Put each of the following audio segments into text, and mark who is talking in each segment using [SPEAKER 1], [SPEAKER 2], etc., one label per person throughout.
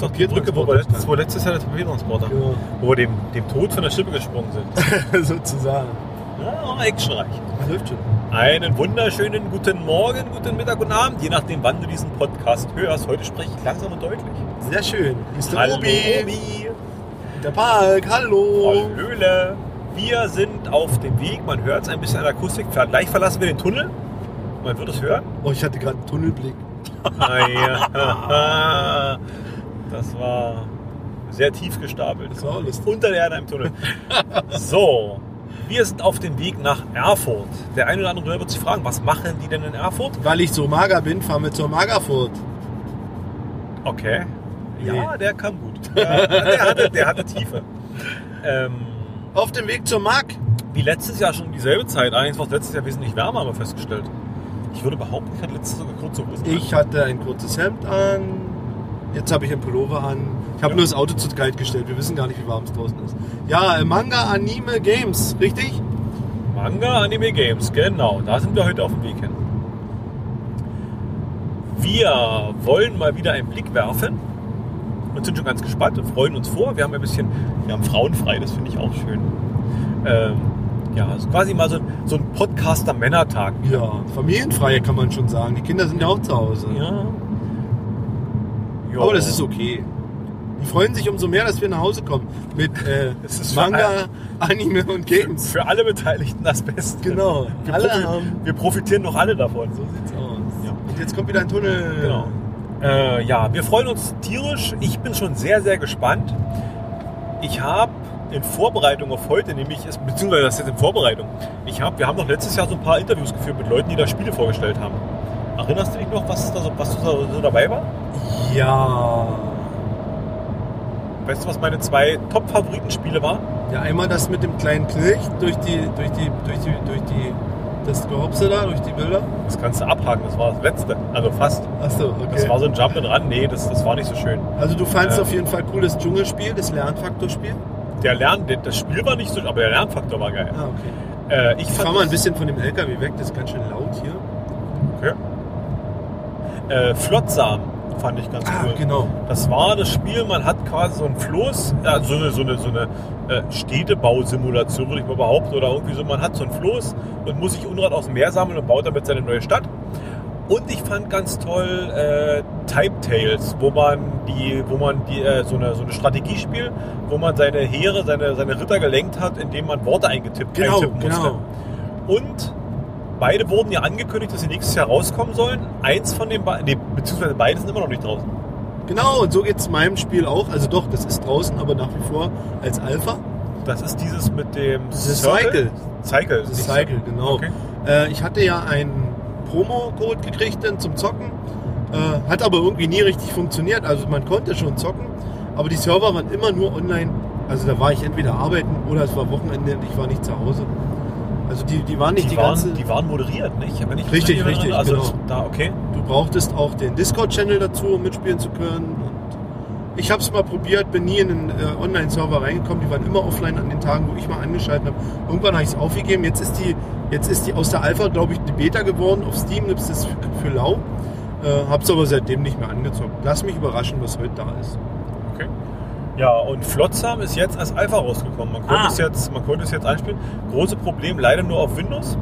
[SPEAKER 1] doch die Brücke, wo wir letztes, wo letztes Jahr der Torpedotransporter,
[SPEAKER 2] Genau.
[SPEAKER 1] wo wir dem, dem Tod von der Schippe gesprungen sind.
[SPEAKER 2] Sozusagen.
[SPEAKER 1] Ja, actionreich.
[SPEAKER 2] Das läuft schon.
[SPEAKER 1] Einen wunderschönen guten Morgen, guten Mittag, guten Abend, je nachdem, wann du diesen Podcast hörst. Heute spreche ich langsam und deutlich.
[SPEAKER 2] Sehr schön. Mr.
[SPEAKER 1] Hallo,
[SPEAKER 2] Obi.
[SPEAKER 1] Obi.
[SPEAKER 2] Der Park, hallo.
[SPEAKER 1] Hallöle. Wir sind auf dem Weg, man hört es ein bisschen an der Akustik. Gleich verlassen wir den Tunnel. Man wird es hören.
[SPEAKER 2] Oh, ich hatte gerade einen Tunnelblick.
[SPEAKER 1] Ah, ja. das war sehr tief gestapelt.
[SPEAKER 2] Das war auch lustig.
[SPEAKER 1] Unter der Erde im Tunnel. So, wir sind auf dem Weg nach Erfurt. Der eine oder andere Hörer wird sich fragen, was machen die denn in Erfurt?
[SPEAKER 2] Weil ich so mager bin, fahren wir zur Magerfurt.
[SPEAKER 1] Okay. Ja,
[SPEAKER 2] Nee.
[SPEAKER 1] der kam gut. Ja, der, hatte, der hatte Tiefe. Ähm,
[SPEAKER 2] Auf dem Weg zur Mark.
[SPEAKER 1] Wie letztes Jahr schon um dieselbe Zeit. Allerdings war es letztes Jahr wesentlich wärmer, aber festgestellt. Ich würde behaupten, ich hatte letztes Jahr sogar kurze Hosen. an.
[SPEAKER 2] Ich hatte ein kurzes Hemd an. Jetzt habe ich einen Pullover an. Ich habe
[SPEAKER 1] Ja.
[SPEAKER 2] nur das Auto zu kalt gestellt. Wir wissen gar nicht, wie warm es draußen ist. Ja, äh, Manga Anime Games, richtig?
[SPEAKER 1] Manga Anime Games, genau. Da sind wir heute auf dem Weg hin. Wir wollen mal wieder einen Blick werfen und sind schon ganz gespannt und freuen uns vor. Wir haben ein bisschen, wir haben Frauenfrei, das finde ich auch schön. Ähm, ja, also quasi mal so, so ein Podcaster-Männertag.
[SPEAKER 2] Ja, familienfreie kann man schon sagen. Die Kinder sind ja auch zu Hause.
[SPEAKER 1] Ja. Jo.
[SPEAKER 2] Aber das ist okay. Die freuen sich umso mehr, dass wir nach Hause kommen. Mit äh,
[SPEAKER 1] Es ist
[SPEAKER 2] Manga, Anime und Games.
[SPEAKER 1] Für alle Beteiligten das Beste.
[SPEAKER 2] Genau.
[SPEAKER 1] Wir,
[SPEAKER 2] Alle
[SPEAKER 1] profi-
[SPEAKER 2] haben.
[SPEAKER 1] wir profitieren noch alle davon.
[SPEAKER 2] So sieht's aus.
[SPEAKER 1] Ja.
[SPEAKER 2] Und jetzt kommt wieder ein Tunnel.
[SPEAKER 1] Genau. Äh, ja, wir freuen uns tierisch. Ich bin schon sehr, sehr gespannt. Ich habe in Vorbereitung auf heute, nämlich, ist, beziehungsweise das ist jetzt in Vorbereitung, ich hab, wir haben noch letztes Jahr so ein paar Interviews geführt mit Leuten, die da Spiele vorgestellt haben. Erinnerst du dich noch, was, da so, was da so dabei war?
[SPEAKER 2] Ja.
[SPEAKER 1] Weißt du, was meine zwei Top-Favoritenspiele waren?
[SPEAKER 2] Ja, einmal das mit dem kleinen Knilch durch die, durch die, durch die, durch die, das Gehopse da, durch die Bilder.
[SPEAKER 1] Das kannst du abhaken, das war das letzte. Also fast.
[SPEAKER 2] Achso, okay.
[SPEAKER 1] Das war so ein Jump and Run. Nee, das, das war nicht so schön.
[SPEAKER 2] also du fandst
[SPEAKER 1] Ja.
[SPEAKER 2] auf jeden Fall cool das Dschungelspiel, das Lernfaktorspiel?
[SPEAKER 1] Der Lern, das Spiel war nicht so, aber der Lernfaktor war geil.
[SPEAKER 2] Ah, okay.
[SPEAKER 1] Äh, ich
[SPEAKER 2] Ich
[SPEAKER 1] fand
[SPEAKER 2] fahr mal ein
[SPEAKER 1] das-
[SPEAKER 2] bisschen von dem LKW weg, das ist ganz schön laut hier.
[SPEAKER 1] äh, Flotsam fand ich ganz cool.
[SPEAKER 2] genau.
[SPEAKER 1] Das war das Spiel, man hat quasi so ein Floß, äh, so eine, so eine, so eine äh, Städtebausimulation, würde ich mal behaupten, oder irgendwie so, man hat so ein Floß und muss sich Unrat aus dem Meer sammeln und baut damit seine neue Stadt. Und ich fand ganz toll äh, Type Tales, wo man die, wo man die, äh, so eine, so eine Strategie spielt, wo man seine Heere, seine, seine Ritter gelenkt hat, indem man Worte eingetippt
[SPEAKER 2] Genau,
[SPEAKER 1] eintippen
[SPEAKER 2] genau.
[SPEAKER 1] Und beide wurden ja angekündigt, dass sie nächstes Jahr rauskommen sollen. Eins von den beiden, nee, beziehungsweise beide sind immer noch nicht draußen.
[SPEAKER 2] Genau, und so geht's meinem Spiel auch. Also doch, das ist draußen, aber nach wie vor als Alpha.
[SPEAKER 1] Das ist dieses mit dem
[SPEAKER 2] The
[SPEAKER 1] Circle. Cycle.
[SPEAKER 2] Das ist Cycle, genau.
[SPEAKER 1] Okay.
[SPEAKER 2] Äh, ich hatte ja einen Promo-Code gekriegt dann zum Zocken, äh, hat aber irgendwie nie richtig funktioniert. Also man konnte schon zocken, aber die Server waren immer nur online. Also da war ich entweder arbeiten oder es war Wochenende und ich war nicht zu Hause. Also die, die waren nicht
[SPEAKER 1] Die,
[SPEAKER 2] die, ganze...
[SPEAKER 1] waren, die waren moderiert, nicht? Wenn ich mich
[SPEAKER 2] Richtig,
[SPEAKER 1] richtig erinnere,
[SPEAKER 2] richtig,
[SPEAKER 1] Also
[SPEAKER 2] genau.
[SPEAKER 1] da, okay.
[SPEAKER 2] du brauchtest auch den Discord-Channel dazu, um mitspielen zu können. Und ich habe es mal probiert, bin nie in den äh, Online-Server reingekommen. Die waren immer offline an den Tagen, wo ich mal angeschaltet habe. Irgendwann habe ich es aufgegeben. Jetzt ist, die, jetzt ist die aus der Alpha, glaube ich, die Beta geworden. Auf Steam gibt es das für, für lau. Äh, hab's aber seitdem nicht mehr angezockt. Lass mich überraschen, was heute da ist.
[SPEAKER 1] okay. Ja, und Flotsam ist jetzt als Alpha rausgekommen. Man konnte,
[SPEAKER 2] Ah.
[SPEAKER 1] es jetzt, man konnte es jetzt einspielen. Große Problem, leider nur auf Windows.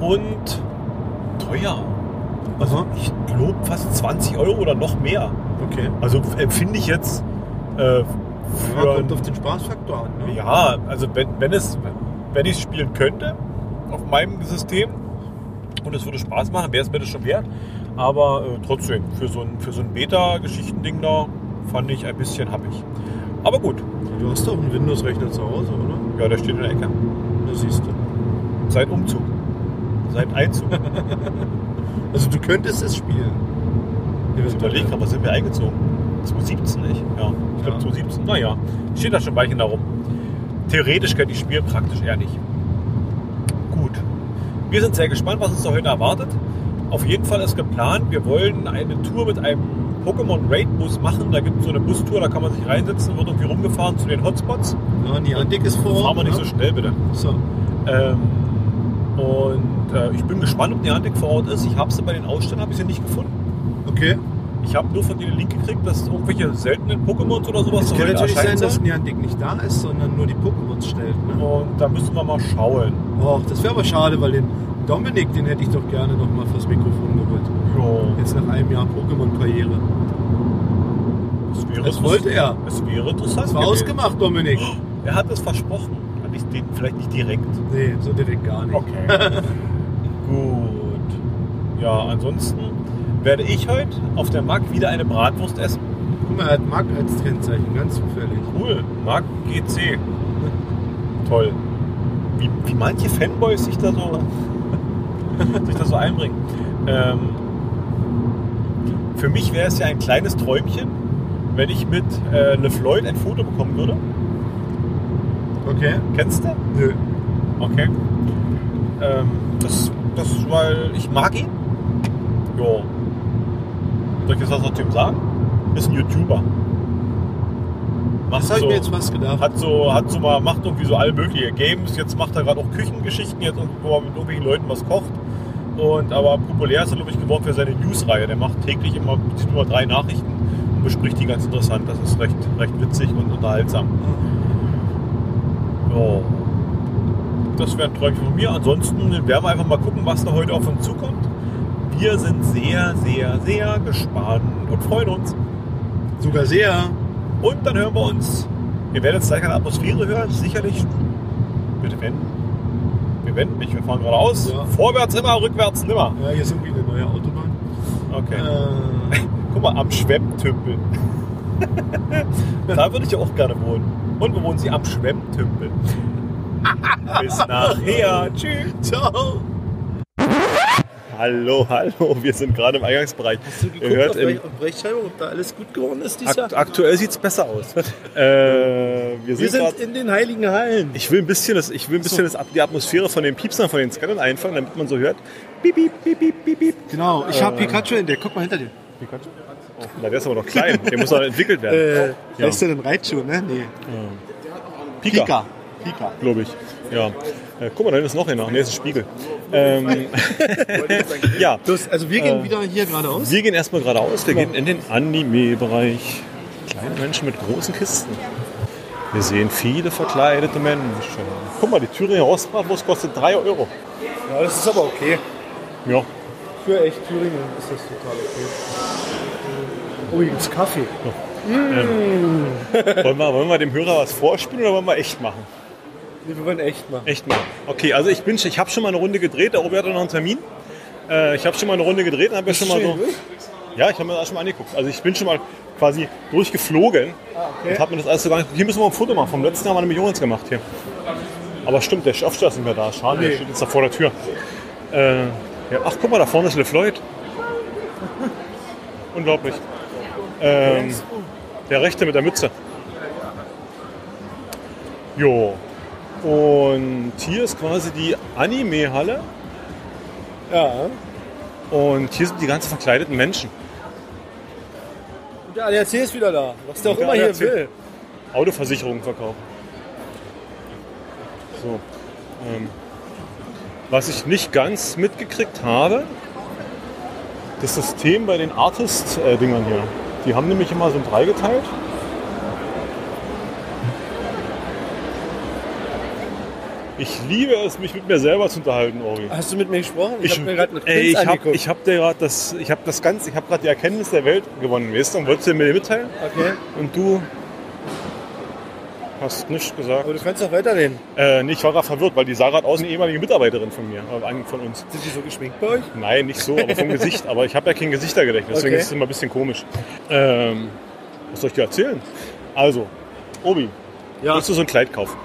[SPEAKER 1] Und teuer. Also
[SPEAKER 2] Aha.
[SPEAKER 1] ich glaube fast 20 Euro oder noch mehr.
[SPEAKER 2] Okay.
[SPEAKER 1] Also empfinde ich jetzt äh, für
[SPEAKER 2] Ja, kommt auf den Spaßfaktor an. Ne?
[SPEAKER 1] Ja, also wenn, wenn es, wenn ich es spielen könnte auf meinem System und es würde Spaß machen, wäre es mir das schon wert. Aber äh, trotzdem, für so ein, für so ein Beta-Geschichtending da fand ich ein bisschen happig. Aber gut,
[SPEAKER 2] Du hast doch einen Windows-Rechner zu Hause, oder?
[SPEAKER 1] ja, der steht in der Ecke.
[SPEAKER 2] Da siehst du.
[SPEAKER 1] Seit Umzug. Seit Einzug.
[SPEAKER 2] Also du könntest es spielen.
[SPEAKER 1] Ich überlege gerade, was sind wir eingezogen? 2017, nicht? Ja, ich glaube
[SPEAKER 2] Ja.
[SPEAKER 1] 2017. Naja, steht da schon Weichen darum. Theoretisch könnte ich spielen, praktisch eher nicht. Gut. Wir sind sehr gespannt, was uns da heute erwartet. Auf jeden Fall ist geplant, wir wollen eine Tour mit einem Pokémon Raid Bus machen. Da gibt es so eine Bustour, da kann man sich reinsetzen, wird irgendwie rumgefahren zu den Hotspots.
[SPEAKER 2] Ja, Niantic ist vor Ort.
[SPEAKER 1] Fahren wir nicht so
[SPEAKER 2] ne?
[SPEAKER 1] schnell, bitte.
[SPEAKER 2] so.
[SPEAKER 1] Ähm, und äh, ich bin gespannt, ob Neantik vor Ort ist. Ich habe sie bei den Ausstellern, habe ich sie nicht gefunden.
[SPEAKER 2] Okay.
[SPEAKER 1] Ich habe nur von dir den Link gekriegt, dass irgendwelche seltenen Pokémons oder sowas
[SPEAKER 2] Es
[SPEAKER 1] so
[SPEAKER 2] kann
[SPEAKER 1] wieder
[SPEAKER 2] natürlich sein,
[SPEAKER 1] erscheinen
[SPEAKER 2] dass
[SPEAKER 1] sollen.
[SPEAKER 2] Niantic nicht da ist, sondern nur die Pokémon stellt. Ne?
[SPEAKER 1] Und da müssen wir mal schauen.
[SPEAKER 2] Och, das wäre aber schade, weil den Dominik, den hätte ich doch gerne nochmal fürs Mikrofon geholt.
[SPEAKER 1] Ja,
[SPEAKER 2] Jetzt nach einem Jahr Pokémon-Karriere.
[SPEAKER 1] es wäre
[SPEAKER 2] Das wollte er.
[SPEAKER 1] Es wäre interessant.
[SPEAKER 2] Das war
[SPEAKER 1] gewesen.
[SPEAKER 2] ausgemacht, Dominik.
[SPEAKER 1] Er hat es versprochen. Hatte ich den vielleicht nicht direkt.
[SPEAKER 2] Nee, so direkt gar nicht.
[SPEAKER 1] Okay. Gut. Ja, ansonsten werde ich heute auf der Markt wieder eine Bratwurst essen.
[SPEAKER 2] Guck mal, er hat Mark als Kennzeichen, ganz zufällig.
[SPEAKER 1] Cool. Markt GC. Toll. Wie, wie manche Fanboys sich da so, sich da so einbringen. Ähm, für mich wäre es ja ein kleines Träumchen, wenn ich mit äh, LeFloid ein Foto bekommen würde.
[SPEAKER 2] Okay?
[SPEAKER 1] Kennst du?
[SPEAKER 2] Nö.
[SPEAKER 1] Okay. Ähm, das, das, weil ich mag ihn. Jo. Soll ich jetzt was noch zu ihm sagen? Ist ein YouTuber. Macht
[SPEAKER 2] Das habe ich
[SPEAKER 1] so,
[SPEAKER 2] mir jetzt was gedacht.
[SPEAKER 1] hat so, hat so mal, macht irgendwie so alle mögliche Games. Jetzt macht er gerade auch Küchengeschichten, jetzt irgendwo mal mit irgendwelchen Leuten was kocht. Und aber populär ist er, glaube ich, geworden für seine News-Reihe. Der macht täglich immer, zieht immer drei Nachrichten und bespricht die ganz interessant. Das ist recht, recht witzig und unterhaltsam. Ja. Das wäre ein Träumchen von mir. Ansonsten werden wir einfach mal gucken, was da heute auf uns zukommt. Wir sind sehr, sehr, sehr gespannt und freuen uns.
[SPEAKER 2] Sogar sehr.
[SPEAKER 1] Und dann hören wir uns. Ihr werdet jetzt gleich eine Atmosphäre hören, sicherlich. Bitte wenden. Wir wenden nicht, wir fahren geradeaus.
[SPEAKER 2] Ja.
[SPEAKER 1] Vorwärts immer, rückwärts nimmer.
[SPEAKER 2] Ja, hier ist irgendwie eine neue Autobahn.
[SPEAKER 1] Okay.
[SPEAKER 2] Äh,
[SPEAKER 1] Guck mal, am Schwemmtümpel. da würde ich ja auch gerne wohnen. Und wo wohnen Sie? Am Schwemmtümpel. Bis nachher. Tschüss.
[SPEAKER 2] ciao.
[SPEAKER 1] Hallo, hallo, wir sind gerade im Eingangsbereich. Ihr hört im,
[SPEAKER 2] auf Rechtschreibung, ob da alles gut geworden ist dieses
[SPEAKER 1] akt, aktuell sieht es besser aus. äh, wir sind grad,
[SPEAKER 2] in den Heiligen Hallen.
[SPEAKER 1] ich will ein bisschen, das, ich will ein bisschen das, die Atmosphäre von den Piepsern, von den Scannern einfangen, damit man so hört. Piep, piep, piep, piep, piep, piep.
[SPEAKER 2] Genau, ich habe Pikachu entdeckt. Guck mal hinter dir.
[SPEAKER 1] Oh, na, der ist aber noch klein, der muss noch entwickelt werden.
[SPEAKER 2] Äh,
[SPEAKER 1] Ja.
[SPEAKER 2] Wer ist denn ein Reitschuh, ne? Nee.
[SPEAKER 1] Pika,
[SPEAKER 2] Pika.
[SPEAKER 1] glaube ich. Ja. Äh, guck mal, da hinten ist noch einer. Nee, das ist ein Spiegel. Ähm, ja,
[SPEAKER 2] Das, also wir gehen wieder hier geradeaus.
[SPEAKER 1] wir gehen erstmal geradeaus, wir gehen in den Anime-Bereich. Kleine Menschen mit großen Kisten. Wir sehen viele verkleidete Menschen. Guck mal, die Thüringer Rostbratwurst kostet 3 Euro.
[SPEAKER 2] Ja, das ist aber okay.
[SPEAKER 1] Ja.
[SPEAKER 2] Für echt Thüringen ist das total okay. Oh, hier gibt's Kaffee.
[SPEAKER 1] Wollen wir, wollen wir dem Hörer was vorspielen oder wollen wir echt machen?
[SPEAKER 2] Nee, wir wollen echt machen.
[SPEAKER 1] Echt machen. Okay, also ich bin, schon- ich habe schon mal eine Runde gedreht, der Robert hat noch einen Termin. Äh, ich habe schon mal eine Runde gedreht und habe ja schon mal so.
[SPEAKER 2] ne?
[SPEAKER 1] Ja, ich habe mir das schon mal angeguckt. Also ich bin schon mal quasi durchgeflogen und habe mir das alles so gar nicht. Hier müssen wir mal ein Foto machen. Vom letzten Jahr haben wir nämlich uns gemacht hier. Aber stimmt, der Schaffstar ist nicht mehr da. Schade, der
[SPEAKER 2] Nee.
[SPEAKER 1] steht jetzt da vor der Tür. Äh, ja, ach, guck mal, da vorne ist LeFloid. Unglaublich. Ähm, der Rechte mit der Mütze. Jo. Und hier ist quasi die Anime-Halle.
[SPEAKER 2] Ja.
[SPEAKER 1] Und hier sind die ganzen verkleideten Menschen.
[SPEAKER 2] Und der ADAC ist wieder da. Was der auch
[SPEAKER 1] Der
[SPEAKER 2] immer hier
[SPEAKER 1] ADAC.
[SPEAKER 2] will.
[SPEAKER 1] Autoversicherungen verkaufen. So. Ähm, was ich nicht ganz mitgekriegt habe, das System bei den Artist-Dingern hier. Die haben nämlich immer so ein Dreigeteilt. Ich liebe es, mich mit mir selber zu unterhalten, Ori.
[SPEAKER 2] Hast du mit mir gesprochen?
[SPEAKER 1] Ich,
[SPEAKER 2] hab mir gerade einen
[SPEAKER 1] ey,
[SPEAKER 2] Prinz
[SPEAKER 1] ich habe
[SPEAKER 2] angeguckt.
[SPEAKER 1] ich hab dir gerade das, ich hab das Ganze, ich habe gerade die Erkenntnis der Welt gewonnen, weißt du, und wolltest du mir die mitteilen?
[SPEAKER 2] okay.
[SPEAKER 1] Und du hast nichts gesagt.
[SPEAKER 2] Aber du kannst doch weiterreden.
[SPEAKER 1] Äh, nee, ich war gerade verwirrt, weil die Sarah hat aus eine ehemalige Mitarbeiterin von mir, äh, eine von uns.
[SPEAKER 2] Sind die so geschminkt bei euch?
[SPEAKER 1] Nein, nicht so, aber vom Gesicht. Aber ich habe ja kein Gesichtergedächtnis, deswegen
[SPEAKER 2] Okay.
[SPEAKER 1] ist es immer ein bisschen komisch. Ähm, was soll ich dir erzählen? Also, Obi,
[SPEAKER 2] Ja.
[SPEAKER 1] willst du so ein Kleid kaufen?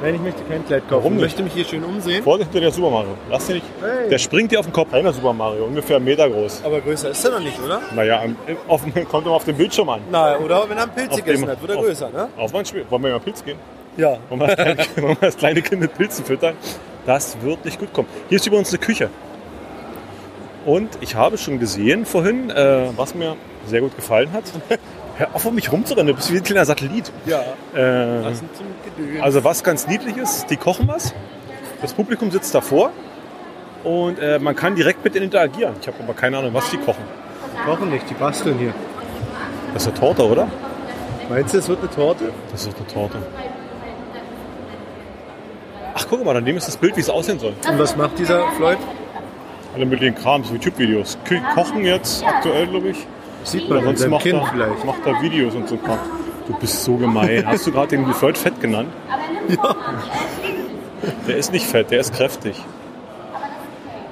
[SPEAKER 2] Nein, ich möchte kein Kleid kaufen.
[SPEAKER 1] Warum
[SPEAKER 2] ich
[SPEAKER 1] nicht?
[SPEAKER 2] möchte mich hier schön umsehen.
[SPEAKER 1] Vorsicht mit der Super Mario. Lass den nicht.
[SPEAKER 2] Hey.
[SPEAKER 1] Der springt dir auf den Kopf. Kleiner Super Mario, ungefähr einen Meter groß.
[SPEAKER 2] Aber größer ist er noch nicht, oder?
[SPEAKER 1] Naja, am- auf, kommt immer auf den Bildschirm an.
[SPEAKER 2] Nein, oder? Wenn er einen Pilz
[SPEAKER 1] Auf
[SPEAKER 2] gegessen
[SPEAKER 1] dem-
[SPEAKER 2] hat, wird er
[SPEAKER 1] auf-
[SPEAKER 2] größer, ne?
[SPEAKER 1] Auf mein Spiel. Wollen wir mal Pilz gehen?
[SPEAKER 2] Ja.
[SPEAKER 1] Wollen wir, das Um kleine- wollen wir das kleine Kind mit Pilzen füttern? Das wird nicht gut kommen. Hier ist übrigens eine Küche. Und ich habe schon gesehen vorhin, äh, was mir sehr gut gefallen hat. Hör auf, um mich rumzurennen, du bist wie ein kleiner Satellit.
[SPEAKER 2] Ja.
[SPEAKER 1] Äh,
[SPEAKER 2] Lassen zum Gedöns.
[SPEAKER 1] also was ganz niedlich ist, die kochen was, das Publikum sitzt davor und äh, man kann direkt mit denen interagieren. Ich habe aber keine Ahnung, was die kochen.
[SPEAKER 2] Brauchen nicht, die basteln hier.
[SPEAKER 1] Das ist eine Torte, oder?
[SPEAKER 2] Meinst du, es wird eine Torte?
[SPEAKER 1] Das ist doch eine Torte. Ach, guck mal, daneben ist das Bild, wie es aussehen soll.
[SPEAKER 2] Und was macht dieser Floyd?
[SPEAKER 1] Alle möglichen Krams, YouTube-Videos. Kü- Kochen jetzt, aktuell, glaube ich.
[SPEAKER 2] Sieht
[SPEAKER 1] Oder
[SPEAKER 2] man an
[SPEAKER 1] sonst
[SPEAKER 2] seinem
[SPEAKER 1] macht
[SPEAKER 2] Kind
[SPEAKER 1] er,
[SPEAKER 2] vielleicht.
[SPEAKER 1] macht er Videos und so ein Kram. Du bist so gemein. Hast du gerade den Floyd fett genannt? Der ist nicht fett, der ist kräftig.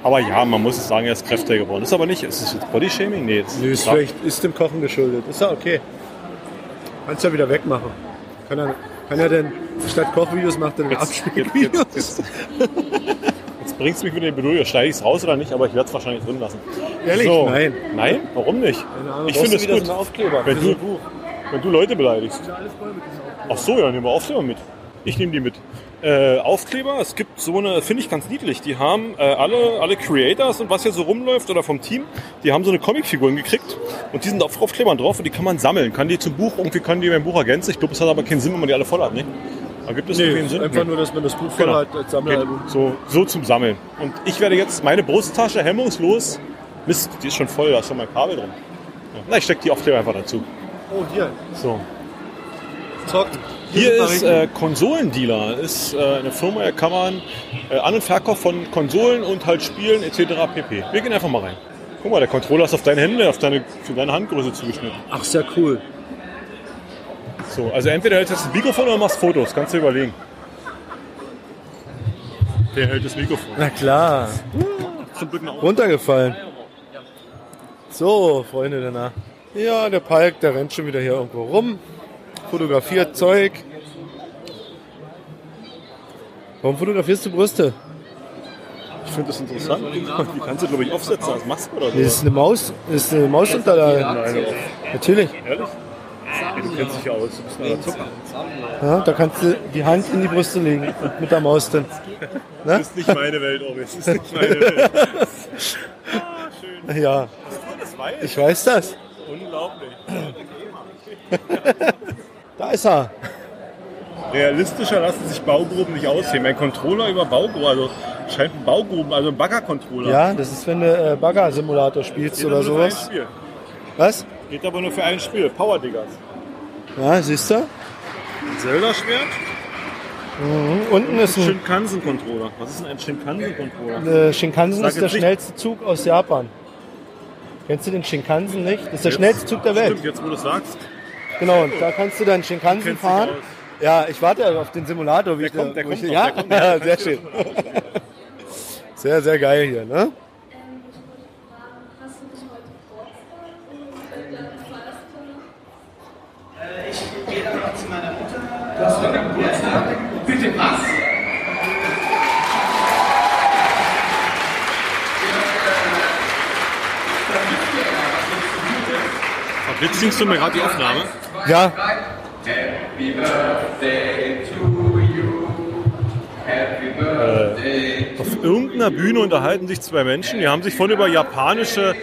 [SPEAKER 1] Aber ja, man muss es sagen, er ist kräftiger geworden. Ist aber nicht, ist es jetzt Bodyshaming? Nee, das
[SPEAKER 2] Nö, ist
[SPEAKER 1] Ja.
[SPEAKER 2] vielleicht ist dem Kochen geschuldet. Ist ja okay. Kannst ja wieder wegmachen. Kann er, kann er denn statt Kochvideos macht er dann
[SPEAKER 1] Jetzt-
[SPEAKER 2] Abspielvideos?
[SPEAKER 1] jetzt- jetzt- Jetzt bringst du mich wieder in die Bedrohung. Schneide ich es raus oder nicht? Aber ich werde es wahrscheinlich drin lassen.
[SPEAKER 2] Ehrlich?
[SPEAKER 1] So.
[SPEAKER 2] Nein.
[SPEAKER 1] Nein? Warum nicht? ich finde es gut. wenn, du, wenn du Leute beleidigst. Ach so, ja, nehmen wir Aufkleber mit. Ich nehme die mit. Äh, Aufkleber, es gibt so eine, finde ich ganz niedlich. Die haben äh, alle, alle Creators und was hier so rumläuft oder vom Team, die haben so eine Comicfiguren gekriegt und die sind auf Aufklebern drauf und die kann man sammeln. Kann die zum Buch, irgendwie können die mein Buch ergänzen. Ich glaube, es hat aber keinen Sinn, wenn man die alle voll hat, ne? Da gibt es irgendwie
[SPEAKER 2] Nee,
[SPEAKER 1] einen Sinn.
[SPEAKER 2] einfach
[SPEAKER 1] Nee.
[SPEAKER 2] nur, dass man das Buch voll
[SPEAKER 1] Genau.
[SPEAKER 2] hat als Sammleralbum.
[SPEAKER 1] Geht So, so zum Sammeln. Und ich werde jetzt meine Brusttasche hemmungslos. Mist, die ist schon voll, da ist schon mein Kabel drin. Ja. Na, ich stecke die Aufkleber einfach dazu.
[SPEAKER 2] Oh, hier,
[SPEAKER 1] So.
[SPEAKER 2] zockt.
[SPEAKER 1] Hier
[SPEAKER 2] sind
[SPEAKER 1] ist
[SPEAKER 2] Barrieren.
[SPEAKER 1] äh, Konsolendealer. Ist äh, eine Firma, da kann man äh, An- und Verkauf von Konsolen und halt Spielen etc. pp. Wir gehen einfach mal rein. Guck mal, der Controller ist auf deine Hände, auf deine, für deine Handgröße zugeschnitten.
[SPEAKER 2] Ach, sehr cool.
[SPEAKER 1] So, also entweder hältst du jetzt das Mikrofon oder machst Fotos. Kannst du dir überlegen. Der hält das Mikrofon.
[SPEAKER 2] Na klar.
[SPEAKER 1] Zum Glück noch.
[SPEAKER 2] Runtergefallen. So, Freunde danach. Ja, der Palk, der rennt schon wieder hier irgendwo rum. Fotografiert Zeug. Warum fotografierst du Brüste?
[SPEAKER 1] Ich finde das interessant. Die kannst du, glaube ich, aufsetzen als Maske oder so.
[SPEAKER 2] Das ist eine Maus, das ist eine Mausunterlage.
[SPEAKER 1] Nein, aber
[SPEAKER 2] Natürlich.
[SPEAKER 1] ehrlich? Ey, du kennst dich ja aus. Du bist ein Zucker.
[SPEAKER 2] Ja, da kannst du die Hand in die Brüste legen und mit der Maus dann.
[SPEAKER 1] Das ist nicht meine Welt, Obi. Das ist nicht meine Welt. Ah, schön.
[SPEAKER 2] Ja,
[SPEAKER 1] Das weiß
[SPEAKER 2] ich weiß das.
[SPEAKER 1] Unglaublich.
[SPEAKER 2] Da ist er.
[SPEAKER 1] Realistischer lassen sich Baugruben nicht aussehen. Mein Controller über Baugruben, also scheint ein Baugruben, also ein Bagger-Controller.
[SPEAKER 2] Ja, das ist, wenn du äh, Bagger-Simulator spielst
[SPEAKER 1] Geht
[SPEAKER 2] oder
[SPEAKER 1] aber nur für ein
[SPEAKER 2] sowas.
[SPEAKER 1] Spiel.
[SPEAKER 2] Was?
[SPEAKER 1] Geht aber nur für ein Spiel. Power Diggers.
[SPEAKER 2] Ja, siehst du?
[SPEAKER 1] Ein Zelda-Schwert?
[SPEAKER 2] Mhm. Unten ist ein
[SPEAKER 1] Shinkansen-Controller. Was ist denn ein Shinkansen-Controller?
[SPEAKER 2] Äh, Shinkansen
[SPEAKER 1] Sag
[SPEAKER 2] ist der
[SPEAKER 1] jetzt nicht.
[SPEAKER 2] schnellste Zug aus Japan. Kennst du den Shinkansen nicht? Das ist der schnellste Zug der Welt.
[SPEAKER 1] Stimmt, jetzt wo du es sagst.
[SPEAKER 2] Genau, und da kannst du dann Shinkansen
[SPEAKER 1] Kennst dich
[SPEAKER 2] fahren.
[SPEAKER 1] aus.
[SPEAKER 2] Ja, ich warte ja auf den Simulator. Wie ich
[SPEAKER 1] kommt, der
[SPEAKER 2] wo
[SPEAKER 1] kommt
[SPEAKER 2] ich,
[SPEAKER 1] noch,
[SPEAKER 2] ja?
[SPEAKER 1] der kommt noch. Der
[SPEAKER 2] ja, sehr schön. Sehr, sehr geil hier, ne?
[SPEAKER 1] Jetzt singst du mir gerade die Aufnahme.
[SPEAKER 2] Ja,
[SPEAKER 3] Happy birthday to you. Happy birthday.
[SPEAKER 1] Auf irgendeiner Bühne unterhalten sich zwei Menschen, die haben sich vorhin über japanische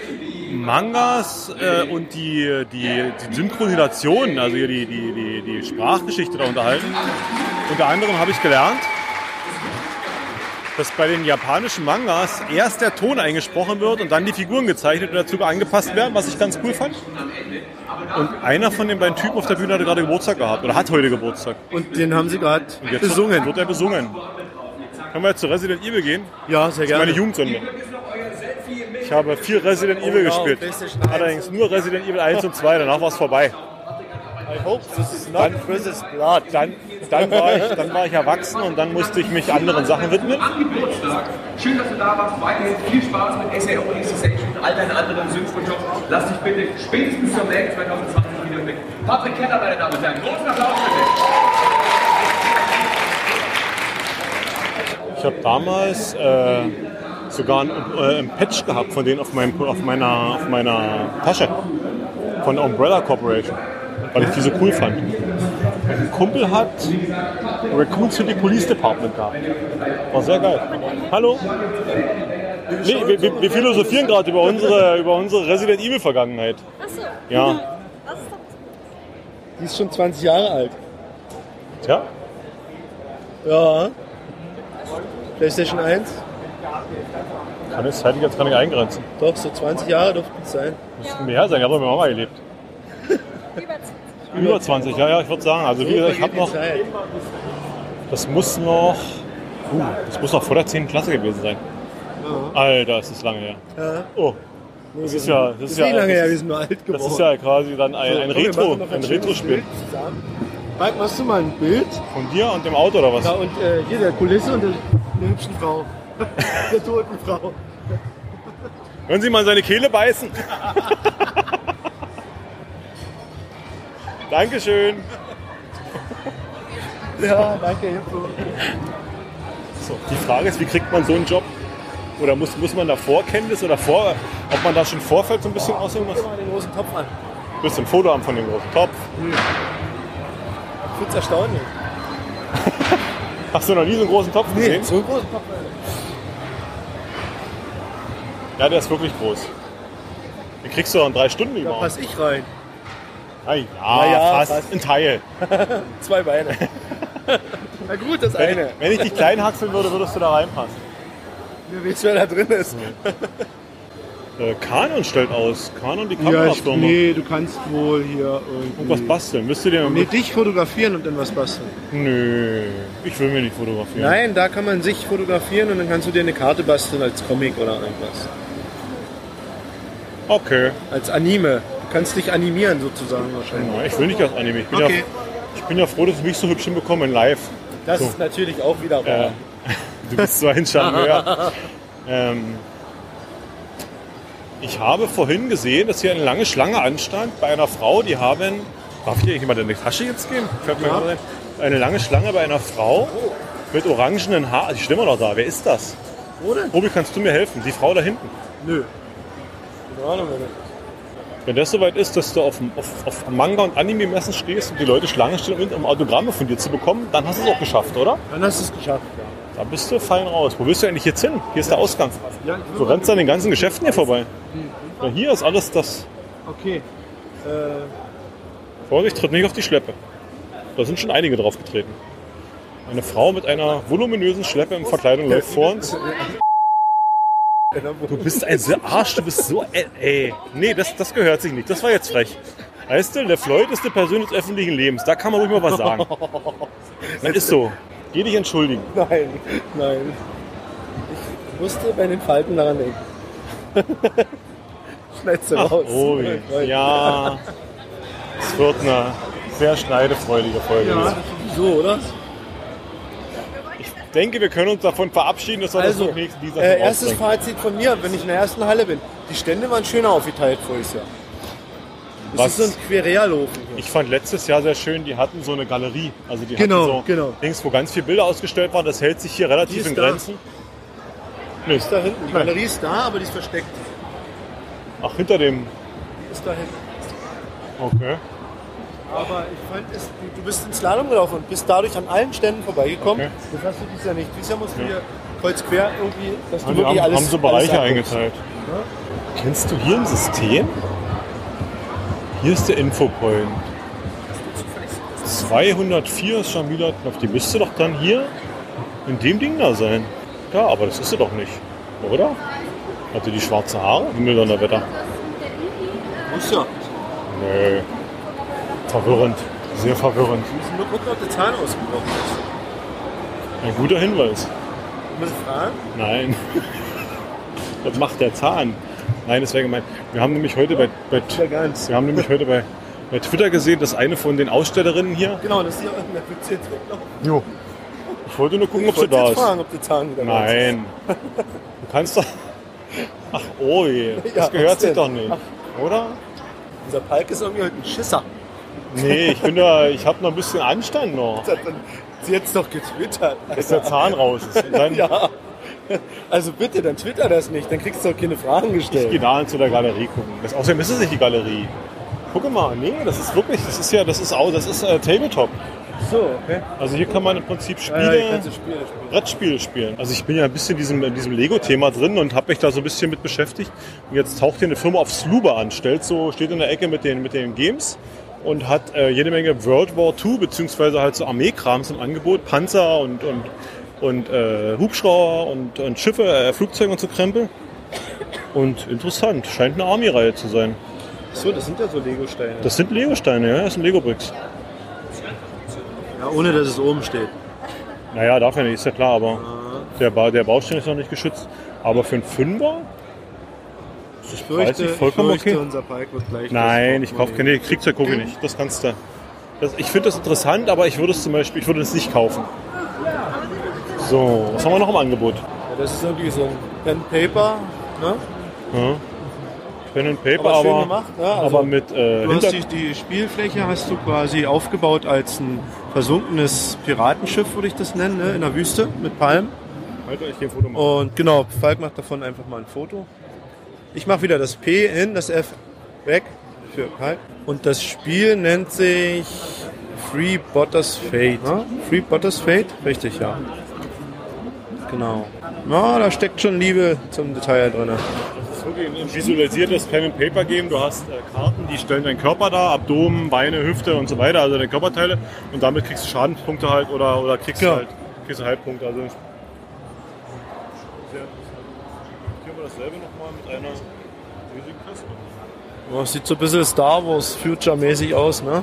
[SPEAKER 1] Mangas äh, und die, die, die Synchronisation, also hier die, die, die, die Sprachgeschichte da unterhalten. Unter anderem habe ich gelernt, dass bei den japanischen Mangas erst der Ton eingesprochen wird und dann die Figuren gezeichnet und dazu angepasst werden, was ich ganz cool fand. Und einer von den beiden Typen auf der Bühne hatte gerade Geburtstag gehabt oder hat heute Geburtstag.
[SPEAKER 2] und den haben sie gerade
[SPEAKER 1] Jetzt
[SPEAKER 2] besungen.
[SPEAKER 1] Wird er besungen. Können wir jetzt zu Resident Evil gehen?
[SPEAKER 2] Ja, sehr
[SPEAKER 1] Das ist meine
[SPEAKER 2] gerne.
[SPEAKER 1] Jugendsünde. Ich habe vier Resident Evil
[SPEAKER 2] ja,
[SPEAKER 1] gespielt.
[SPEAKER 2] Oh, PlayStation 1.
[SPEAKER 1] Allerdings nur Resident Evil 1 und 2, danach war es vorbei.
[SPEAKER 2] I hope this is not Princess Blood.
[SPEAKER 1] Dann, dann, war ich, dann war ich erwachsen und dann musste ich mich anderen Sachen widmen.
[SPEAKER 3] Geburtstag. Schön, dass du da warst. Weiterhin viel Spaß mit SAO Station und all deinen anderen Synchronjobs. Lass dich bitte spätestens zum Welt 2020 wieder blicken. Patrick Keller, meine Damen und Herren. Großen Applaus bitte.
[SPEAKER 1] Ich habe damals äh, sogar ein, äh, ein Patch gehabt von denen auf, meinem, auf, meiner, auf meiner Tasche von der Umbrella Corporation, weil ich die so cool fand. Ein Kumpel hat Raccoon City Police Department gehabt. War sehr geil. Hallo? Nee, wir, wir, wir philosophieren gerade über unsere, über unsere Resident Evil Vergangenheit.
[SPEAKER 4] Achso.
[SPEAKER 1] Ja.
[SPEAKER 4] Das ist doch
[SPEAKER 2] Die ist schon 20 Jahre alt.
[SPEAKER 1] Tja,
[SPEAKER 2] Ja. PlayStation 1?
[SPEAKER 1] Kann es zeitlich jetzt gar nicht eingrenzen.
[SPEAKER 2] Doch, so 20 Jahre dürften es sein.
[SPEAKER 1] Müssten mehr sein, ich habe mit meiner Mama gelebt.
[SPEAKER 4] Über 20.
[SPEAKER 1] Über 20, ja, ja, ich würde sagen. Also wie gesagt, ich habe
[SPEAKER 2] Vergeht die
[SPEAKER 1] noch,
[SPEAKER 2] Zeit.
[SPEAKER 1] das muss noch, uh, das muss noch vor der 10. Klasse gewesen sein. Alter, ist das lange her.
[SPEAKER 2] Ja.
[SPEAKER 1] Oh, das ist ja, das
[SPEAKER 2] Das
[SPEAKER 1] ist
[SPEAKER 2] ist nicht lange her,
[SPEAKER 1] ja,
[SPEAKER 2] wir sind nur alt geworden.
[SPEAKER 1] das ist ja quasi dann ein, ein
[SPEAKER 2] Komm, wir
[SPEAKER 1] Retro,
[SPEAKER 2] machen noch
[SPEAKER 1] ein
[SPEAKER 2] schönes
[SPEAKER 1] Retro-Spiel.
[SPEAKER 2] Bild zusammen. Mike, machst du mal ein Bild?
[SPEAKER 1] Von dir und dem Auto oder was?
[SPEAKER 2] Ja, und äh, hier der Kulisse und der, der hübschen Frau. der toten Frau.
[SPEAKER 1] Hören Sie mal seine Kehle beißen. Dankeschön.
[SPEAKER 2] Ja, danke, Info.
[SPEAKER 1] So, die Frage ist, wie kriegt man so einen Job? Oder muss, muss man da Vorkenntnis oder vor, ob man da schon Vorfeld so ein bisschen aussehen muss?
[SPEAKER 2] Guck mal den großen Topf an.
[SPEAKER 1] Du bist ein Foto haben von dem großen Topf.
[SPEAKER 2] Ich find's erstaunlich.
[SPEAKER 1] Hast du noch nie so einen großen Topf gesehen?
[SPEAKER 2] so einen großen Topf.
[SPEAKER 1] Ja, der ist wirklich groß. Den kriegst du doch in drei Stunden
[SPEAKER 2] Da
[SPEAKER 1] überhaupt.
[SPEAKER 2] pass ich rein.
[SPEAKER 1] Na ja,
[SPEAKER 2] ja,
[SPEAKER 1] fast,
[SPEAKER 2] fast.
[SPEAKER 1] ein Teil.
[SPEAKER 2] Zwei Beine. Na gut, das
[SPEAKER 1] Wenn,
[SPEAKER 2] eine.
[SPEAKER 1] wenn ich dich klein haxeln würde, würdest du da reinpassen.
[SPEAKER 2] Wer weiß, wer da drin ist.
[SPEAKER 1] Äh, Kanon stellt aus. Kanon, die Kamerafirma.
[SPEAKER 2] du kannst wohl hier
[SPEAKER 1] Irgendwas basteln. Müsst ihr dir
[SPEAKER 2] Nee, dich fotografieren und dann was basteln.
[SPEAKER 1] Nö, ich will mir nicht fotografieren.
[SPEAKER 2] Nein, da kann man sich fotografieren und dann kannst du dir eine Karte basteln als Comic oder irgendwas.
[SPEAKER 1] Okay.
[SPEAKER 2] Als Anime. Du kannst dich animieren sozusagen wahrscheinlich.
[SPEAKER 1] Ich will nicht als Anime. Ich bin,
[SPEAKER 2] Okay.
[SPEAKER 1] ja, ich bin ja froh, dass ich mich so hübsch hinbekomme in live.
[SPEAKER 2] Das
[SPEAKER 1] So.
[SPEAKER 2] ist natürlich auch wieder wahr.
[SPEAKER 1] Äh, du bist so ein Charmeur. ähm, ich habe vorhin gesehen, dass hier eine lange Schlange anstand bei einer Frau, die haben. Darf ich hier jemand in die Tasche jetzt geben? Fällt mir
[SPEAKER 2] Ja.
[SPEAKER 1] gerade ein. Eine lange Schlange bei einer Frau mit orangenen Haaren. Also Ich stehe immer noch da. Wer ist das?
[SPEAKER 2] Oder?
[SPEAKER 1] Obi, kannst du mir helfen? Die Frau da hinten.
[SPEAKER 2] Nö. Keine Ahnung, Alter.
[SPEAKER 1] Wenn das soweit ist, dass du auf, auf, auf Manga- und Anime-Messen stehst und die Leute Schlange stehen, um Autogramme von dir zu bekommen, dann hast du es auch geschafft, oder?
[SPEAKER 2] Dann hast du es geschafft. Ja.
[SPEAKER 1] Da bist du fein raus. Wo willst du eigentlich jetzt hin? Hier ist der Ausgang.
[SPEAKER 2] Ja, ich will
[SPEAKER 1] Du
[SPEAKER 2] mal-
[SPEAKER 1] rennst an den ganzen Geschäften hier vorbei. Ja, hier ist alles das.
[SPEAKER 2] Okay. Äh,
[SPEAKER 1] Vorsicht, tritt nicht auf die Schleppe. Da sind schon einige draufgetreten. Eine Frau mit einer voluminösen Schleppe in Verkleidung läuft vor uns. Du bist ein so Arsch, du bist so. Ey, ey. nee, das, das gehört sich nicht. Das war jetzt frech. Weißt du, der Floyd ist eine Person des öffentlichen Lebens. Da kann man ruhig mal was sagen. Das ist so. Geh dich entschuldigen.
[SPEAKER 2] nein, nein. Ich musste bei den Falten daran denken. Schneid's raus.
[SPEAKER 1] Obi. Oh, Ja. Es wird eine sehr schneidefreudige Folge.
[SPEAKER 2] ja. So, oder?
[SPEAKER 1] Ich denke, wir können uns davon verabschieden, dass wir
[SPEAKER 2] Also,
[SPEAKER 1] das nächsten Dienstag
[SPEAKER 2] äh,
[SPEAKER 1] noch
[SPEAKER 2] erstes
[SPEAKER 1] rausbringen.
[SPEAKER 2] Fazit von mir, wenn ich in der ersten Halle bin. Die Stände waren schöner aufgeteilt voriges Jahr. Das
[SPEAKER 1] Was-
[SPEAKER 2] ist so ein Querrealofen hier.
[SPEAKER 1] Ich fand letztes Jahr sehr schön, die hatten so eine Galerie. Also die
[SPEAKER 2] Genau,
[SPEAKER 1] hatten so
[SPEAKER 2] genau.
[SPEAKER 1] Dings, wo ganz viele Bilder ausgestellt waren. Das hält sich hier
[SPEAKER 2] Die
[SPEAKER 1] relativ
[SPEAKER 2] ist
[SPEAKER 1] in
[SPEAKER 2] da.
[SPEAKER 1] Grenzen. Nee,
[SPEAKER 2] ist da hinten. Die
[SPEAKER 1] Nein.
[SPEAKER 2] Galerie ist da, aber die ist versteckt.
[SPEAKER 1] Ach, hinter dem.
[SPEAKER 2] Ist da hinten.
[SPEAKER 1] Okay.
[SPEAKER 2] Aber ich fand es, du- du bist ins Slalom gelaufen und bist dadurch an allen Ständen vorbeigekommen.
[SPEAKER 1] Okay.
[SPEAKER 2] Das hast du dieses Jahr nicht. Dieses Jahr musst du
[SPEAKER 1] Ja.
[SPEAKER 2] hier kreuz quer irgendwie, dass du
[SPEAKER 1] Haben, die
[SPEAKER 2] wirklich
[SPEAKER 1] haben,
[SPEAKER 2] alles
[SPEAKER 1] haben so Bereiche
[SPEAKER 2] alles anguckst.
[SPEAKER 1] eingeteilt. Kennst du hier ein System? Hier ist der Infopoint. 204 ist schon wieder knapp. Die müsste doch dann hier in dem Ding da sein. Ja, aber das ist sie doch nicht. Oder? Hatte die schwarze Haare? Himmel Donnerwetter.
[SPEAKER 2] Muss ja.
[SPEAKER 1] Nö. Verwirrend. Sehr verwirrend.
[SPEAKER 2] Wir müssen nur gucken, ob der Zahn ausgebrochen ist.
[SPEAKER 1] Ein guter Hinweis.
[SPEAKER 2] Muss ich fragen?
[SPEAKER 1] Nein. Das macht der Zahn. Nein, das wäre gemeint. Wir haben nämlich heute bei, bei,
[SPEAKER 2] Ja, ganz.
[SPEAKER 1] wir haben nämlich heute bei, bei Twitter gesehen, dass eine von den Ausstellerinnen hier.
[SPEAKER 2] Genau, das ist hier unten. Da wird's jetzt weglaufen.
[SPEAKER 1] Jo. Ich wollte nur gucken, ob
[SPEAKER 2] Ich
[SPEAKER 1] sie
[SPEAKER 2] wollte
[SPEAKER 1] da
[SPEAKER 2] jetzt
[SPEAKER 1] ist.
[SPEAKER 2] fragen, ob der Zahn wieder raus ist.
[SPEAKER 1] Nein. Du kannst doch. Ach, oh je. Das
[SPEAKER 2] Ja,
[SPEAKER 1] gehört
[SPEAKER 2] was
[SPEAKER 1] sich
[SPEAKER 2] denn?
[SPEAKER 1] doch nicht. Oder?
[SPEAKER 2] Unser Palk ist irgendwie heute ein Schisser.
[SPEAKER 1] Nee, ich bin da, ich habe noch ein bisschen Anstand noch.
[SPEAKER 2] Das hat dann, sie hat's doch getwittert.
[SPEAKER 1] Dass der Zahn raus ist. Und dann
[SPEAKER 2] Ja. Also bitte, dann twitter das nicht. Dann kriegst du doch keine Fragen
[SPEAKER 1] Ich gehe
[SPEAKER 2] gestellt.
[SPEAKER 1] da zu der Galerie gucken. Das, außerdem ist es nicht die Galerie. Guck mal, nee, das ist wirklich, das ist ja, das ist auch, das ist äh, Tabletop.
[SPEAKER 2] So, okay.
[SPEAKER 1] Also hier kann man im Prinzip
[SPEAKER 2] Ja,
[SPEAKER 1] Spiele,
[SPEAKER 2] ja, kannst du Spiele spielen.
[SPEAKER 1] Brettspiele spielen. Also ich bin ja ein bisschen in diesem, in diesem Lego-Thema drin und habe mich da so ein bisschen mit beschäftigt. Und jetzt taucht hier eine Firma auf Sluba an, stellt so, steht in der Ecke mit den, mit den Games und hat äh, jede Menge World War II beziehungsweise halt so Armeekrams im Angebot, Panzer und, und und äh, Hubschrauber und, und Schiffe, äh, Flugzeuge und so Krempel. Und interessant, scheint eine Army-Reihe zu sein.
[SPEAKER 2] Achso, das sind ja so Lego-Steine.
[SPEAKER 1] Das sind Lego-Steine, ja, das sind Lego-Bricks.
[SPEAKER 2] Ja, ohne dass es oben steht.
[SPEAKER 1] Naja, darf ja nicht, ist ja klar, aber der, ba der Baustein ist noch nicht geschützt. Aber für einen Fünfer?
[SPEAKER 2] Ich
[SPEAKER 1] Weiß ich, vollkommen okay.
[SPEAKER 2] unser Park wird gleich.
[SPEAKER 1] Nein,
[SPEAKER 2] das
[SPEAKER 1] ich kaufe keine, Kriegzeug gucke ich nicht, das kannst du. Das, ich finde das interessant, aber ich würde es zum Beispiel, ich würde es nicht kaufen. So, was haben wir noch im Angebot?
[SPEAKER 2] Ja, das ist irgendwie so ein Pen Paper, ne?
[SPEAKER 1] Ja. Pen and Paper,
[SPEAKER 2] Aber
[SPEAKER 1] aber,
[SPEAKER 2] schön gemacht, ne? Also,
[SPEAKER 1] aber mit äh,
[SPEAKER 2] Du hast die,
[SPEAKER 1] Hinter...
[SPEAKER 2] die Spielfläche hast du quasi aufgebaut als ein versunkenes Piratenschiff, würde ich das nennen, ne? in der Wüste mit Palmen.
[SPEAKER 1] Alter, Halt, ich geh ein Foto machen.
[SPEAKER 2] Und genau, Falk macht davon einfach mal ein Foto. Ich mache wieder das P hin, das F weg für Palm. Und das Spiel nennt sich Free Butters Fate. ne? Free Butters Fate? Richtig, ja. Genau. Na, da steckt schon Liebe zum Detail drin.
[SPEAKER 1] Okay, ein visualisiertes Pen and Paper geben. Du hast äh, Karten, die stellen deinen Körper dar, Abdomen, Beine, Hüfte und so weiter, also deine Körperteile. Und damit kriegst du Schadenspunkte halt oder, oder kriegst
[SPEAKER 2] Genau.
[SPEAKER 1] du halt kriegst du Halbpunkte. Also sehr interessant. Hier haben wir dasselbe nochmal mit einer riesigen Kiste.
[SPEAKER 2] Ja, das Oh, sieht so ein bisschen Star Wars Future-mäßig aus, ne?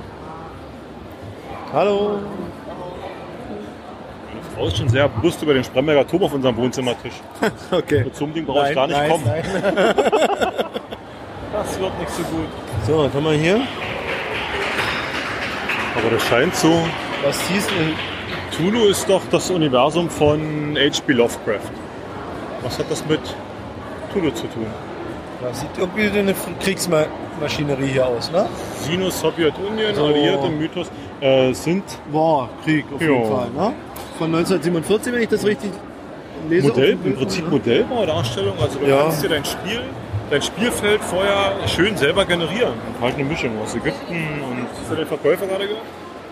[SPEAKER 2] Hallo.
[SPEAKER 1] Meine Frau ist schon sehr bewusst über den Spremberger Turm auf unserem Wohnzimmertisch.
[SPEAKER 2] Okay.
[SPEAKER 1] Mit so einem Ding brauche ich gar nicht kommen.
[SPEAKER 2] Nein.
[SPEAKER 1] Das wird nicht so gut.
[SPEAKER 2] So, was haben wir hier?
[SPEAKER 1] Aber das scheint so.
[SPEAKER 2] Was hieß denn?
[SPEAKER 1] Cthulhu ist doch das Universum von H.P. Lovecraft. Was hat das mit Cthulhu zu tun?
[SPEAKER 2] Das sieht irgendwie wie eine Kriegsmaschinerie hier aus, ne?
[SPEAKER 1] Sinus, Sowjetunion,
[SPEAKER 2] So.
[SPEAKER 1] alliierte Mythos äh, sind
[SPEAKER 2] War, Krieg auf jeden
[SPEAKER 1] Ja.
[SPEAKER 2] Fall, ne? Von 1947, wenn ich das richtig lese.
[SPEAKER 1] Modell,
[SPEAKER 2] auf dem
[SPEAKER 1] im
[SPEAKER 2] Bild,
[SPEAKER 1] Prinzip
[SPEAKER 2] ne?
[SPEAKER 1] Modellbaudarstellung. Also du
[SPEAKER 2] Ja.
[SPEAKER 1] kannst dir dein Spiel, dein Spielfeld vorher schön selber generieren. Und halt eine Mischung aus Ägypten und hast du den Verkäufer gerade gehört?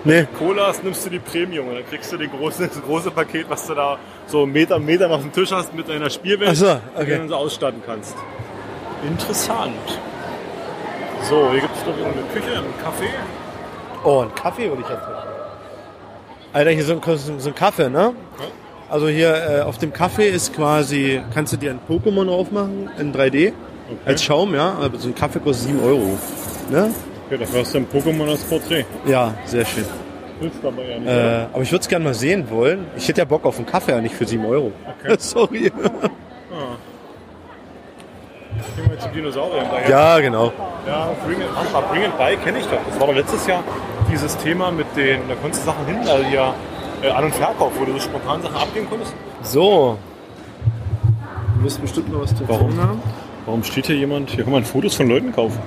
[SPEAKER 2] Nee.
[SPEAKER 1] Colas nimmst du die Premium und dann kriegst du den großen, das große Paket, was du da so Meter Meter auf dem Tisch hast mit deiner Spielwelt,
[SPEAKER 2] Ach so,
[SPEAKER 1] die
[SPEAKER 2] okay.
[SPEAKER 1] du dann so ausstatten kannst. Interessant. So, hier gibt es doch eine Küche, einen Kaffee.
[SPEAKER 2] Oh, einen Kaffee würde ich jetzt machen. Alter, hier so ein, so ein Kaffee, ne? Also hier äh, auf dem Kaffee ist quasi, kannst du dir ein Pokémon aufmachen in 3D. Als Schaum, ja. Aber so ein Kaffee kostet 7 Euro. Ne?
[SPEAKER 1] Okay, dafür hast du ein Pokémon als Porträt.
[SPEAKER 2] Ja, sehr schön.
[SPEAKER 1] Hilft aber ja nicht.
[SPEAKER 2] Äh, aber ich würde es gerne mal sehen wollen. Ich hätte ja Bock auf einen Kaffee, aber nicht für 7 Euro.
[SPEAKER 1] Okay.
[SPEAKER 2] Sorry.
[SPEAKER 1] Gehen wir zum Dinosaurier hinterher.
[SPEAKER 2] Ja, genau.
[SPEAKER 1] Ja, Bring It, ah, Bring It By kenne ich doch. Das war doch letztes Jahr dieses Thema mit den, da konntest du Sachen hin, also ja, äh, An- und Verkauf, wo du so spontan Sachen abgeben konntest.
[SPEAKER 2] So. Du wirst bestimmt noch was zu
[SPEAKER 1] Warum?
[SPEAKER 2] tun haben.
[SPEAKER 1] Warum steht hier jemand? Hier kann man Fotos von Leuten kaufen.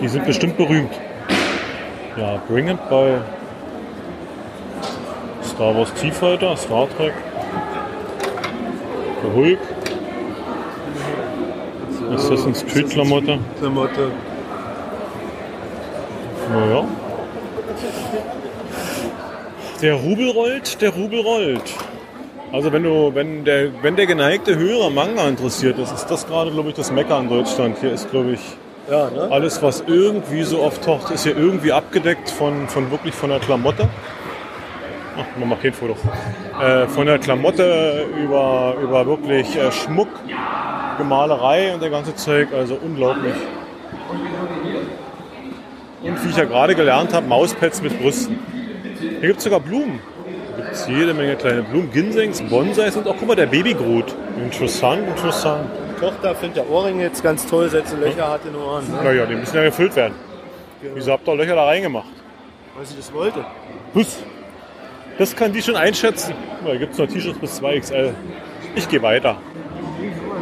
[SPEAKER 1] Die sind bestimmt berühmt. Ja, Bring It By Star Wars T-Fighter, Star Trek, der Hulk, Assassin's Creed-Klamotte.
[SPEAKER 2] Klamotte.
[SPEAKER 1] Naja. Der Rubel rollt, der Rubel rollt. Also wenn du, wenn der, wenn der geneigte Hörer Manga interessiert ist, ist das gerade, glaube ich, das Mecker in Deutschland. Hier ist, glaube ich,
[SPEAKER 2] Ja, ne?
[SPEAKER 1] alles, was irgendwie so auftaucht, ist hier irgendwie abgedeckt von, von wirklich von der Klamotte. Ach, man macht kein Foto. Äh, von der Klamotte über, über wirklich äh, Schmuck, Gemalerei und der ganze Zeug. Also unglaublich. Und wie ich ja gerade gelernt habe, Mauspads mit Brüsten. Hier gibt es sogar Blumen. Hier gibt es jede Menge kleine Blumen. Ginsengs, Bonsais und auch, guck mal, der Babygrut. Interessant, interessant.
[SPEAKER 2] Tochter findet ja Ohrringe jetzt ganz toll, seit sie Löcher hat in den Ohren. Ne?
[SPEAKER 1] Naja, die müssen ja gefüllt werden. Wieso habt ihr Löcher da reingemacht?
[SPEAKER 2] Weil sie das wollte.
[SPEAKER 1] Hus. Das kann die schon einschätzen. Na, Da gibt es noch T-Shirts bis 2XL. Ich gehe weiter.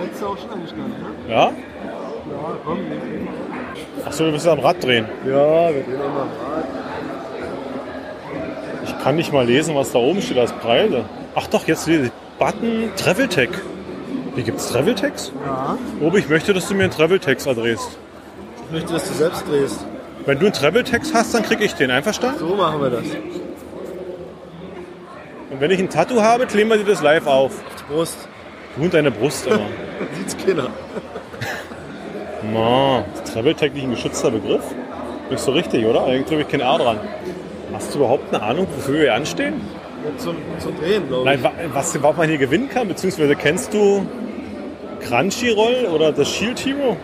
[SPEAKER 2] Letzte auch schon angestanden, ne?
[SPEAKER 1] Ja?
[SPEAKER 2] Ja, komm.
[SPEAKER 1] Achso, du willst am Rad drehen.
[SPEAKER 2] Ja, wir gehen immer mal.
[SPEAKER 1] Ich kann nicht mal lesen, was da oben steht als Preise. Ach doch, jetzt lese ich. Button Traveltech. Hier gibt es Traveltechs?
[SPEAKER 2] Ja.
[SPEAKER 1] Obi, ich möchte, dass du mir einen Traveltex adrehst.
[SPEAKER 2] Ich möchte, dass du selbst drehst.
[SPEAKER 1] Wenn du einen Traveltex hast, dann krieg ich den. Einverstanden?
[SPEAKER 2] So machen wir das.
[SPEAKER 1] Und wenn ich ein Tattoo habe, kleben wir dir das live auf.
[SPEAKER 2] Brust.
[SPEAKER 1] Du und deine Brust immer.
[SPEAKER 2] Sieht's keiner.
[SPEAKER 1] Na, ist Traveltech nicht ein geschützter Begriff? Nicht so richtig, oder? Da hängt, glaube ich, kein R dran. Hast du überhaupt eine Ahnung, wofür wir hier anstehen?
[SPEAKER 2] zum, zum Drehen, glaube
[SPEAKER 1] Nein,
[SPEAKER 2] ich.
[SPEAKER 1] wa- was, was man hier gewinnen kann, beziehungsweise kennst du Crunchyroll oder das Shield Hero?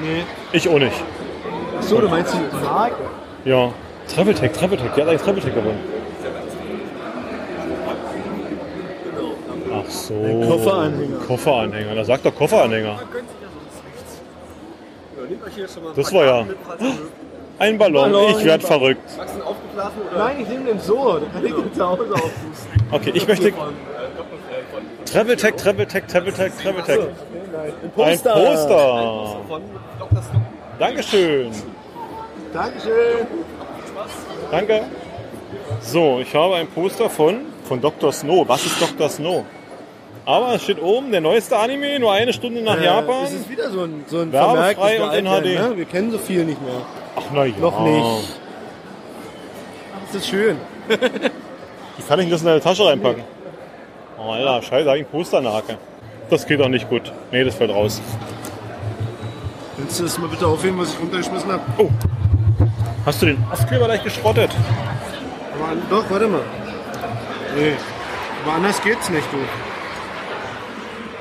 [SPEAKER 2] Nee.
[SPEAKER 1] Ich auch nicht.
[SPEAKER 2] Achso, du meinst die Marke?
[SPEAKER 1] Ja. Traveltech, Traveltech, die hat eigentlich Traveltech gewonnen. Ach so. Ein
[SPEAKER 2] Kofferanhänger.
[SPEAKER 1] Kofferanhänger, da sagt doch Kofferanhänger. Das war ja ein Ballon,
[SPEAKER 2] Ballon.
[SPEAKER 1] ich werde verrückt.
[SPEAKER 2] Nein, ich nehme den so, dann kann ich den zu Hause aufpusten.
[SPEAKER 1] Okay, ich möchte. Traveltech, Traveltech, Traveltech, Traveltech.
[SPEAKER 2] Ein
[SPEAKER 1] Ein
[SPEAKER 2] Poster.
[SPEAKER 1] Poster. Dankeschön.
[SPEAKER 2] Dankeschön.
[SPEAKER 1] Danke. So, ich habe ein Poster von, von Dr. Snow. Was ist Dr. Snow? Aber es steht oben, der neueste Anime, nur eine Stunde nach
[SPEAKER 2] Äh,
[SPEAKER 1] Japan.
[SPEAKER 2] es ist wieder so ein, so ein
[SPEAKER 1] Werbefrei
[SPEAKER 2] Vermerk, dass wir
[SPEAKER 1] und
[SPEAKER 2] alt
[SPEAKER 1] in
[SPEAKER 2] werden,
[SPEAKER 1] HD.
[SPEAKER 2] Ne? Wir kennen so viel nicht mehr.
[SPEAKER 1] Ach, na ja.
[SPEAKER 2] Noch nicht. Das ist schön.
[SPEAKER 1] Wie kann ich denn das in deine Tasche reinpacken? Oh, Alter, scheiße, hab ich ein Poster in der Hacke. Das geht auch nicht gut. Nee, das fällt raus.
[SPEAKER 2] Willst du das mal bitte aufheben, was ich runtergeschmissen habe?
[SPEAKER 1] Hast du den Aufkleber gleich geschrottet?
[SPEAKER 2] Aber Doch, warte mal. Nee. Aber anders geht's nicht, du.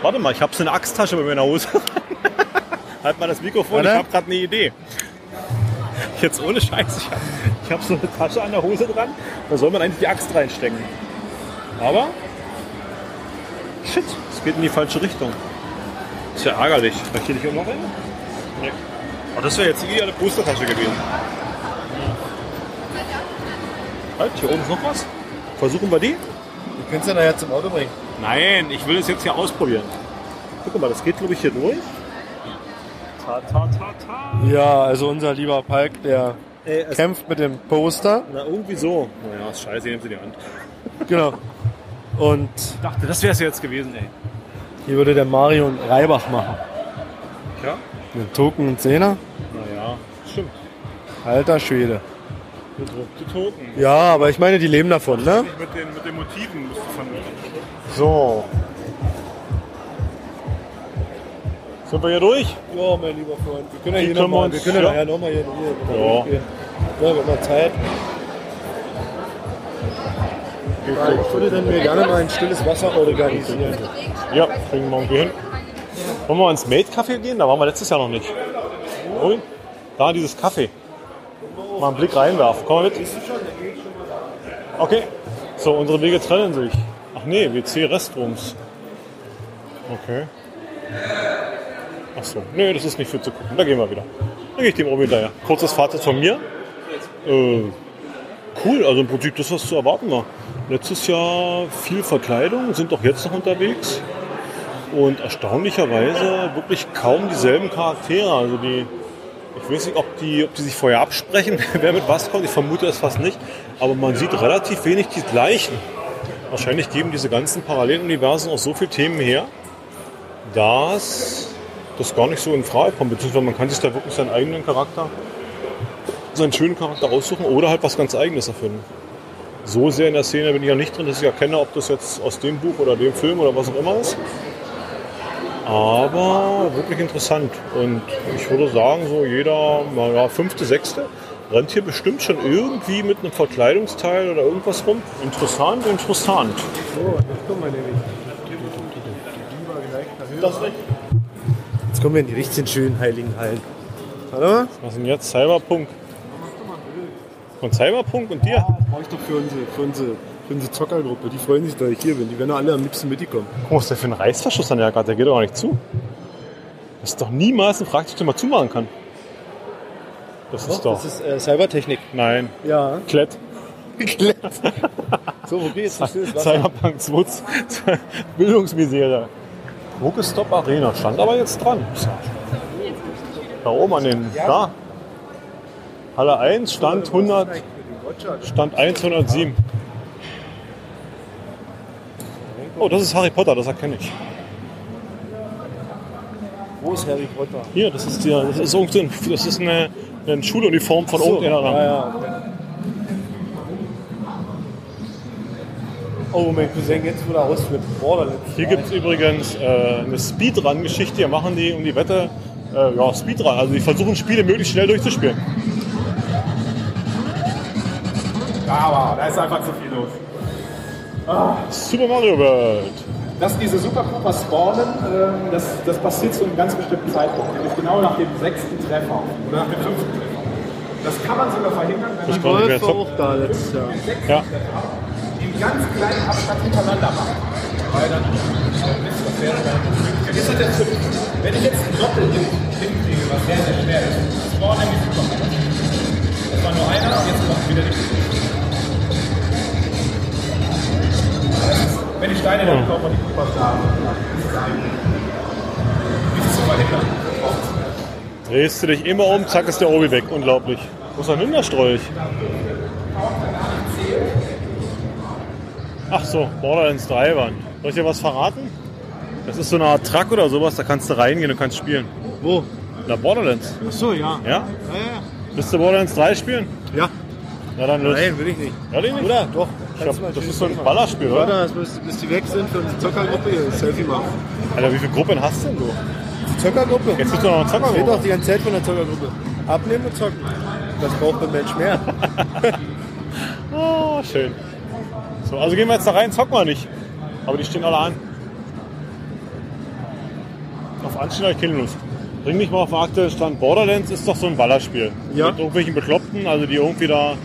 [SPEAKER 1] Warte mal, ich habe so eine Axttasche bei mir in der Hose. halt mal das Mikrofon,
[SPEAKER 2] Warte.
[SPEAKER 1] ich habe gerade eine Idee. Jetzt ohne Scheiß, ich habe ich hab so eine Tasche an der Hose dran, da soll man eigentlich die Axt reinstecken. Aber, shit, es geht in die falsche Richtung. Ist ja ärgerlich. Kann ich hier nicht immer rein? Nee. Aber das wäre jetzt die ideale Postertasche gewesen. Halt, hier oben ist noch was. Versuchen wir die?
[SPEAKER 2] Du kannst ja nachher zum Auto bringen.
[SPEAKER 1] Nein, ich will es jetzt hier ausprobieren. Guck mal, das geht, glaube ich, hier durch. Ta, ta, ta, ta.
[SPEAKER 2] Ja, also unser lieber Palk, der
[SPEAKER 1] Ey, es,
[SPEAKER 2] kämpft mit dem Poster.
[SPEAKER 1] na, irgendwie so. Naja, ist scheiße, nehmen Sie die Hand.
[SPEAKER 2] Genau. Und
[SPEAKER 1] Ich dachte, das wäre es jetzt gewesen, ey.
[SPEAKER 2] hier würde der Mario einen Reibach machen.
[SPEAKER 1] Ja?
[SPEAKER 2] Einen Token und Zehner?
[SPEAKER 1] Naja, stimmt.
[SPEAKER 2] Alter Schwede.
[SPEAKER 1] Gedruckte Token.
[SPEAKER 2] Ja, aber ich meine, die leben davon, ne?
[SPEAKER 1] Mit den, mit den Motiven musst du vermitteln.
[SPEAKER 2] So.
[SPEAKER 1] Sind wir hier durch?
[SPEAKER 2] Ja, mein lieber Freund, wir können ja
[SPEAKER 1] Die
[SPEAKER 2] hier
[SPEAKER 1] können wir
[SPEAKER 2] nochmal,
[SPEAKER 1] uns-
[SPEAKER 2] wir können ja
[SPEAKER 1] ja.
[SPEAKER 2] nachher nochmal hier in Ruhe
[SPEAKER 1] Ja.
[SPEAKER 2] durchgehen. Ja, wir haben noch Zeit. Ich würde dann mir gerne mal ein stilles Wasser organisieren.
[SPEAKER 1] Ja, kriegen wir irgendwie hin. Wollen wir mal ins Maid-Café gehen? Da waren wir letztes Jahr noch nicht. Und da dieses Café. Mal einen Blick reinwerfen. Komm mal mit. Okay. So, unsere Wege trennen sich. Ach nee, WC Restrooms. Okay. Ach so. Nee, das ist nicht viel zu gucken. Da gehen wir wieder. Da gehe ich dem oben hinterher. Kurzes Fazit von mir. Äh, Cool, also im Prinzip das, was zu erwarten war. Letztes Jahr viel Verkleidung, sind auch jetzt noch unterwegs. Und erstaunlicherweise wirklich kaum dieselben Charaktere. Also die, ich weiß nicht, ob die, ob die sich vorher absprechen, wer mit was kommt. Ich vermute das fast nicht. Aber man sieht relativ wenig die gleichen. Wahrscheinlich geben diese ganzen Paralleluniversen auch so viele Themen her, dass das gar nicht so in Frage kommt. Beziehungsweise man kann sich da wirklich seinen eigenen Charakter seinen schönen Charakter aussuchen oder halt was ganz Eigenes erfinden. So sehr in der Szene bin ich ja nicht drin, dass ich erkenne, ob das jetzt aus dem Buch oder dem Film oder was auch immer ist. Aber wirklich interessant. Und ich würde sagen, so jeder, naja, fünfte, sechste rennt hier bestimmt schon irgendwie mit einem Verkleidungsteil oder irgendwas rum. Interessant, interessant.
[SPEAKER 2] Jetzt kommen wir in die richtig schönen heiligen Hallen. Warte mal.
[SPEAKER 1] Was ist denn jetzt? Cyberpunk. Von Cyberpunk und dir?
[SPEAKER 2] Das brauche ich doch für unsere, für, unsere, für unsere Zockergruppe. Die freuen sich, dass ich hier bin. Die werden alle am liebsten mitkommen.
[SPEAKER 1] Oh, was ist der für ein Reißverschluss an der Jacke? hat? Der geht doch gar nicht zu. Das ist doch niemals eine Frage, die man zumachen kann. Das ist doch.
[SPEAKER 2] Das ist äh, Cybertechnik.
[SPEAKER 1] Nein.
[SPEAKER 2] Ja.
[SPEAKER 1] Klett.
[SPEAKER 2] So, wo geht's? Ein stilles Wasser.
[SPEAKER 1] Cyberpunk 2. Bildungsmisere. Wokestop Arena. Stand aber jetzt dran. Da oben an den. Da. Halle 1 stand 100. Stand 1 107. Oh, das ist Harry Potter, das erkenne ich.
[SPEAKER 2] Wo ist Harry Potter?
[SPEAKER 1] Hier, das ist, die, das ist, irgendein, das ist eine, eine Schuluniform von irgendeiner.
[SPEAKER 2] ja, ja. Oh, mein Cousin, jetzt wurde er ausflippen. Borderlands.
[SPEAKER 1] Hier gibt es übrigens äh, eine Speedrun-Geschichte. Hier machen die um die Wette äh, ja, Speedrun. Also die versuchen Spiele möglichst schnell durchzuspielen.
[SPEAKER 5] Aber da ist einfach zu viel los.
[SPEAKER 1] Super Mario World.
[SPEAKER 5] Dass diese Supercooper spawnen, ähm, das, das passiert zu einem ganz bestimmten Zeitpunkt, nämlich genau nach dem sechsten Treffer oder nach dem fünften Treffer. Das kann man sogar verhindern, wenn
[SPEAKER 1] Ich
[SPEAKER 5] man
[SPEAKER 1] glaub, ich
[SPEAKER 2] Wolf
[SPEAKER 1] werde
[SPEAKER 2] war
[SPEAKER 1] top.
[SPEAKER 2] auch da letztes Jahr.
[SPEAKER 1] Ja.
[SPEAKER 5] den ganz kleinen Abstand hintereinander macht. Weil dann dann ist das wäre dann ist das jetzt für- Wenn ich jetzt einen Doppel hin- hinkriege, was sehr, sehr schwer ist, spawnen nämlich Supercooper. Das war nur einer und jetzt kommt wieder die Das ist- Wenn die Steine dann kommen und die Cooper schlagen, ist es eigentlich. Wie ist es zu verhindern?
[SPEAKER 1] Drehst du dich immer um, zack ist der Obi weg. Unglaublich. Wo ist denn hin, der Strolch? Ach so, Borderlands 3 waren. Soll ich dir was verraten? Das ist so eine Art Truck oder sowas, da kannst du reingehen und kannst spielen.
[SPEAKER 2] Wo?
[SPEAKER 1] Na, Borderlands,
[SPEAKER 2] Achso, ja.
[SPEAKER 1] ja?
[SPEAKER 2] Ja, ja.
[SPEAKER 1] Willst du Borderlands 3 spielen?
[SPEAKER 2] ja.
[SPEAKER 1] Na dann los.
[SPEAKER 2] Nein, will ich nicht.
[SPEAKER 1] Ehrlich nicht?
[SPEAKER 2] Oder? Doch.
[SPEAKER 1] Ich glaub, das ist so ein Ballerspiel, oder?
[SPEAKER 2] Warte, bis, bis die weg sind für unsere Zockergruppe hier ein Selfie machen.
[SPEAKER 1] Alter, wie viele Gruppen hast du denn du?
[SPEAKER 2] Die Zockergruppe?
[SPEAKER 1] Jetzt gibt's doch noch einen Zocker.
[SPEAKER 2] Ich rede doch die ganze Zeit von der Zockergruppe. Abnehmen und zocken. Das braucht ein Mensch mehr.
[SPEAKER 1] Oh, schön. So, also gehen wir jetzt da rein, zocken wir nicht. Aber die stehen alle an. Auf Anstehen habe ich keine Lust. Bring mich mal auf den aktuellen Stand. Borderlands ist doch so ein Ballerspiel.
[SPEAKER 2] Ja.
[SPEAKER 1] Mit irgendwelchen Bekloppten, also die irgendwie da.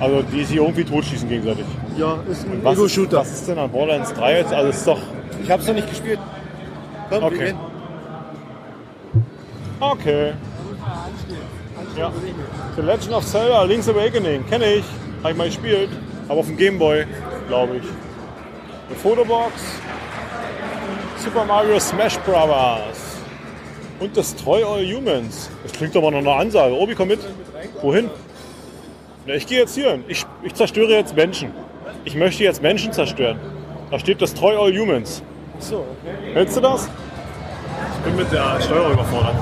[SPEAKER 1] Also die sich irgendwie totschießen gegenseitig.
[SPEAKER 2] Ja, ist ein
[SPEAKER 1] Was ist,
[SPEAKER 2] Ego-Shooter.
[SPEAKER 1] was ist denn an Borderlands 3 jetzt? Also ist doch.
[SPEAKER 2] Ich hab's noch nicht gespielt. Komm,
[SPEAKER 1] Okay.
[SPEAKER 2] wir gehen.
[SPEAKER 1] Okay. Ja. The Legend of Zelda, Link's Awakening, kenne ich. Habe ich mal gespielt. Aber auf dem Gameboy, glaube ich. Eine Fotobox. Super Mario Smash Bros. Und Destroy All Humans. Das klingt doch mal nach einer Ansage. Obi, komm mit. Wohin? Na, ich gehe jetzt hier hin. Ich, ich zerstöre jetzt Menschen. Ich möchte jetzt Menschen zerstören. Da steht Destroy All Humans.
[SPEAKER 2] So,
[SPEAKER 1] Hältst du das? Ich bin mit der Steuerung überfordert.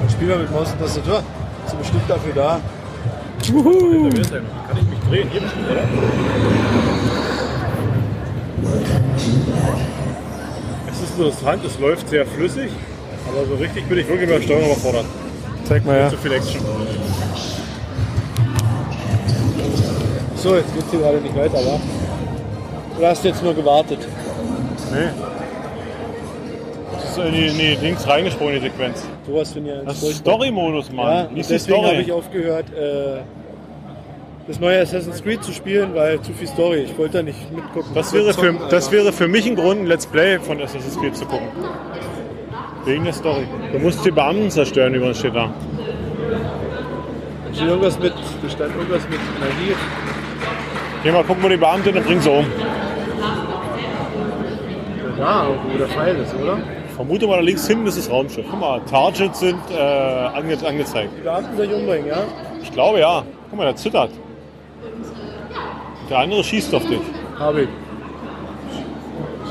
[SPEAKER 2] dann spielen wir mit Maus und Tastatur. Ist bestimmt dafür da.
[SPEAKER 1] Wer ist der noch? Kann ich mich drehen? Hier bestimmt, oder? Es ist interessant, es läuft sehr flüssig, aber so richtig bin ich wirklich mit der Steuerung überfordert.
[SPEAKER 2] Zeig mal
[SPEAKER 1] Zu viel Action.
[SPEAKER 2] So, jetzt geht's hier gerade nicht weiter, wa? Du hast jetzt nur gewartet.
[SPEAKER 1] Nee. Das ist in die, in die Dings reingesprungen, die Sequenz.
[SPEAKER 2] Sowas finde ich ja
[SPEAKER 1] Das ist
[SPEAKER 2] furchtbar.
[SPEAKER 1] Story-Modus,
[SPEAKER 2] Ja,
[SPEAKER 1] Mann.
[SPEAKER 2] und
[SPEAKER 1] Lies die
[SPEAKER 2] deswegen habe ich
[SPEAKER 1] Story.
[SPEAKER 2] aufgehört, äh, das neue Assassin's Creed zu spielen, weil zu viel Story. Ich wollte da nicht mitgucken. Äh,
[SPEAKER 1] Das wäre, für,
[SPEAKER 2] Zocken,
[SPEAKER 1] das
[SPEAKER 2] Alter.
[SPEAKER 1] wäre für mich ein Grund, ein Let's Play von Assassin's Creed zu gucken. Wegen der Story. Du musst die Beamten zerstören, übrigens steht da.
[SPEAKER 2] Steht irgendwas mit, da stand irgendwas mit Energie.
[SPEAKER 1] Geh mal gucken, wo die Beamten sind und bring sie um.
[SPEAKER 2] Da, wo der Pfeil ist, oder?
[SPEAKER 1] Vermute mal, da links hinten ist das Raumschiff. Guck mal, Targets sind äh, ange angezeigt.
[SPEAKER 2] Die Beamten soll ich umbringen, ja?
[SPEAKER 1] Ich glaube ja. Guck mal, der zittert. Der andere schießt auf dich.
[SPEAKER 2] Habe ich.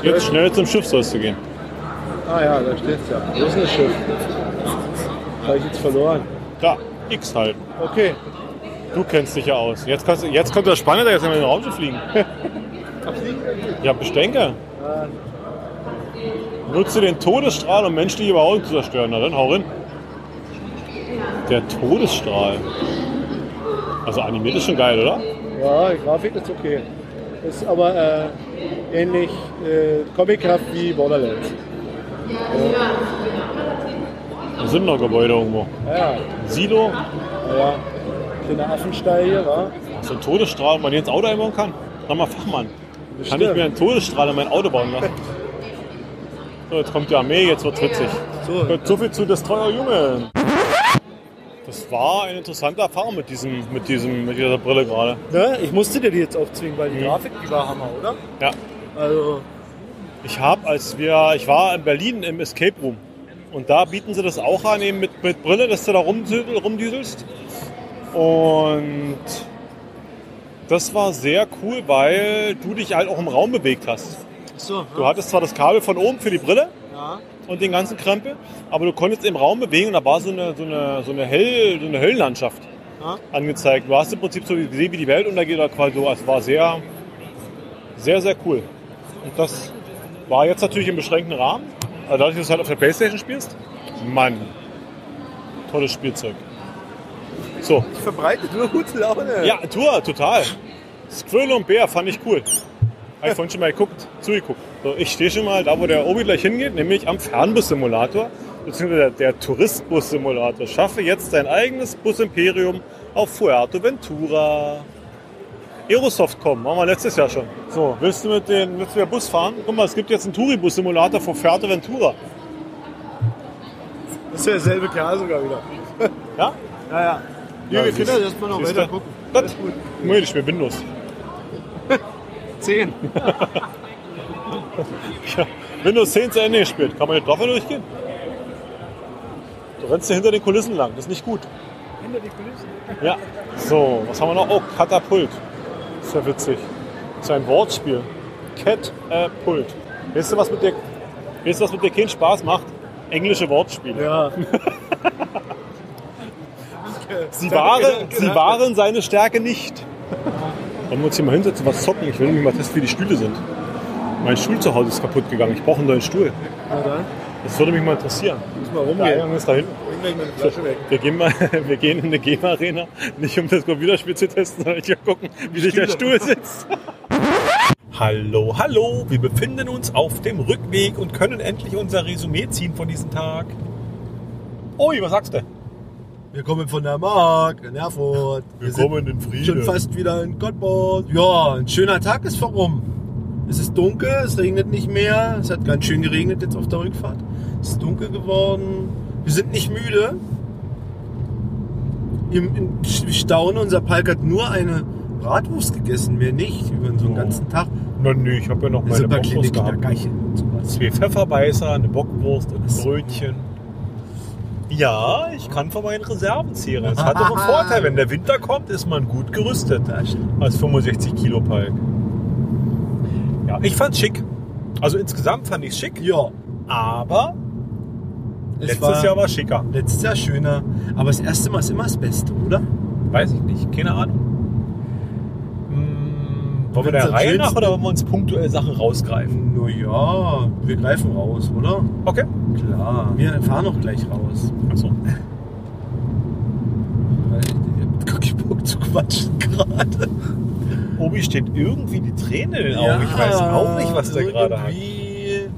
[SPEAKER 1] Jetzt schnell zum Schiff sollst du gehen.
[SPEAKER 2] Ah ja, da steht's ja. Wo ist denn das Schiff? Habe ich jetzt verloren.
[SPEAKER 1] Da, X halt. halten.
[SPEAKER 2] Okay.
[SPEAKER 1] Du kennst dich ja aus. Jetzt, kannst, du- jetzt kommt der Spanier, der jetzt in den Raumschiff fliegen. ja, Bestenke. Nutze den Todesstrahl, um menschliche Überhauung zu zerstören. Na dann, hau rein. Der Todesstrahl. Also animiert ist schon geil, oder?
[SPEAKER 2] Ja, die Grafik ist okay. Ist aber äh, ähnlich äh, comichaft wie Borderlands.
[SPEAKER 1] Da sind noch Gebäude irgendwo.
[SPEAKER 2] Ja,
[SPEAKER 1] Silo,
[SPEAKER 2] naja. Kleiner Affenstall hier, wa?
[SPEAKER 1] so ein also Todesstrahl, man den ins Auto einbauen kann. Sag mal, Fachmann, kann
[SPEAKER 2] Bestimmt.
[SPEAKER 1] ich mir einen Todesstrahl in mein Auto bauen lassen? So, jetzt kommt die Armee, jetzt wird's witzig.
[SPEAKER 2] So.
[SPEAKER 1] Gut, so viel zu Destroyer Human. Das war eine interessante Erfahrung mit, diesem, mit, diesem, mit dieser Brille gerade.
[SPEAKER 2] Ne? Ich musste dir die jetzt aufzwingen, weil die
[SPEAKER 6] Mhm.
[SPEAKER 2] Grafik, die war Hammer, oder?
[SPEAKER 1] Ja.
[SPEAKER 2] Also,
[SPEAKER 1] Ich habe, als wir, ich war in Berlin im Escape Room und da bieten sie das auch an, eben mit, mit Brille, dass du da rumdüsel, rumdüselst. Und das war sehr cool, weil du dich halt auch im Raum bewegt hast.
[SPEAKER 2] so.
[SPEAKER 1] Du hattest zwar das Kabel von oben für die Brille
[SPEAKER 2] Ja.
[SPEAKER 1] und den ganzen Krempel, aber du konntest im Raum bewegen und da war so eine, so eine, so eine, Hell, so eine Höllenlandschaft
[SPEAKER 2] Ja.
[SPEAKER 1] angezeigt. Du hast im Prinzip so gesehen, wie die Welt untergeht oder quasi so. Es war sehr, sehr, sehr cool. Und das war jetzt natürlich im beschränkten Rahmen. Also dadurch, dass du halt auf der Playstation spielst, Mann, tolles Spielzeug.
[SPEAKER 7] So,
[SPEAKER 6] Ich verbreite nur gute Laune.
[SPEAKER 7] ja, Tour, total. Squirrel und Bär fand ich cool. Habe ich vorhin schon mal geguckt, zugeguckt. So, ich stehe schon mal da, wo der Obi gleich hingeht, nämlich am Fernbus-Simulator, beziehungsweise der, der Touristbus-Simulator. Schaffe jetzt dein eigenes Bus-Imperium auf Fuerteventura. Aerosoft.com, waren wir letztes Jahr schon. So, willst du mit den, willst du mit dem Bus fahren? Guck mal, es gibt jetzt einen Touribus-Simulator für Fuerteventura.
[SPEAKER 6] Das ist ja derselbe Kerl sogar wieder.
[SPEAKER 7] Ja?
[SPEAKER 6] Ja, ja.
[SPEAKER 7] Ja,
[SPEAKER 6] Liebe
[SPEAKER 7] siehst-
[SPEAKER 6] Kinder, jetzt mal noch
[SPEAKER 7] siehst
[SPEAKER 6] weiter
[SPEAKER 7] du?
[SPEAKER 6] gucken.
[SPEAKER 7] Gut. Möge ich mir Windows.
[SPEAKER 6] Zehn.
[SPEAKER 7] Windows 10 zu Ende gespielt. Kann man nicht dafür durchgehen? Du rennst ja hinter den Kulissen lang. Das ist nicht gut.
[SPEAKER 6] Hinter die Kulissen.
[SPEAKER 7] Ja. So, was haben wir noch? Oh, Katapult. Ist ja witzig. Ist ja ein Wortspiel. Catapult. Weißt du, was mit dir, weißt du, was mit dir keinen Spaß macht? Englische Wortspiele.
[SPEAKER 6] Ja.
[SPEAKER 7] Sie, waren, sie waren seine Stärke nicht. Genau. Wollen wir uns hier mal hinsetzen, was zocken? Ich will nämlich mal testen, wie die Stühle sind. Mein Stuhl zu Hause ist kaputt gegangen. Ich brauche einen neuen Stuhl.
[SPEAKER 6] Na dann,
[SPEAKER 7] Das würde mich mal interessieren.
[SPEAKER 6] muss mal
[SPEAKER 7] Der
[SPEAKER 6] rumgehen.
[SPEAKER 7] Eingang ist da hinten.
[SPEAKER 6] Bring gleich meine Flasche weg.
[SPEAKER 7] Wir gehen, mal, wir gehen in eine Game-Arena, nicht um das Computerspiel zu testen, sondern hier gucken, wie sich der Stuhl sitzt.
[SPEAKER 1] Hallo, hallo, wir befinden uns auf dem Rückweg und können endlich unser Resümee ziehen von diesem Tag. Ui, was sagst du?
[SPEAKER 2] Wir kommen von der Mark in Erfurt. Wir,
[SPEAKER 7] in
[SPEAKER 2] sind schon fast wieder in Cottbus. Ja, ein schöner Tag ist vorum. Es ist dunkel, es regnet nicht mehr. Es hat ganz schön geregnet jetzt auf der Rückfahrt. Es ist dunkel geworden. Wir sind nicht müde. Im, im Staunen, unser Palk hat nur eine Bratwurst gegessen, mehr nicht über so einen
[SPEAKER 1] Ja.
[SPEAKER 2] ganzen Tag. Also
[SPEAKER 1] Na nö, ich habe ja noch
[SPEAKER 2] Wir sind
[SPEAKER 1] meine
[SPEAKER 2] bei kleine
[SPEAKER 1] Bockwurst gehabt.
[SPEAKER 2] Kindergeichen und sowas.
[SPEAKER 1] Zwei Pfefferbeißer, eine Bockwurst und ein Brötchen. Ja, ich kann von meinen Reserven zehren. Es hat doch einen
[SPEAKER 2] Ah.
[SPEAKER 1] Vorteil, wenn der Winter kommt, ist man gut gerüstet
[SPEAKER 2] Da steht-
[SPEAKER 1] als 65 Kilo Palk. Ja, ich fand's schick. Also insgesamt fand ich's schick,
[SPEAKER 2] Ja,
[SPEAKER 1] aber
[SPEAKER 2] es
[SPEAKER 1] letztes
[SPEAKER 2] war
[SPEAKER 1] Jahr war schicker.
[SPEAKER 2] letztes Jahr schöner. Aber das erste Mal ist immer das Beste, oder?
[SPEAKER 1] Hm, Weiß ich nicht, keine Ahnung. Hm, Wollen wir
[SPEAKER 2] Wenn's
[SPEAKER 1] der
[SPEAKER 2] am
[SPEAKER 1] Reihe nach
[SPEAKER 2] schönsten-
[SPEAKER 1] oder wollen wir uns punktuell Sachen rausgreifen?
[SPEAKER 2] Naja, wir greifen raus, oder?
[SPEAKER 1] Okay.
[SPEAKER 2] Klar. Wir fahren auch gleich raus.
[SPEAKER 1] Achso.
[SPEAKER 2] Weil ich hab Cookie Bock zu quatschen gerade.
[SPEAKER 1] Obi steht irgendwie die Träne in den Augen. ich weiß auch nicht, was der gerade hat.
[SPEAKER 2] irgendwie.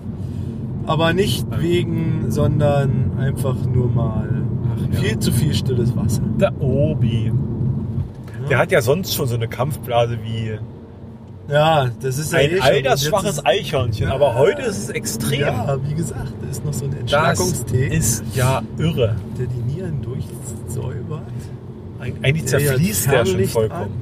[SPEAKER 2] Aber nicht wegen, sondern einfach nur mal viel zu viel stilles Wasser.
[SPEAKER 1] Der Obi. Der hat ja sonst schon so eine Kampfblase wie
[SPEAKER 2] Ja, das ist ja eh
[SPEAKER 1] ein
[SPEAKER 2] schon. Und jetzt
[SPEAKER 1] altersschwaches
[SPEAKER 2] ist-
[SPEAKER 1] Eichhörnchen. Aber heute ist es extrem.
[SPEAKER 2] Ja, wie gesagt, da ist noch so ein
[SPEAKER 1] das
[SPEAKER 2] Entschlackungstee,
[SPEAKER 1] ist ja irre.
[SPEAKER 2] der die Nieren durchsäubert.
[SPEAKER 1] Eig- Eigentlich
[SPEAKER 2] Der ja
[SPEAKER 1] zerfließt der schon
[SPEAKER 2] Fernlicht
[SPEAKER 1] vollkommen.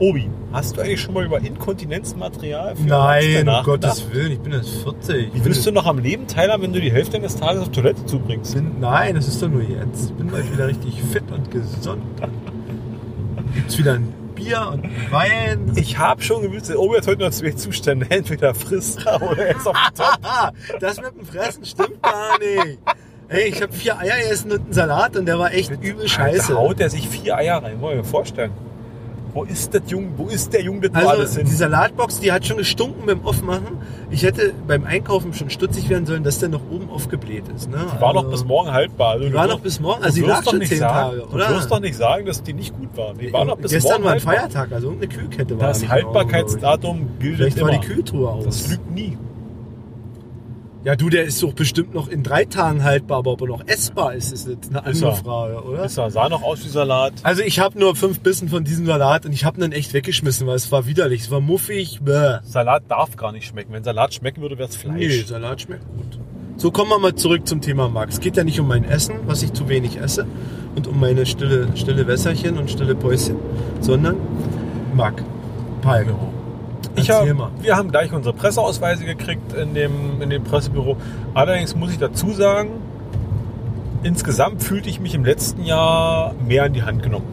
[SPEAKER 1] Obi, hast du eigentlich schon mal über Inkontinenzmaterial für Erwachsene
[SPEAKER 2] Nein, um
[SPEAKER 1] nachgedacht?
[SPEAKER 2] Gottes Willen, ich bin jetzt 40.
[SPEAKER 1] Wie willst du noch am Leben teilhaben, wenn du die Hälfte deines Tages auf Toilette zubringst?
[SPEAKER 2] Sind, nein, das ist doch nur jetzt. Ich bin bald wieder richtig fit und gesund. Gibt's wieder ein Bier und einen Wein.
[SPEAKER 1] Ich habe schon gewusst, der Obi hat heute noch zwei Zustände. Entweder frisst er oder er ist auf dem Top.
[SPEAKER 2] Haha, das mit dem Fressen stimmt gar nicht. Ey, ich habe vier Eier gegessen und einen Salat und der war echt übel scheiße.
[SPEAKER 1] Da haut er sich vier Eier rein, wollen wir vorstellen. Wo ist das Jung, wo ist der Jung, das also, alles
[SPEAKER 2] Also die
[SPEAKER 1] hin?
[SPEAKER 2] Salatbox, die hat schon gestunken beim Aufmachen. Ich hätte beim Einkaufen schon stutzig werden sollen, dass der noch oben aufgebläht ist. Ne?
[SPEAKER 1] Die war noch bis morgen haltbar. Also,
[SPEAKER 2] Die
[SPEAKER 1] du
[SPEAKER 2] war
[SPEAKER 1] wirst-
[SPEAKER 2] noch bis morgen,
[SPEAKER 1] du
[SPEAKER 2] also die
[SPEAKER 1] wirst
[SPEAKER 2] lag
[SPEAKER 1] doch
[SPEAKER 2] schon
[SPEAKER 1] nicht
[SPEAKER 2] zehn
[SPEAKER 1] sagen,
[SPEAKER 2] Tage,
[SPEAKER 1] Du
[SPEAKER 2] oder?
[SPEAKER 1] wirst doch nicht sagen, dass die nicht gut waren. Die war noch bis
[SPEAKER 2] Gestern
[SPEAKER 1] morgen
[SPEAKER 2] war ein
[SPEAKER 1] haltbar.
[SPEAKER 2] Feiertag, also irgendeine Kühlkette war
[SPEAKER 1] Das
[SPEAKER 2] nicht in Ordnung, glaub
[SPEAKER 1] Haltbarkeitsdatum
[SPEAKER 2] ich.
[SPEAKER 1] gilt
[SPEAKER 2] Vielleicht
[SPEAKER 1] immer.
[SPEAKER 2] war die Kühltruhe aus.
[SPEAKER 1] Das lügt nie.
[SPEAKER 2] Ja, du, der ist doch bestimmt noch in drei Tagen haltbar, aber ob er noch essbar ist, ist jetzt eine
[SPEAKER 1] Ist
[SPEAKER 2] andere
[SPEAKER 1] er.
[SPEAKER 2] Frage, oder?
[SPEAKER 1] Das sah noch aus wie Salat.
[SPEAKER 2] Also ich habe nur fünf Bissen von diesem Salat und ich habe ihn dann echt weggeschmissen, weil es war widerlich, es war muffig. Bäh.
[SPEAKER 1] Salat darf gar nicht schmecken. Wenn Salat schmecken würde, wäre es
[SPEAKER 2] Nee,
[SPEAKER 1] Fleisch.
[SPEAKER 2] Salat schmeckt gut. So kommen wir mal zurück zum Thema Max. Es geht ja nicht um mein Essen, was ich zu wenig esse und um meine stille, stille Wässerchen und stille Päuschen, sondern Mac. Palk.
[SPEAKER 1] ich
[SPEAKER 2] Erzähl
[SPEAKER 1] hab,
[SPEAKER 2] mal.
[SPEAKER 1] wir haben gleich unsere Presseausweise gekriegt in dem, in dem Pressebüro. Allerdings muss ich dazu sagen, insgesamt fühlte ich mich im letzten Jahr mehr in die Hand genommen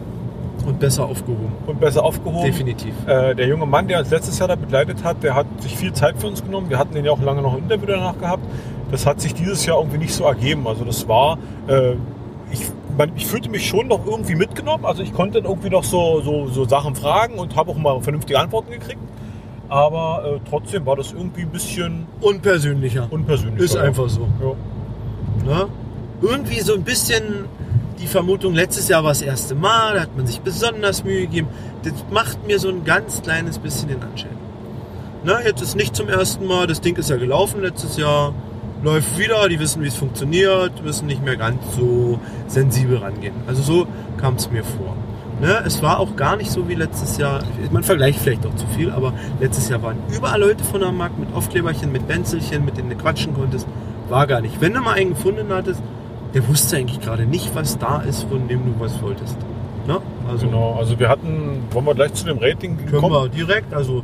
[SPEAKER 2] Und besser aufgehoben.
[SPEAKER 1] und besser aufgehoben.
[SPEAKER 2] Definitiv.
[SPEAKER 1] Äh, der junge Mann, der uns letztes Jahr da begleitet hat, der hat sich viel Zeit für uns genommen. Wir hatten den ja auch lange noch ein Interview danach gehabt. Das hat sich dieses Jahr irgendwie nicht so ergeben. Also das war, äh, ich, man, ich fühlte mich schon noch irgendwie mitgenommen. Also ich konnte dann irgendwie noch so, so, so Sachen fragen und habe auch mal vernünftige Antworten gekriegt. Aber äh, trotzdem war das irgendwie ein bisschen Also,
[SPEAKER 2] Unpersönlicher.
[SPEAKER 1] unpersönlich.
[SPEAKER 2] Ist einfach so.
[SPEAKER 1] Ja.
[SPEAKER 2] Ne? irgendwie so ein bisschen die Vermutung, letztes Jahr war das erste Mal, da hat man sich besonders Mühe gegeben. Das macht mir so ein ganz kleines bisschen den Anschein. Na, jetzt ist nicht zum ersten Mal, das Ding ist ja gelaufen letztes Jahr, läuft wieder, die wissen, wie es funktioniert, müssen nicht mehr ganz so sensibel rangehen. Also so kam es mir vor. Ne, es war auch gar nicht so wie letztes Jahr. Man vergleicht vielleicht auch zu viel, aber letztes Jahr waren überall Leute von der Markt mit Aufkleberchen, mit Benzelchen, mit denen du quatschen konntest. War gar nicht. Wenn du mal einen gefunden hattest, der wusste eigentlich gerade nicht, was da ist, von dem du was wolltest. Ne? Also
[SPEAKER 1] Genau, also wir hatten, wollen wir gleich zu dem Rating
[SPEAKER 2] können
[SPEAKER 1] kommen?
[SPEAKER 2] wir direkt, also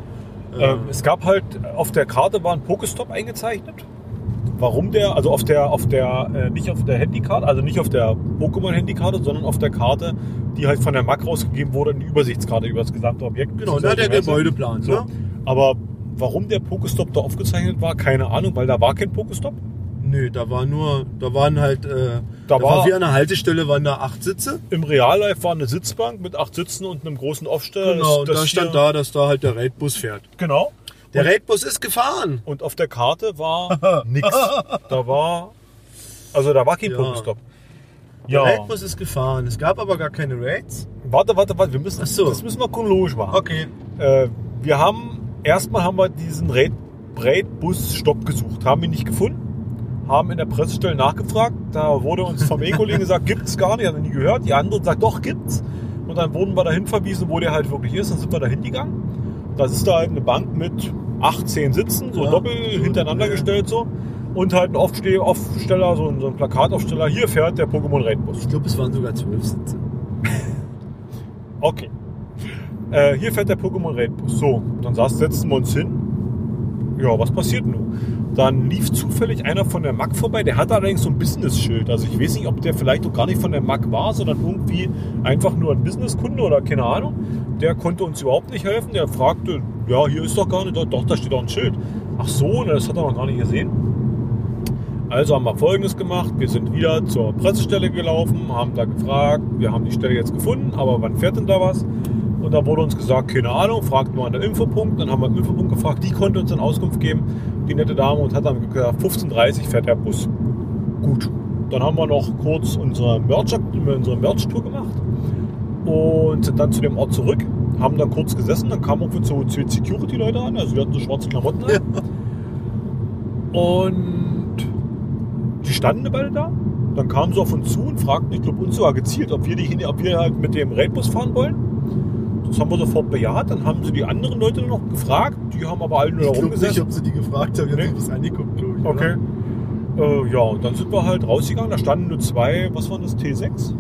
[SPEAKER 2] äh,
[SPEAKER 1] Ähm, es gab halt, auf der Karte war ein Pokestop eingezeichnet. Warum der, also auf der, auf der, äh, nicht auf der Handykarte, also nicht auf der Pokémon-Handykarte, sondern auf der Karte, die halt von der MAC rausgegeben wurde, eine Übersichtskarte über das gesamte Objekt.
[SPEAKER 2] genau, na, der
[SPEAKER 1] Messe.
[SPEAKER 2] Gebäudeplan.
[SPEAKER 1] halt So.
[SPEAKER 2] Ne?
[SPEAKER 1] Aber warum der Pokestop da aufgezeichnet war, keine Ahnung, weil da war kein Pokestop.
[SPEAKER 2] Nö, da war nur, da waren halt, äh, da,
[SPEAKER 1] war-
[SPEAKER 2] war wie an der Haltestelle, waren da acht Sitze.
[SPEAKER 1] Im Real Life war eine Sitzbank mit acht Sitzen und einem großen Aufsteller.
[SPEAKER 2] Genau, und
[SPEAKER 1] Das-
[SPEAKER 2] da
[SPEAKER 1] das
[SPEAKER 2] stand
[SPEAKER 1] hier-
[SPEAKER 2] da, dass da halt der Raidbus fährt.
[SPEAKER 1] Genau.
[SPEAKER 2] Der Raidbus ist gefahren.
[SPEAKER 1] Und auf der Karte war nix. Da war, also da war kein
[SPEAKER 2] Ja.
[SPEAKER 1] Pokestop.
[SPEAKER 2] Der
[SPEAKER 1] Ja.
[SPEAKER 2] Raidbus ist gefahren. Es gab aber gar keine Raids.
[SPEAKER 1] Warte, warte, warte, wir müssen,
[SPEAKER 2] Ach so.
[SPEAKER 1] das müssen wir chronologisch machen.
[SPEAKER 2] Okay.
[SPEAKER 1] Äh, wir haben, erstmal haben wir diesen Raid- Raid-Bus-Stopp gesucht, haben ihn nicht gefunden, haben in der Pressestelle nachgefragt, da wurde uns vom E-Kollegen gesagt, gibt's gar nicht, haben wir nie gehört, die anderen sagt, doch, gibt's. Und dann wurden wir dahin verwiesen, wo der halt wirklich ist, dann sind wir dahin gegangen. Das ist da halt eine Bank mit 18 Sitzen, so
[SPEAKER 2] Ja.
[SPEAKER 1] doppelt hintereinander
[SPEAKER 2] Ja.
[SPEAKER 1] gestellt so. Und halt ein Aufsteh Aufsteller, so ein, so ein Plakataufsteller, hier fährt der Pokémon Raid-Bus.
[SPEAKER 2] Ich glaube, es waren sogar zwölf Sitze.
[SPEAKER 1] Okay. Äh, hier fährt der Pokémon Raid Bus. So, dann saß, setzten wir uns hin. Ja, was passiert nun? Dann lief zufällig einer von der MAC vorbei. Der hatte allerdings so ein Business-Schild. Also ich weiß nicht, ob der vielleicht auch gar nicht von der MAC war, sondern irgendwie einfach nur ein Businesskunde oder keine Ahnung. Der konnte uns überhaupt nicht helfen. Der fragte, ja, hier ist doch gar nicht. Doch, doch da steht doch ein Schild. Ach so, na, das hat er noch gar nicht gesehen. Also haben wir Folgendes gemacht. Wir sind wieder zur Pressestelle gelaufen, haben da gefragt. Wir haben die Stelle jetzt gefunden, aber wann fährt denn da was? Und da wurde uns gesagt, keine Ahnung, fragt mal an der Infopunkt. Dann haben wir im Infopunkt gefragt, die konnte uns dann Auskunft geben, die nette Dame, und hat dann gesagt, 15.30 Uhr fährt der Bus. Gut. Dann haben wir noch kurz unsere Merch- unsere Merch-Tour gemacht und sind dann zu dem Ort zurück, haben dann kurz gesessen, dann kamen auch so zwei Security-Leute an, also die hatten so schwarze Klamotten an. Und die standen beide da. Dann kamen sie auf uns zu und fragten, ich glaube, uns sogar gezielt, ob wir, die, hin- ob wir halt mit dem Raidbus fahren wollen. Das haben wir sofort bejaht. Dann haben sie die anderen Leute noch gefragt. Die haben aber alle nur da
[SPEAKER 2] Ich glaube nicht,
[SPEAKER 1] rumgesessen.
[SPEAKER 2] ob sie die gefragt haben. Ich
[SPEAKER 1] Nee.
[SPEAKER 2] habe das angeguckt, glaube ich.
[SPEAKER 1] Okay. Äh, ja, und dann sind wir halt rausgegangen. Da standen nur zwei, was waren das, T6?
[SPEAKER 2] Oder?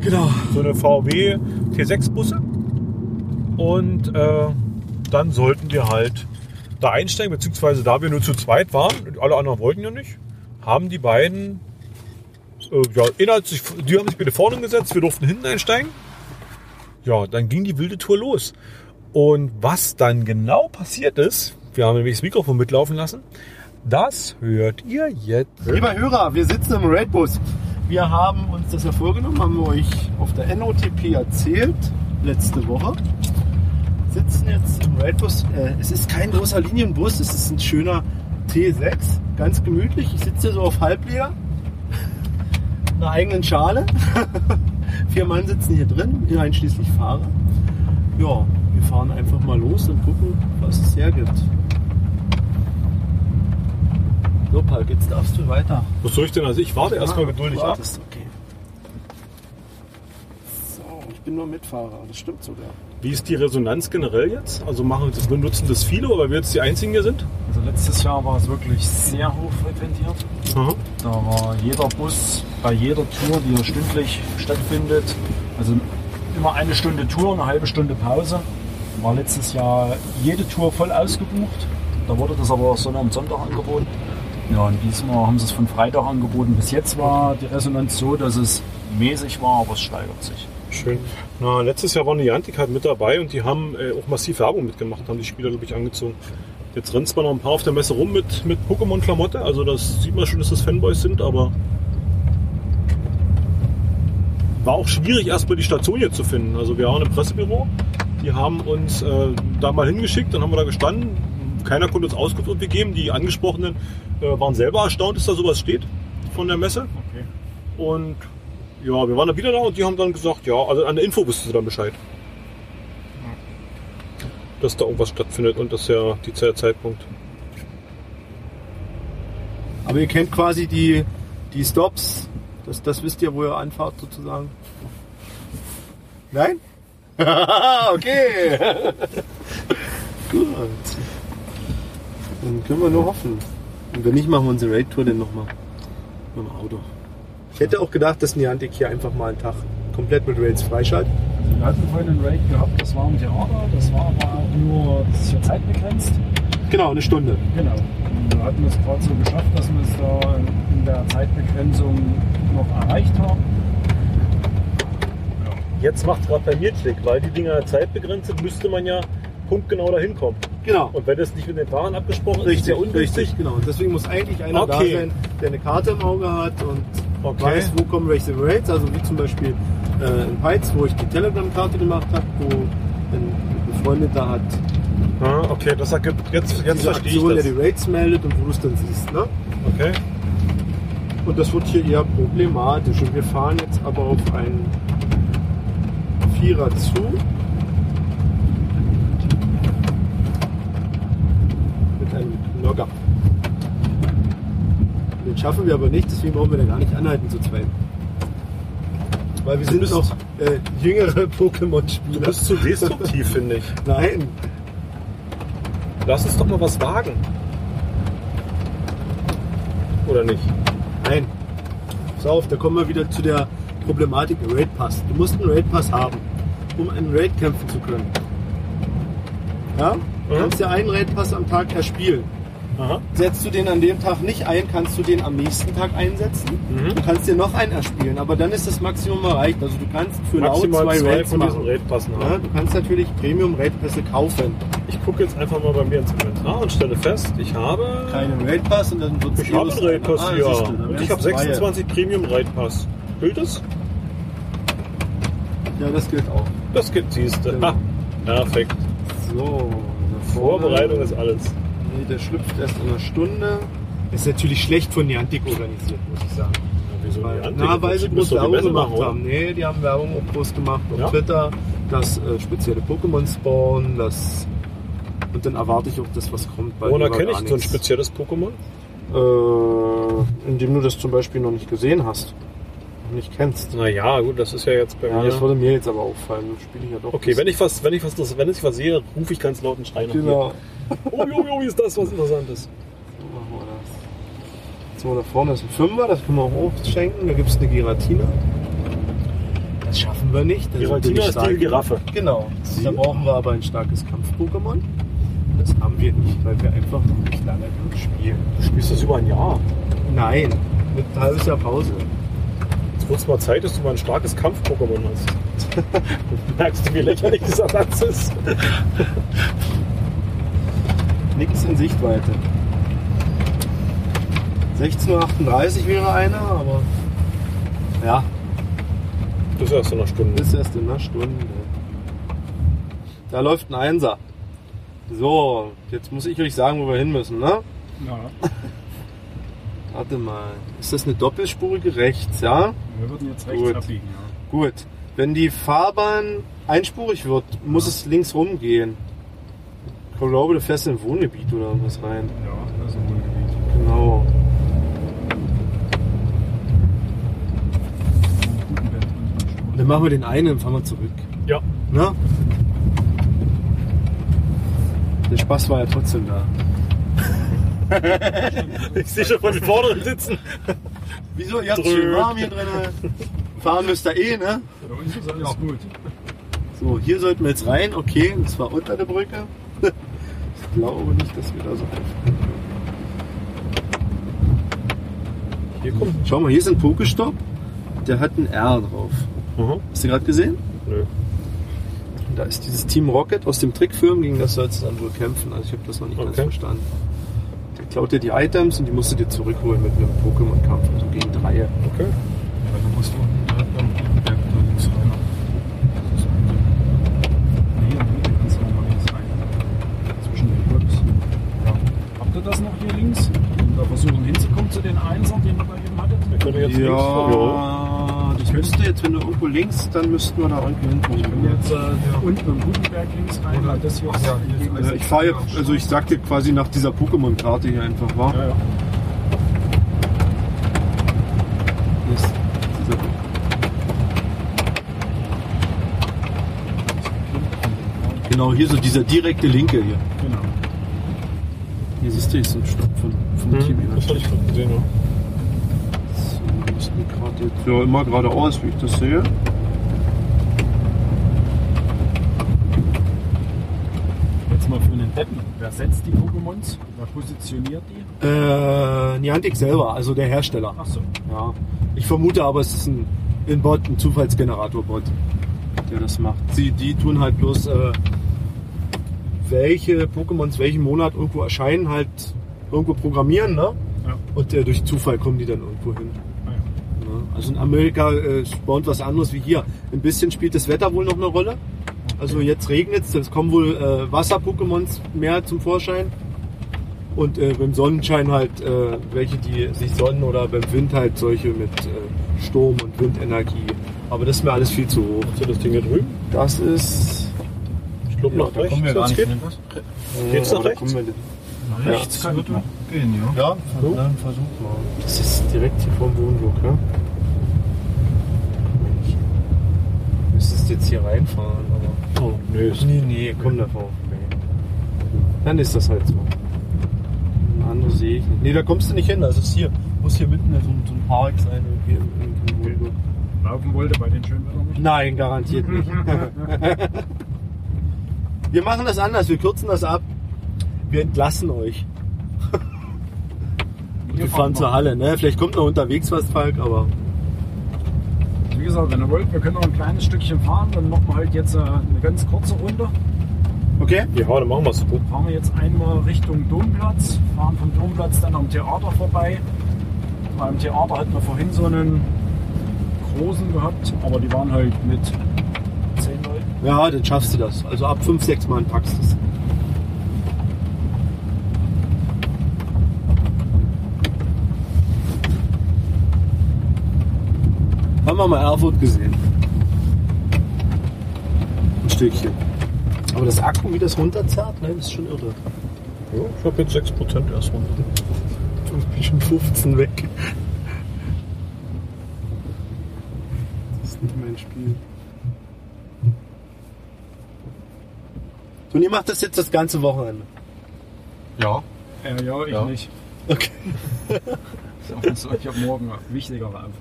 [SPEAKER 2] Genau.
[SPEAKER 1] so eine VW T6-Busse. Und äh, dann sollten wir halt da einsteigen, beziehungsweise da wir nur zu zweit waren und alle anderen wollten ja nicht, haben die beiden, äh, ja, inhaltlich, die haben sich bitte vorne gesetzt, wir durften hinten einsteigen. Ja, dann ging die wilde Tour los. Und was dann genau passiert ist, wir haben nämlich das Mikrofon mitlaufen lassen, das hört ihr jetzt.
[SPEAKER 6] Lieber Hörer, wir sitzen im Redbus. Wir haben uns das ja vorgenommen, haben wir euch auf der NOTP erzählt, letzte Woche. Sitzen jetzt im Redbus. Äh, es ist kein großer Linienbus, es ist ein schöner T6, ganz gemütlich. Ich sitze hier so auf Halbleder, einer eigenen Schale. Vier Mann sitzen hier drin, einschließlich Fahrer. Ja, wir fahren einfach mal los und gucken, was es hergibt. So, Palk, jetzt darfst du weiter.
[SPEAKER 1] Was soll ich denn? Also ich warte erstmal
[SPEAKER 6] Ah,
[SPEAKER 1] geduldig
[SPEAKER 6] du
[SPEAKER 1] ab.
[SPEAKER 6] wartest, Okay. So, ich bin nur Mitfahrer, das stimmt sogar.
[SPEAKER 1] Wie ist die Resonanz generell jetzt? Also machen das benutzen das viele, weil wir jetzt die einzigen hier sind?
[SPEAKER 8] Also letztes Jahr war es wirklich sehr hoch frequentiert.
[SPEAKER 1] Aha.
[SPEAKER 8] Da war jeder Bus bei jeder Tour, die ja stündlich stattfindet, also immer eine Stunde Tour, eine halbe Stunde Pause, war letztes Jahr jede Tour voll ausgebucht. Da wurde das aber Sonne und Sonntag angeboten. Ja, und diesmal haben sie es von Freitag angeboten. Bis jetzt war die Resonanz so, dass es mäßig war, aber es steigert sich.
[SPEAKER 1] Schön. Na, letztes Jahr war Niantic halt mit dabei und die haben äh, auch massiv Werbung mitgemacht, haben die Spieler, glaube ich, angezogen. Jetzt rennt zwar noch ein paar auf der Messe rum mit, mit Pokémon-Klamotte, also das sieht man schon, dass das Fanboys sind, aber war auch schwierig, erstmal die Station hier zu finden. Also wir waren im Pressebüro, die haben uns äh, da mal hingeschickt, dann haben wir da gestanden, keiner konnte uns Auskunft irgendwie geben, die Angesprochenen äh, waren selber erstaunt, dass da sowas steht von der Messe. Und ja, wir waren dann wieder da und die haben dann gesagt, ja, also an der Info wussten sie dann Bescheid. Dass da irgendwas stattfindet und das ist ja die- der Zeitpunkt.
[SPEAKER 2] Aber ihr kennt quasi die, die Stops. Das, das wisst ihr, wo ihr anfahrt sozusagen. Nein? okay. Gut. Dann können wir nur hoffen. Und wenn nicht, machen wir unsere Raid-Tour denn nochmal. Mit dem Auto. Ich hätte auch gedacht, dass Niantic hier einfach mal einen Tag komplett mit Rails freischaltet.
[SPEAKER 8] Also wir hatten vorhin einen Raid gehabt, das war ein Theater, das war aber auch nur, das ist ja zeitbegrenzt.
[SPEAKER 2] Genau, eine Stunde.
[SPEAKER 8] Genau. Und wir hatten es gerade so geschafft, dass wir es da in der Zeitbegrenzung noch erreicht haben.
[SPEAKER 1] Jetzt macht es gerade bei mir Klick, weil die Dinger zeitbegrenzt sind, müsste man ja punktgenau dahin kommen.
[SPEAKER 2] Genau.
[SPEAKER 1] Und wenn das nicht mit den Fahrern abgesprochen ist, ist ja
[SPEAKER 2] Richtig,
[SPEAKER 1] ungünstig.
[SPEAKER 2] richtig, genau. Und deswegen muss eigentlich einer
[SPEAKER 1] Okay.
[SPEAKER 2] da sein, der eine Karte im Auge hat und
[SPEAKER 1] Okay.
[SPEAKER 2] weiß, wo kommen welche Rates. Also wie zum Beispiel äh, in Peitz, wo ich die Telegram-Karte gemacht habe, wo ein Befreundeter hat
[SPEAKER 1] Ah, okay, das ergibt, jetzt, jetzt verstehe
[SPEAKER 2] diese Aktion, der
[SPEAKER 1] ich das.
[SPEAKER 2] die Rates meldet und wo du es dann siehst. Ne?
[SPEAKER 1] Okay.
[SPEAKER 2] Und das wird hier eher problematisch. Und wir fahren jetzt aber auf einen Vierer zu. Mit einem Logger. Den schaffen wir aber nicht, deswegen brauchen wir den gar nicht anhalten zu zweit. Weil wir sind
[SPEAKER 1] bist-
[SPEAKER 2] auch äh, jüngere
[SPEAKER 1] Du
[SPEAKER 2] Pokémon-Spieler.
[SPEAKER 1] bist zu destruktiv, finde ich.
[SPEAKER 2] Nein,
[SPEAKER 1] Lass uns doch mal was wagen. Oder nicht?
[SPEAKER 2] nein. Pass auf, da kommen wir wieder zu der Problematik Raid Pass. Du musst einen Raid Pass haben, um einen Raid kämpfen zu können. Ja? Du
[SPEAKER 1] Mhm.
[SPEAKER 2] kannst ja einen Raid Pass am Tag erspielen.
[SPEAKER 1] Aha.
[SPEAKER 2] Setzt du den an dem Tag nicht ein, kannst du den am nächsten Tag einsetzen.
[SPEAKER 1] Mhm.
[SPEAKER 2] Du kannst dir noch einen erspielen, aber dann ist das Maximum erreicht. Also du kannst für
[SPEAKER 1] Maximal
[SPEAKER 2] laut zwei,
[SPEAKER 1] Genau zwei
[SPEAKER 2] Raids
[SPEAKER 1] von diesen
[SPEAKER 2] machen.
[SPEAKER 1] Raidpassen
[SPEAKER 2] Ja,
[SPEAKER 1] haben.
[SPEAKER 2] du kannst natürlich Premium Raid Pässe kaufen.
[SPEAKER 1] Ich gucke jetzt einfach mal bei mir ins Inventar und stelle fest, ich habe.
[SPEAKER 2] Keinen Raid Pass und dann wird
[SPEAKER 1] ich habe einen Raidpass,
[SPEAKER 2] Ah,
[SPEAKER 1] ja. Und ich habe 26 Premium Raidpass. Gilt das?
[SPEAKER 2] Ja, das gilt auch.
[SPEAKER 1] Das gibt siehst du.
[SPEAKER 2] Genau.
[SPEAKER 1] Ha, Perfekt.
[SPEAKER 2] So, da vorne-
[SPEAKER 1] Vorbereitung ist alles.
[SPEAKER 2] Nee, der schlüpft erst in einer Stunde. Ist natürlich schlecht von Niantic organisiert, muss ich sagen.
[SPEAKER 1] wieso
[SPEAKER 2] Weil,
[SPEAKER 1] die Antik?
[SPEAKER 2] na, weil sie
[SPEAKER 1] Die müssen
[SPEAKER 2] groß
[SPEAKER 1] doch die
[SPEAKER 2] Werbung
[SPEAKER 1] Messe
[SPEAKER 2] gemacht
[SPEAKER 1] machen, oder?
[SPEAKER 2] haben. Nee, die haben Werbung auch groß gemacht auf
[SPEAKER 1] Ja?
[SPEAKER 2] Twitter, dass äh, spezielle Pokémon spawnen, das und dann erwarte ich auch das, was kommt. weil
[SPEAKER 1] Woher
[SPEAKER 2] die war
[SPEAKER 1] kenne
[SPEAKER 2] gar
[SPEAKER 1] ich so ein
[SPEAKER 2] nichts.
[SPEAKER 1] spezielles Pokémon?
[SPEAKER 2] Äh, indem du das zum Beispiel noch nicht gesehen hast und nicht kennst.
[SPEAKER 1] Naja, gut, das ist ja jetzt bei
[SPEAKER 2] Ja,
[SPEAKER 1] mir.
[SPEAKER 2] das würde mir jetzt aber auffallen. Das spiele ich ja doch.
[SPEAKER 1] Okay, wenn ich was, wenn ich was, wenn ich was sehe, rufe ich ganz laut einen Schrei nach
[SPEAKER 2] Genau.
[SPEAKER 1] mir. Oh, jo, jo, ist das was Interessantes.
[SPEAKER 2] So machen wir das. Jetzt mal da vorne ist ein Fünfer, das können wir auch aufschenken. Da gibt es eine Giratina. Das schaffen wir nicht. da sind wir
[SPEAKER 1] Giratina
[SPEAKER 2] nicht
[SPEAKER 1] ist
[SPEAKER 2] stark
[SPEAKER 1] die
[SPEAKER 2] genug.
[SPEAKER 1] Giraffe.
[SPEAKER 2] Genau. Da brauchen wir aber ein starkes Kampf-Pokémon. Das haben wir nicht, weil wir einfach noch nicht lange genug spielen.
[SPEAKER 1] Du spielst das über ein Jahr.
[SPEAKER 2] Nein, mit ein halbes Jahr Pause.
[SPEAKER 1] Jetzt wird es mal Zeit, dass du mal ein starkes Kampf-Pokémon hast. Merkst du, wie lächerlich dieser Satz ist?
[SPEAKER 2] Nichts in Sichtweite. 16.38 wäre einer, aber ja,
[SPEAKER 1] Das ist erst in einer Stunde.
[SPEAKER 2] ist erst in einer Stunde. Da läuft ein Einser. So, jetzt muss ich euch sagen, wo wir hin müssen, ne?
[SPEAKER 8] Ja,
[SPEAKER 2] Warte mal. Ist das eine doppelspurige rechts, ja?
[SPEAKER 8] wir würden jetzt rechts
[SPEAKER 2] Gut.
[SPEAKER 8] abbiegen. Ja.
[SPEAKER 2] Gut, wenn die Fahrbahn einspurig wird, muss es links rumgehen. Ich glaube, du fährst in ein Wohngebiet oder was rein.
[SPEAKER 8] ja, das ist ein Wohngebiet.
[SPEAKER 2] Genau.
[SPEAKER 8] Guten Wert und
[SPEAKER 2] Dann machen wir den einen und fahren wir zurück.
[SPEAKER 1] Ja.
[SPEAKER 2] Ne? Der Spaß war ja trotzdem da.
[SPEAKER 1] Ich sehe schon von den vorderen sitzen.
[SPEAKER 2] Wieso? Ihr habt
[SPEAKER 1] Drück.
[SPEAKER 2] schön warm hier drin. Fahren müsst ihr eh, ne?
[SPEAKER 8] Für uns ist alles gut.
[SPEAKER 2] So, hier sollten wir jetzt rein. Okay, und zwar unter der Brücke. Ich glaube nicht, dass wir da so einfach.
[SPEAKER 1] Hier kommt.
[SPEAKER 2] Schau mal, hier ist ein Pokestop. Der hat ein R drauf.
[SPEAKER 1] Mhm.
[SPEAKER 2] Hast du gerade gesehen?
[SPEAKER 1] Nö.
[SPEAKER 2] Da ist dieses Team Rocket aus dem Trickfilm, gegen das sollst du dann wohl kämpfen. Also ich habe das noch nicht ganz
[SPEAKER 1] Okay.
[SPEAKER 2] verstanden. Der klaut dir die Items und die musst du dir zurückholen mit einem Pokémon-Kampf, also gegen Dreie.
[SPEAKER 1] Okay.
[SPEAKER 8] Weil du musst unten direkt am Berg da links rein. Das ist ein Ding. Nee, nee, du kannst nochmal links rein. Zwischen den Clubs. Ja. Habt ihr das noch hier links? Und da versuchen hinzukommen zu den Einsern, den ihr bei ihm hattet?
[SPEAKER 1] Wir können jetzt links
[SPEAKER 2] müsste jetzt, wenn du irgendwo links, dann müssten wir da irgendwie
[SPEAKER 8] Wenn
[SPEAKER 2] hinkommen.
[SPEAKER 8] jetzt äh, unten im Gutenberg links rein, weil das hier ist ja,
[SPEAKER 2] Ja, ich fahre jetzt, also ich sag dir quasi nach dieser Pokémon-Karte hier einfach, war.
[SPEAKER 8] ja, ja.
[SPEAKER 2] Genau, hier so dieser direkte Linke hier.
[SPEAKER 8] Genau.
[SPEAKER 2] Hier siehst du, hier ist ein Stopp von, vom Team hier.
[SPEAKER 1] Das hatte Hm? ich schon gesehen, ja.
[SPEAKER 2] So, wir müssen gerade jetzt- Ja, immer geradeaus, wie ich das sehe.
[SPEAKER 8] Jetzt mal für einen Deppen. Wer setzt die Pokémons? Wer positioniert die?
[SPEAKER 2] Äh, Niantic selber, also der Hersteller.
[SPEAKER 8] Achso.
[SPEAKER 2] Ja. Ich vermute aber, es ist ein, ein Bot, ein Zufallsgenerator-Bot, der das macht. Sie, die tun halt bloß, äh, welche Pokémons welchen Monat irgendwo erscheinen, halt irgendwo programmieren, ne?
[SPEAKER 8] Ja.
[SPEAKER 2] Und äh, durch Zufall kommen die dann irgendwo hin.
[SPEAKER 8] Ah,
[SPEAKER 2] Ne? Also in Amerika äh, spawnt was anderes wie hier. Ein bisschen spielt das Wetter wohl noch eine Rolle. Also jetzt regnet es, es kommen wohl äh, Wasser-Pokémons mehr zum Vorschein. Und äh, beim Sonnenschein halt äh, welche, die sich sonnen oder beim Wind halt solche mit äh, Sturm und Windenergie. Aber das ist mir alles viel zu hoch.
[SPEAKER 1] Ist ja das Ding hier drüben?
[SPEAKER 2] Das ist.
[SPEAKER 1] Ich glaube,
[SPEAKER 2] Ja,
[SPEAKER 1] nach
[SPEAKER 2] da
[SPEAKER 1] rechts.
[SPEAKER 8] Kommen wir gar
[SPEAKER 1] wenn's geht.
[SPEAKER 8] nicht hin.
[SPEAKER 1] Geht's nach
[SPEAKER 2] aber Oh, da
[SPEAKER 1] rechts?
[SPEAKER 2] kommen wir nicht.
[SPEAKER 8] Rechts kann gut gehen, ja.
[SPEAKER 2] Ja,
[SPEAKER 9] Dann versuch mal.
[SPEAKER 2] das ist direkt hier vom Wohnblock, ne? Mensch. Du Müsstest jetzt hier reinfahren, aber.
[SPEAKER 1] Oh, nee, ist
[SPEAKER 2] Nee, nee, komm da vor. Nee. Dann ist das halt so. Eine andere sehe ich nicht. Nee, da kommst du nicht hin, das ist hier. Muss hier mitten in so, ein- so ein Park sein, irgendwie im- im- im Wohnblock.
[SPEAKER 8] Laufen wollte bei den schönen Wetter nicht.
[SPEAKER 2] Nein, garantiert nicht. wir machen das anders, wir kürzen das ab. Wir entlassen euch. Und wir fahren zur Halle, ne? Vielleicht kommt noch unterwegs was, Falk, aber
[SPEAKER 8] Wie gesagt, wenn ihr wollt, wir können noch ein kleines Stückchen fahren. Dann machen wir halt jetzt äh, eine ganz kurze Runde.
[SPEAKER 2] okay.
[SPEAKER 1] Ja, dann machen wir es.
[SPEAKER 8] Fahren wir jetzt einmal Richtung Domplatz, fahren vom Domplatz dann am Theater vorbei. Beim Theater hatten wir vorhin so einen großen gehabt, aber die waren halt mit zehn Leuten.
[SPEAKER 2] Ja, dann schaffst du das. Also ab 5, 6 Mal packst du es. Haben wir mal Erfurt gesehen. Ein Stückchen. Aber das Akku, wie das runterzerrt, ne, das ist schon irre.
[SPEAKER 1] Ja, ich habe jetzt 6% erst runter.
[SPEAKER 2] Ich bin schon 15 weg. Das ist nicht mein Spiel. So, und ihr macht das jetzt das ganze Wochenende.
[SPEAKER 10] Ja,
[SPEAKER 8] Äh, ja, ich
[SPEAKER 10] Ja.
[SPEAKER 8] nicht.
[SPEAKER 2] Okay.
[SPEAKER 8] So, ich habe morgen wichtigere Aufgaben.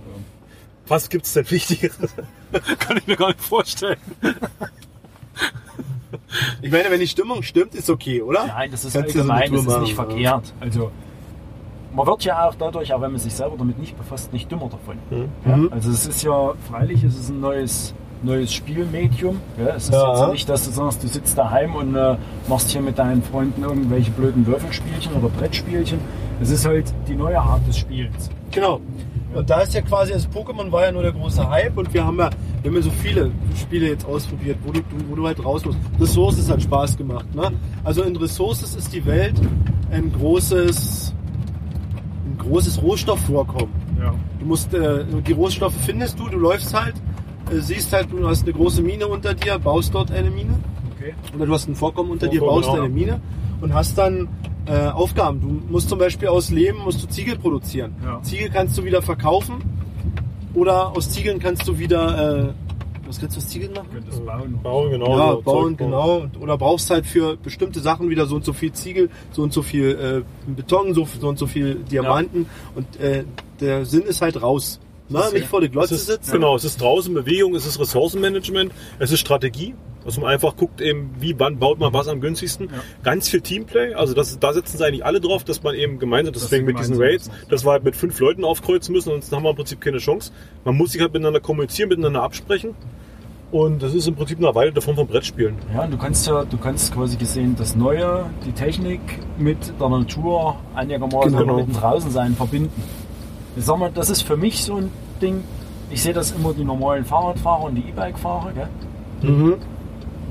[SPEAKER 1] Was gibt's denn Wichtigeres? Kann ich mir gar nicht vorstellen.
[SPEAKER 2] Ich meine, wenn die Stimmung stimmt, ist okay, oder?
[SPEAKER 8] Nein, das ist
[SPEAKER 2] Kannst du so
[SPEAKER 8] allgemein,
[SPEAKER 2] eine
[SPEAKER 8] das
[SPEAKER 2] Tour
[SPEAKER 8] ist nicht
[SPEAKER 2] machen, ja.
[SPEAKER 8] verkehrt. Also man wird ja auch dadurch, auch wenn man sich selber damit nicht befasst, nicht dümmer davon.
[SPEAKER 2] Mhm.
[SPEAKER 8] Also es ist ja, freilich, es ist ein neues, neues Spielmedium. Ja, es ist
[SPEAKER 2] Ja.
[SPEAKER 8] jetzt nicht, dass du sagst, du sitzt daheim und äh, machst hier mit deinen Freunden irgendwelche blöden Würfelspielchen oder Brettspielchen. Es ist halt die neue Art des Spiels.
[SPEAKER 2] Genau. Und da ist ja quasi, das Pokémon war ja nur der große Hype und wir haben ja, wir haben ja so viele Spiele jetzt ausprobiert, wo du, wo du halt raus musst. Ressources hat Spaß gemacht, ne? Also in Ressources ist die Welt ein großes, ein großes Rohstoffvorkommen.
[SPEAKER 8] Ja.
[SPEAKER 2] Du musst, äh, die Rohstoffe findest du, du läufst halt, äh, siehst halt, du hast eine große Mine unter dir, baust dort eine Mine.
[SPEAKER 8] Okay. genau.
[SPEAKER 2] Oder du hast ein Vorkommen unter dir,
[SPEAKER 1] Vorkommen,
[SPEAKER 2] baust
[SPEAKER 1] ja.
[SPEAKER 2] deine Mine und hast dann äh, Aufgaben. Du musst zum Beispiel aus Lehm musst du Ziegel produzieren.
[SPEAKER 8] Ja.
[SPEAKER 2] Ziegel kannst du wieder verkaufen oder aus Ziegeln kannst du wieder äh, was kannst du aus Ziegeln machen?
[SPEAKER 8] Du könntest bauen.
[SPEAKER 1] Bauen, genau.
[SPEAKER 2] ja,
[SPEAKER 1] so
[SPEAKER 2] bauen,
[SPEAKER 1] Zeug
[SPEAKER 2] genau. Und- Oder brauchst halt für bestimmte Sachen wieder so und so viel Ziegel, so und so viel äh, Beton, so, so und so viel Diamanten. Und äh, der Sinn ist halt raus. Na, nicht vor der
[SPEAKER 1] Es
[SPEAKER 2] Glotze
[SPEAKER 1] ist,
[SPEAKER 2] sitzen.
[SPEAKER 1] Genau, es ist draußen Bewegung, es ist Ressourcenmanagement, es ist Strategie, dass man einfach guckt, eben, wie wann baut man was am günstigsten. Ganz viel Teamplay, also das, da setzen sie eigentlich alle drauf, dass man eben gemeinsam, deswegen mit diesen
[SPEAKER 8] gemeinsam
[SPEAKER 1] Raids,
[SPEAKER 8] was macht.
[SPEAKER 1] dass wir halt mit fünf Leuten aufkreuzen müssen, sonst haben wir im Prinzip keine Chance. Man muss sich halt miteinander kommunizieren, miteinander absprechen. Und das ist im Prinzip eine Weile davon vom Brettspielen.
[SPEAKER 8] Ja, und du kannst ja, du kannst quasi gesehen das Neue, die Technik mit der Natur einigermaßen
[SPEAKER 1] Genau.
[SPEAKER 8] oder mit dem Draußensein verbinden. Ich sag mal, das ist für mich so ein Ding. Ich sehe das immer die normalen Fahrradfahrer und die E-Bike-Fahrer. gell?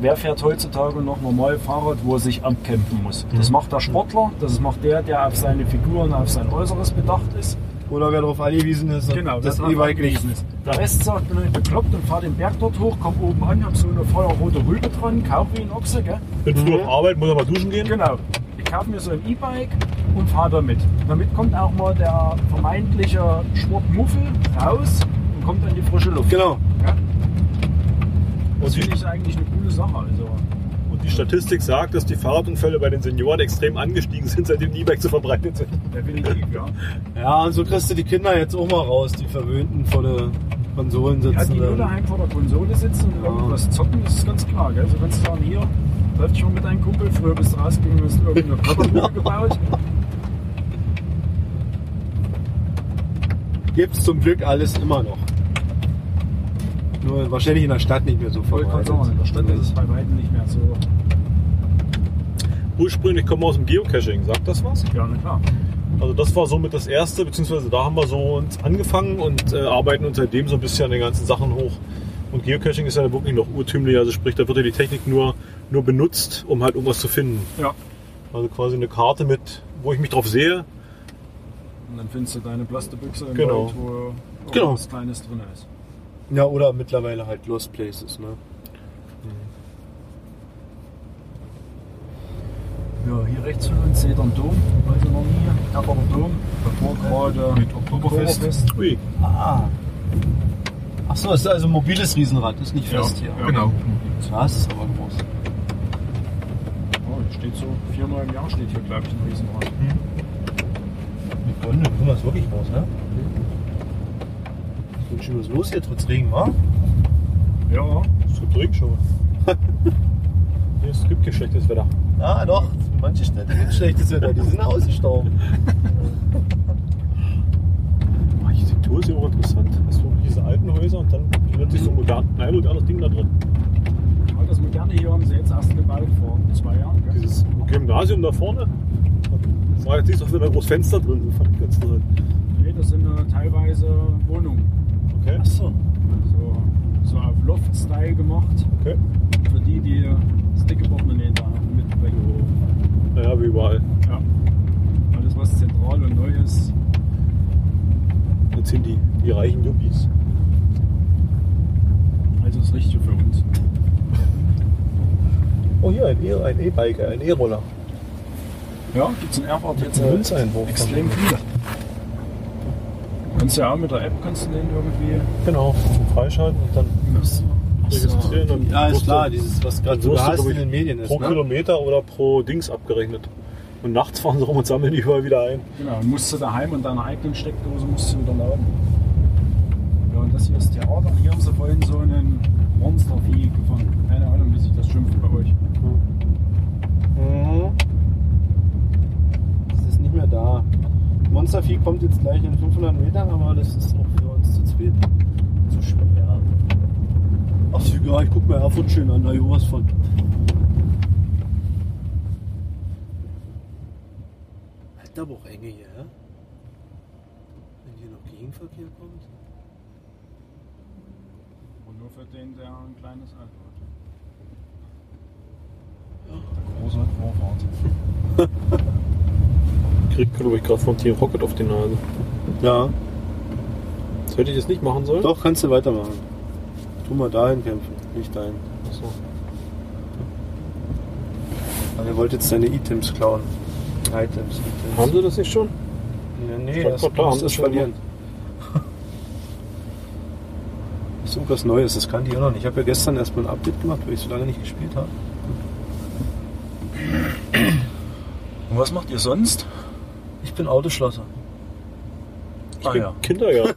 [SPEAKER 8] Wer fährt heutzutage noch normal Fahrrad, wo er sich abkämpfen muss? Das macht der Sportler, das macht der, der auf seine Figuren, auf sein Äußeres bedacht ist.
[SPEAKER 2] Oder wer darauf angewiesen ist,
[SPEAKER 8] Genau,
[SPEAKER 2] das
[SPEAKER 8] wer drauf
[SPEAKER 2] E-Bike nicht.
[SPEAKER 8] angewiesen ist. Der Rest sagt, bin ich bekloppt und fahr den Berg dort hoch, komm oben an, hab so eine feuerrote Rübe dran, kauf wie ein Ochse, gell?
[SPEAKER 1] Bin früh auf Arbeit, muss aber duschen gehen.
[SPEAKER 8] Genau. Ich kaufe mir so ein E-Bike und fahre damit. Damit kommt auch mal der vermeintliche Sportmuffel raus und kommt an die frische Luft.
[SPEAKER 2] Genau.
[SPEAKER 8] Ja? Das
[SPEAKER 1] Und die,
[SPEAKER 8] finde ich eigentlich eine coole Sache. Also,
[SPEAKER 1] und die Statistik sagt, dass die Fahrradunfälle bei den Senioren extrem angestiegen sind, seitdem die E-Bikes so verbreitet sind.
[SPEAKER 8] definitiv, ja.
[SPEAKER 2] Ja, und so kriegst du die Kinder jetzt auch mal raus, die Verwöhnten vor der Konsolen
[SPEAKER 8] Ja, die
[SPEAKER 2] sitzen.
[SPEAKER 8] nur
[SPEAKER 2] dann.
[SPEAKER 8] daheim vor der Konsole sitzen und irgendwas zocken, das ist ganz klar. Gell? Also kannst du sagen, hier, läuft schon mit deinem Kumpel, früher bist du rausgegangen, hast irgendeine Körperbrücke gebaut.
[SPEAKER 2] Gibt's zum Glück alles immer noch. Nur wahrscheinlich in der Stadt nicht mehr so
[SPEAKER 8] Voll kann
[SPEAKER 2] verbreitet.
[SPEAKER 8] sagen, in der Stadt ist es bei weitem nicht mehr so.
[SPEAKER 1] Ursprünglich kommen wir aus dem Geocaching, sagt das was?
[SPEAKER 8] Ja, na klar.
[SPEAKER 1] Also das war somit das erste, beziehungsweise da haben wir so uns angefangen und äh, arbeiten uns seitdem so ein bisschen an den ganzen Sachen hoch. Und Geocaching ist ja wirklich noch urtümlich, also sprich, da wird ja die Technik nur, nur benutzt, um halt irgendwas zu finden.
[SPEAKER 8] Ja.
[SPEAKER 1] Also quasi eine Karte mit, wo ich mich drauf sehe.
[SPEAKER 8] Und dann findest du deine Plastebüchse im
[SPEAKER 1] Genau.
[SPEAKER 8] Wald, wo
[SPEAKER 2] Genau.
[SPEAKER 8] irgendwas Kleines drin ist.
[SPEAKER 2] Ja, oder mittlerweile halt Lost Places, ne?
[SPEAKER 8] Ja, hier rechts von uns seht ihr einen Dom, weiß ich noch nie, Kapperer Dom, davor gerade mit
[SPEAKER 11] Oktoberfest.
[SPEAKER 1] Ui,
[SPEAKER 2] Ah. Achso, ist also ein mobiles Riesenrad, ist nicht fest hier.
[SPEAKER 11] Genau.
[SPEAKER 2] Das ist aber groß.
[SPEAKER 8] Oh, hier steht so, viermal im Jahr steht hier, glaube ich, ein Riesenrad.
[SPEAKER 2] Mit Gondel guck mal, ist wirklich groß, ne? Ist ganz schön was los hier, trotz Regen, wa?
[SPEAKER 8] Ja,
[SPEAKER 1] es gibt Regen schon mal. Nee, es gibt kein schlechtes Wetter.
[SPEAKER 2] Ah, doch, manche Städte gibt schlechtes Wetter, die sind ausgestorben.
[SPEAKER 1] Architektur ist ja auch interessant. Hast du diese alten Häuser und dann plötzlich so ein modern, nein, modernes Ding da drin.
[SPEAKER 8] aber das Moderne hier haben sie jetzt erst gebaut vor zwei Jahren. Gell?
[SPEAKER 1] Dieses Gymnasium da vorne. Das war jetzt nicht so viel, da groß Fenster drin sind. Fand ich ganz interessant.
[SPEAKER 8] Nee, das sind äh, teilweise Wohnungen.
[SPEAKER 1] Okay,
[SPEAKER 2] Achso.
[SPEAKER 8] So, so auf Loft-Style gemacht,
[SPEAKER 1] okay.
[SPEAKER 8] für die, die das dicke Portemonnaie da mitbringen.
[SPEAKER 1] Naja, wie überall.
[SPEAKER 8] Ja. Alles, was zentral und neu ist,
[SPEAKER 1] Jetzt sind die, die reichen Juppies.
[SPEAKER 8] also das Richtige für uns.
[SPEAKER 1] Oh hier, ein E- ein E-Bike, ein E-Roller.
[SPEAKER 8] Ja, gibt es in Erfurt jetzt
[SPEAKER 1] Ein
[SPEAKER 8] äh,
[SPEAKER 1] Münzeinwurf.
[SPEAKER 8] extrem viele. Kannst du ja auch mit der App kannst du den irgendwie.
[SPEAKER 1] genau, freischalten und dann registrieren. und
[SPEAKER 2] Ja, ist
[SPEAKER 1] wusste-
[SPEAKER 2] klar, dieses, was gerade so
[SPEAKER 1] wusste,
[SPEAKER 2] gehasst
[SPEAKER 1] glaub
[SPEAKER 2] in
[SPEAKER 1] ich,
[SPEAKER 2] den Medien ist.
[SPEAKER 1] Pro
[SPEAKER 2] Ne?
[SPEAKER 1] Kilometer oder pro Dings abgerechnet. Und nachts fahren sie rum und sammeln die überall wieder ein.
[SPEAKER 8] Genau, und musst du daheim und deiner eigenen Steckdose musst du wieder laden. Ja, und das hier ist Theater. Hier haben sie vorhin so einen Monstervieh gefangen. Keine Ahnung, wie sich das schimpft bei euch.
[SPEAKER 2] Mhm. Das ist nicht mehr da. Monstervieh kommt jetzt gleich in 500 Metern, aber das ist noch für uns zu spät. Zu schlimm, ja. Ach, ist egal, ich guck mir Erfurt schön an, da Jonas von. Hat aber auch enge hier, ja? Wenn hier noch Gegenverkehr kommt.
[SPEAKER 8] Und nur für den, der ein kleines Auto hat. Der Große hat Vorfahrt.
[SPEAKER 1] Kriegt, glaube ich, gerade vom Team Rocket auf die Nase.
[SPEAKER 2] Ja,
[SPEAKER 1] Das hätte ich jetzt nicht machen sollen.
[SPEAKER 2] doch, kannst du weitermachen. Tu mal dahin kämpfen, nicht dahin.
[SPEAKER 1] Achso.
[SPEAKER 2] Aber er wollte jetzt seine Items klauen. Items,
[SPEAKER 1] Haben
[SPEAKER 2] Items.
[SPEAKER 1] sie das nicht schon?
[SPEAKER 2] Ja, nee,
[SPEAKER 1] Ich glaub,
[SPEAKER 2] das
[SPEAKER 1] doch, da haben
[SPEAKER 2] brauchst
[SPEAKER 1] sie
[SPEAKER 2] du
[SPEAKER 1] schon
[SPEAKER 2] verlieren. Das ist irgendwas Neues, das kann die auch noch nicht. Ich habe ja gestern erstmal ein Update gemacht, weil ich so lange nicht gespielt habe.
[SPEAKER 8] Und was macht ihr sonst?
[SPEAKER 2] Ich bin Autoschlosser.
[SPEAKER 8] Ah ja,
[SPEAKER 1] Kindergarten.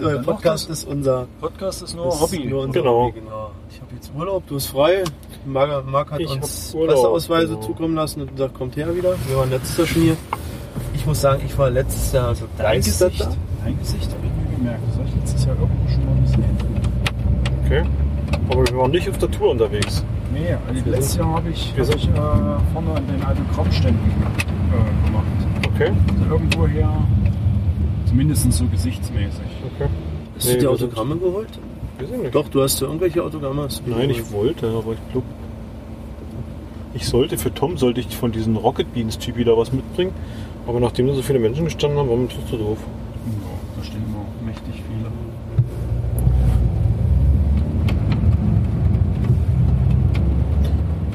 [SPEAKER 2] Der Podcast ist unser
[SPEAKER 8] Podcast ist nur
[SPEAKER 2] ist
[SPEAKER 8] Oh, Hobby.
[SPEAKER 2] Nur unser
[SPEAKER 1] Genau.
[SPEAKER 2] Hobby, genau. Ich habe jetzt Urlaub, du bist frei. Marc, Marc hat
[SPEAKER 1] Ich
[SPEAKER 2] uns
[SPEAKER 1] hab Urlaub,
[SPEAKER 2] Presseausweise
[SPEAKER 1] genau.
[SPEAKER 2] zukommen lassen und gesagt, kommt her wieder. Wir waren letztes Jahr schon hier. Ich muss sagen, ich war letztes Jahr so
[SPEAKER 8] Dein
[SPEAKER 2] begeistert
[SPEAKER 8] Gesicht, dein Gesicht habe ich mir gemerkt. Das habe ich letztes Jahr irgendwo schon mal gesehen.
[SPEAKER 1] Okay. Aber wir waren nicht auf der Tour unterwegs.
[SPEAKER 8] Nee, also
[SPEAKER 1] Wir
[SPEAKER 8] letztes
[SPEAKER 1] sind-
[SPEAKER 8] Jahr habe ich,
[SPEAKER 1] wir
[SPEAKER 8] hab
[SPEAKER 1] sind-
[SPEAKER 8] ich äh, vorne an den Autogrammständen äh, gemacht.
[SPEAKER 1] Okay,
[SPEAKER 8] Also irgendwoher, zumindest so gesichtsmäßig.
[SPEAKER 1] okay.
[SPEAKER 2] Hast
[SPEAKER 1] Nee,
[SPEAKER 2] du
[SPEAKER 1] wir
[SPEAKER 2] die
[SPEAKER 1] sind-
[SPEAKER 2] Autogramme geholt?
[SPEAKER 1] Wir sind nicht.
[SPEAKER 2] Doch, du hast ja irgendwelche Autogramme. hast du
[SPEAKER 1] Nein,
[SPEAKER 2] geholt.
[SPEAKER 1] ich wollte, aber ich glaube, ich sollte für Tom sollte ich von diesen Rocket Beans Typ wieder was mitbringen. Aber nachdem da so viele Menschen gestanden haben, war mir das zu doof.
[SPEAKER 8] Ja.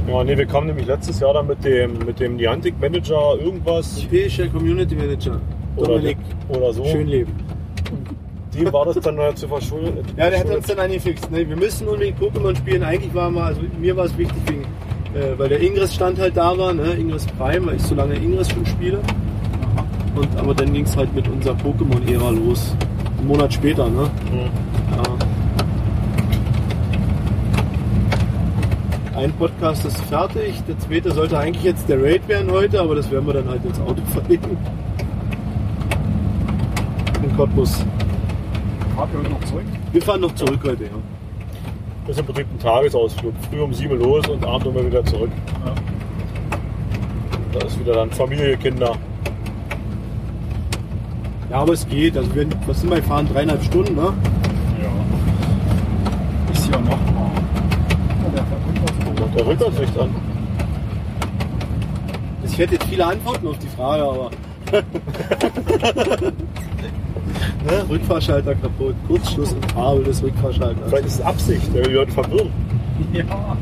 [SPEAKER 1] Ja, nee, wir kamen nämlich letztes Jahr dann mit dem, mit dem Niantic Manager irgendwas
[SPEAKER 2] Europäischer Community Manager.
[SPEAKER 1] oder,
[SPEAKER 2] Dominik.
[SPEAKER 1] oder so.
[SPEAKER 2] Schönleben.
[SPEAKER 1] Dem war das dann noch zu verschulden.
[SPEAKER 2] Ja, der hat uns dann angefixt. Ne? Wir müssen unbedingt Pokémon spielen. Eigentlich war mal, also mir war es wichtig, wegen, äh, weil der Ingress-Stand halt da war, ne? Ingress Prime, weil ich so lange Ingress schon spiele. Und, aber dann ging es halt mit unserer Pokémon-Ära los. Einen Monat später, ne? Ja. Ein Podcast ist fertig, der zweite sollte eigentlich jetzt der Raid werden heute, aber das werden wir dann halt ins Auto verlegen. In Cottbus.
[SPEAKER 8] Fahrt ihr heute noch zurück?
[SPEAKER 2] Wir fahren noch zurück heute, ja.
[SPEAKER 1] Das ist im Prinzip ein Tagesausflug. Früh um sieben los und abends immer wieder zurück. Da ist wieder dann Familie, Kinder.
[SPEAKER 2] Ja, aber es geht. Also wir, was sind wir fahren? Dreieinhalb Stunden, ne?
[SPEAKER 8] Ja. Ist ja noch mal.
[SPEAKER 1] Der rückwärts nicht an.
[SPEAKER 2] Also Ich hätte jetzt viele Antworten auf die Frage, aber. ne? Rückfahrschalter kaputt, Kurzschluss im Kabel des Rückfahrschalters.
[SPEAKER 1] Vielleicht ist es Absicht, der will die Leute verwirren.
[SPEAKER 8] Ja.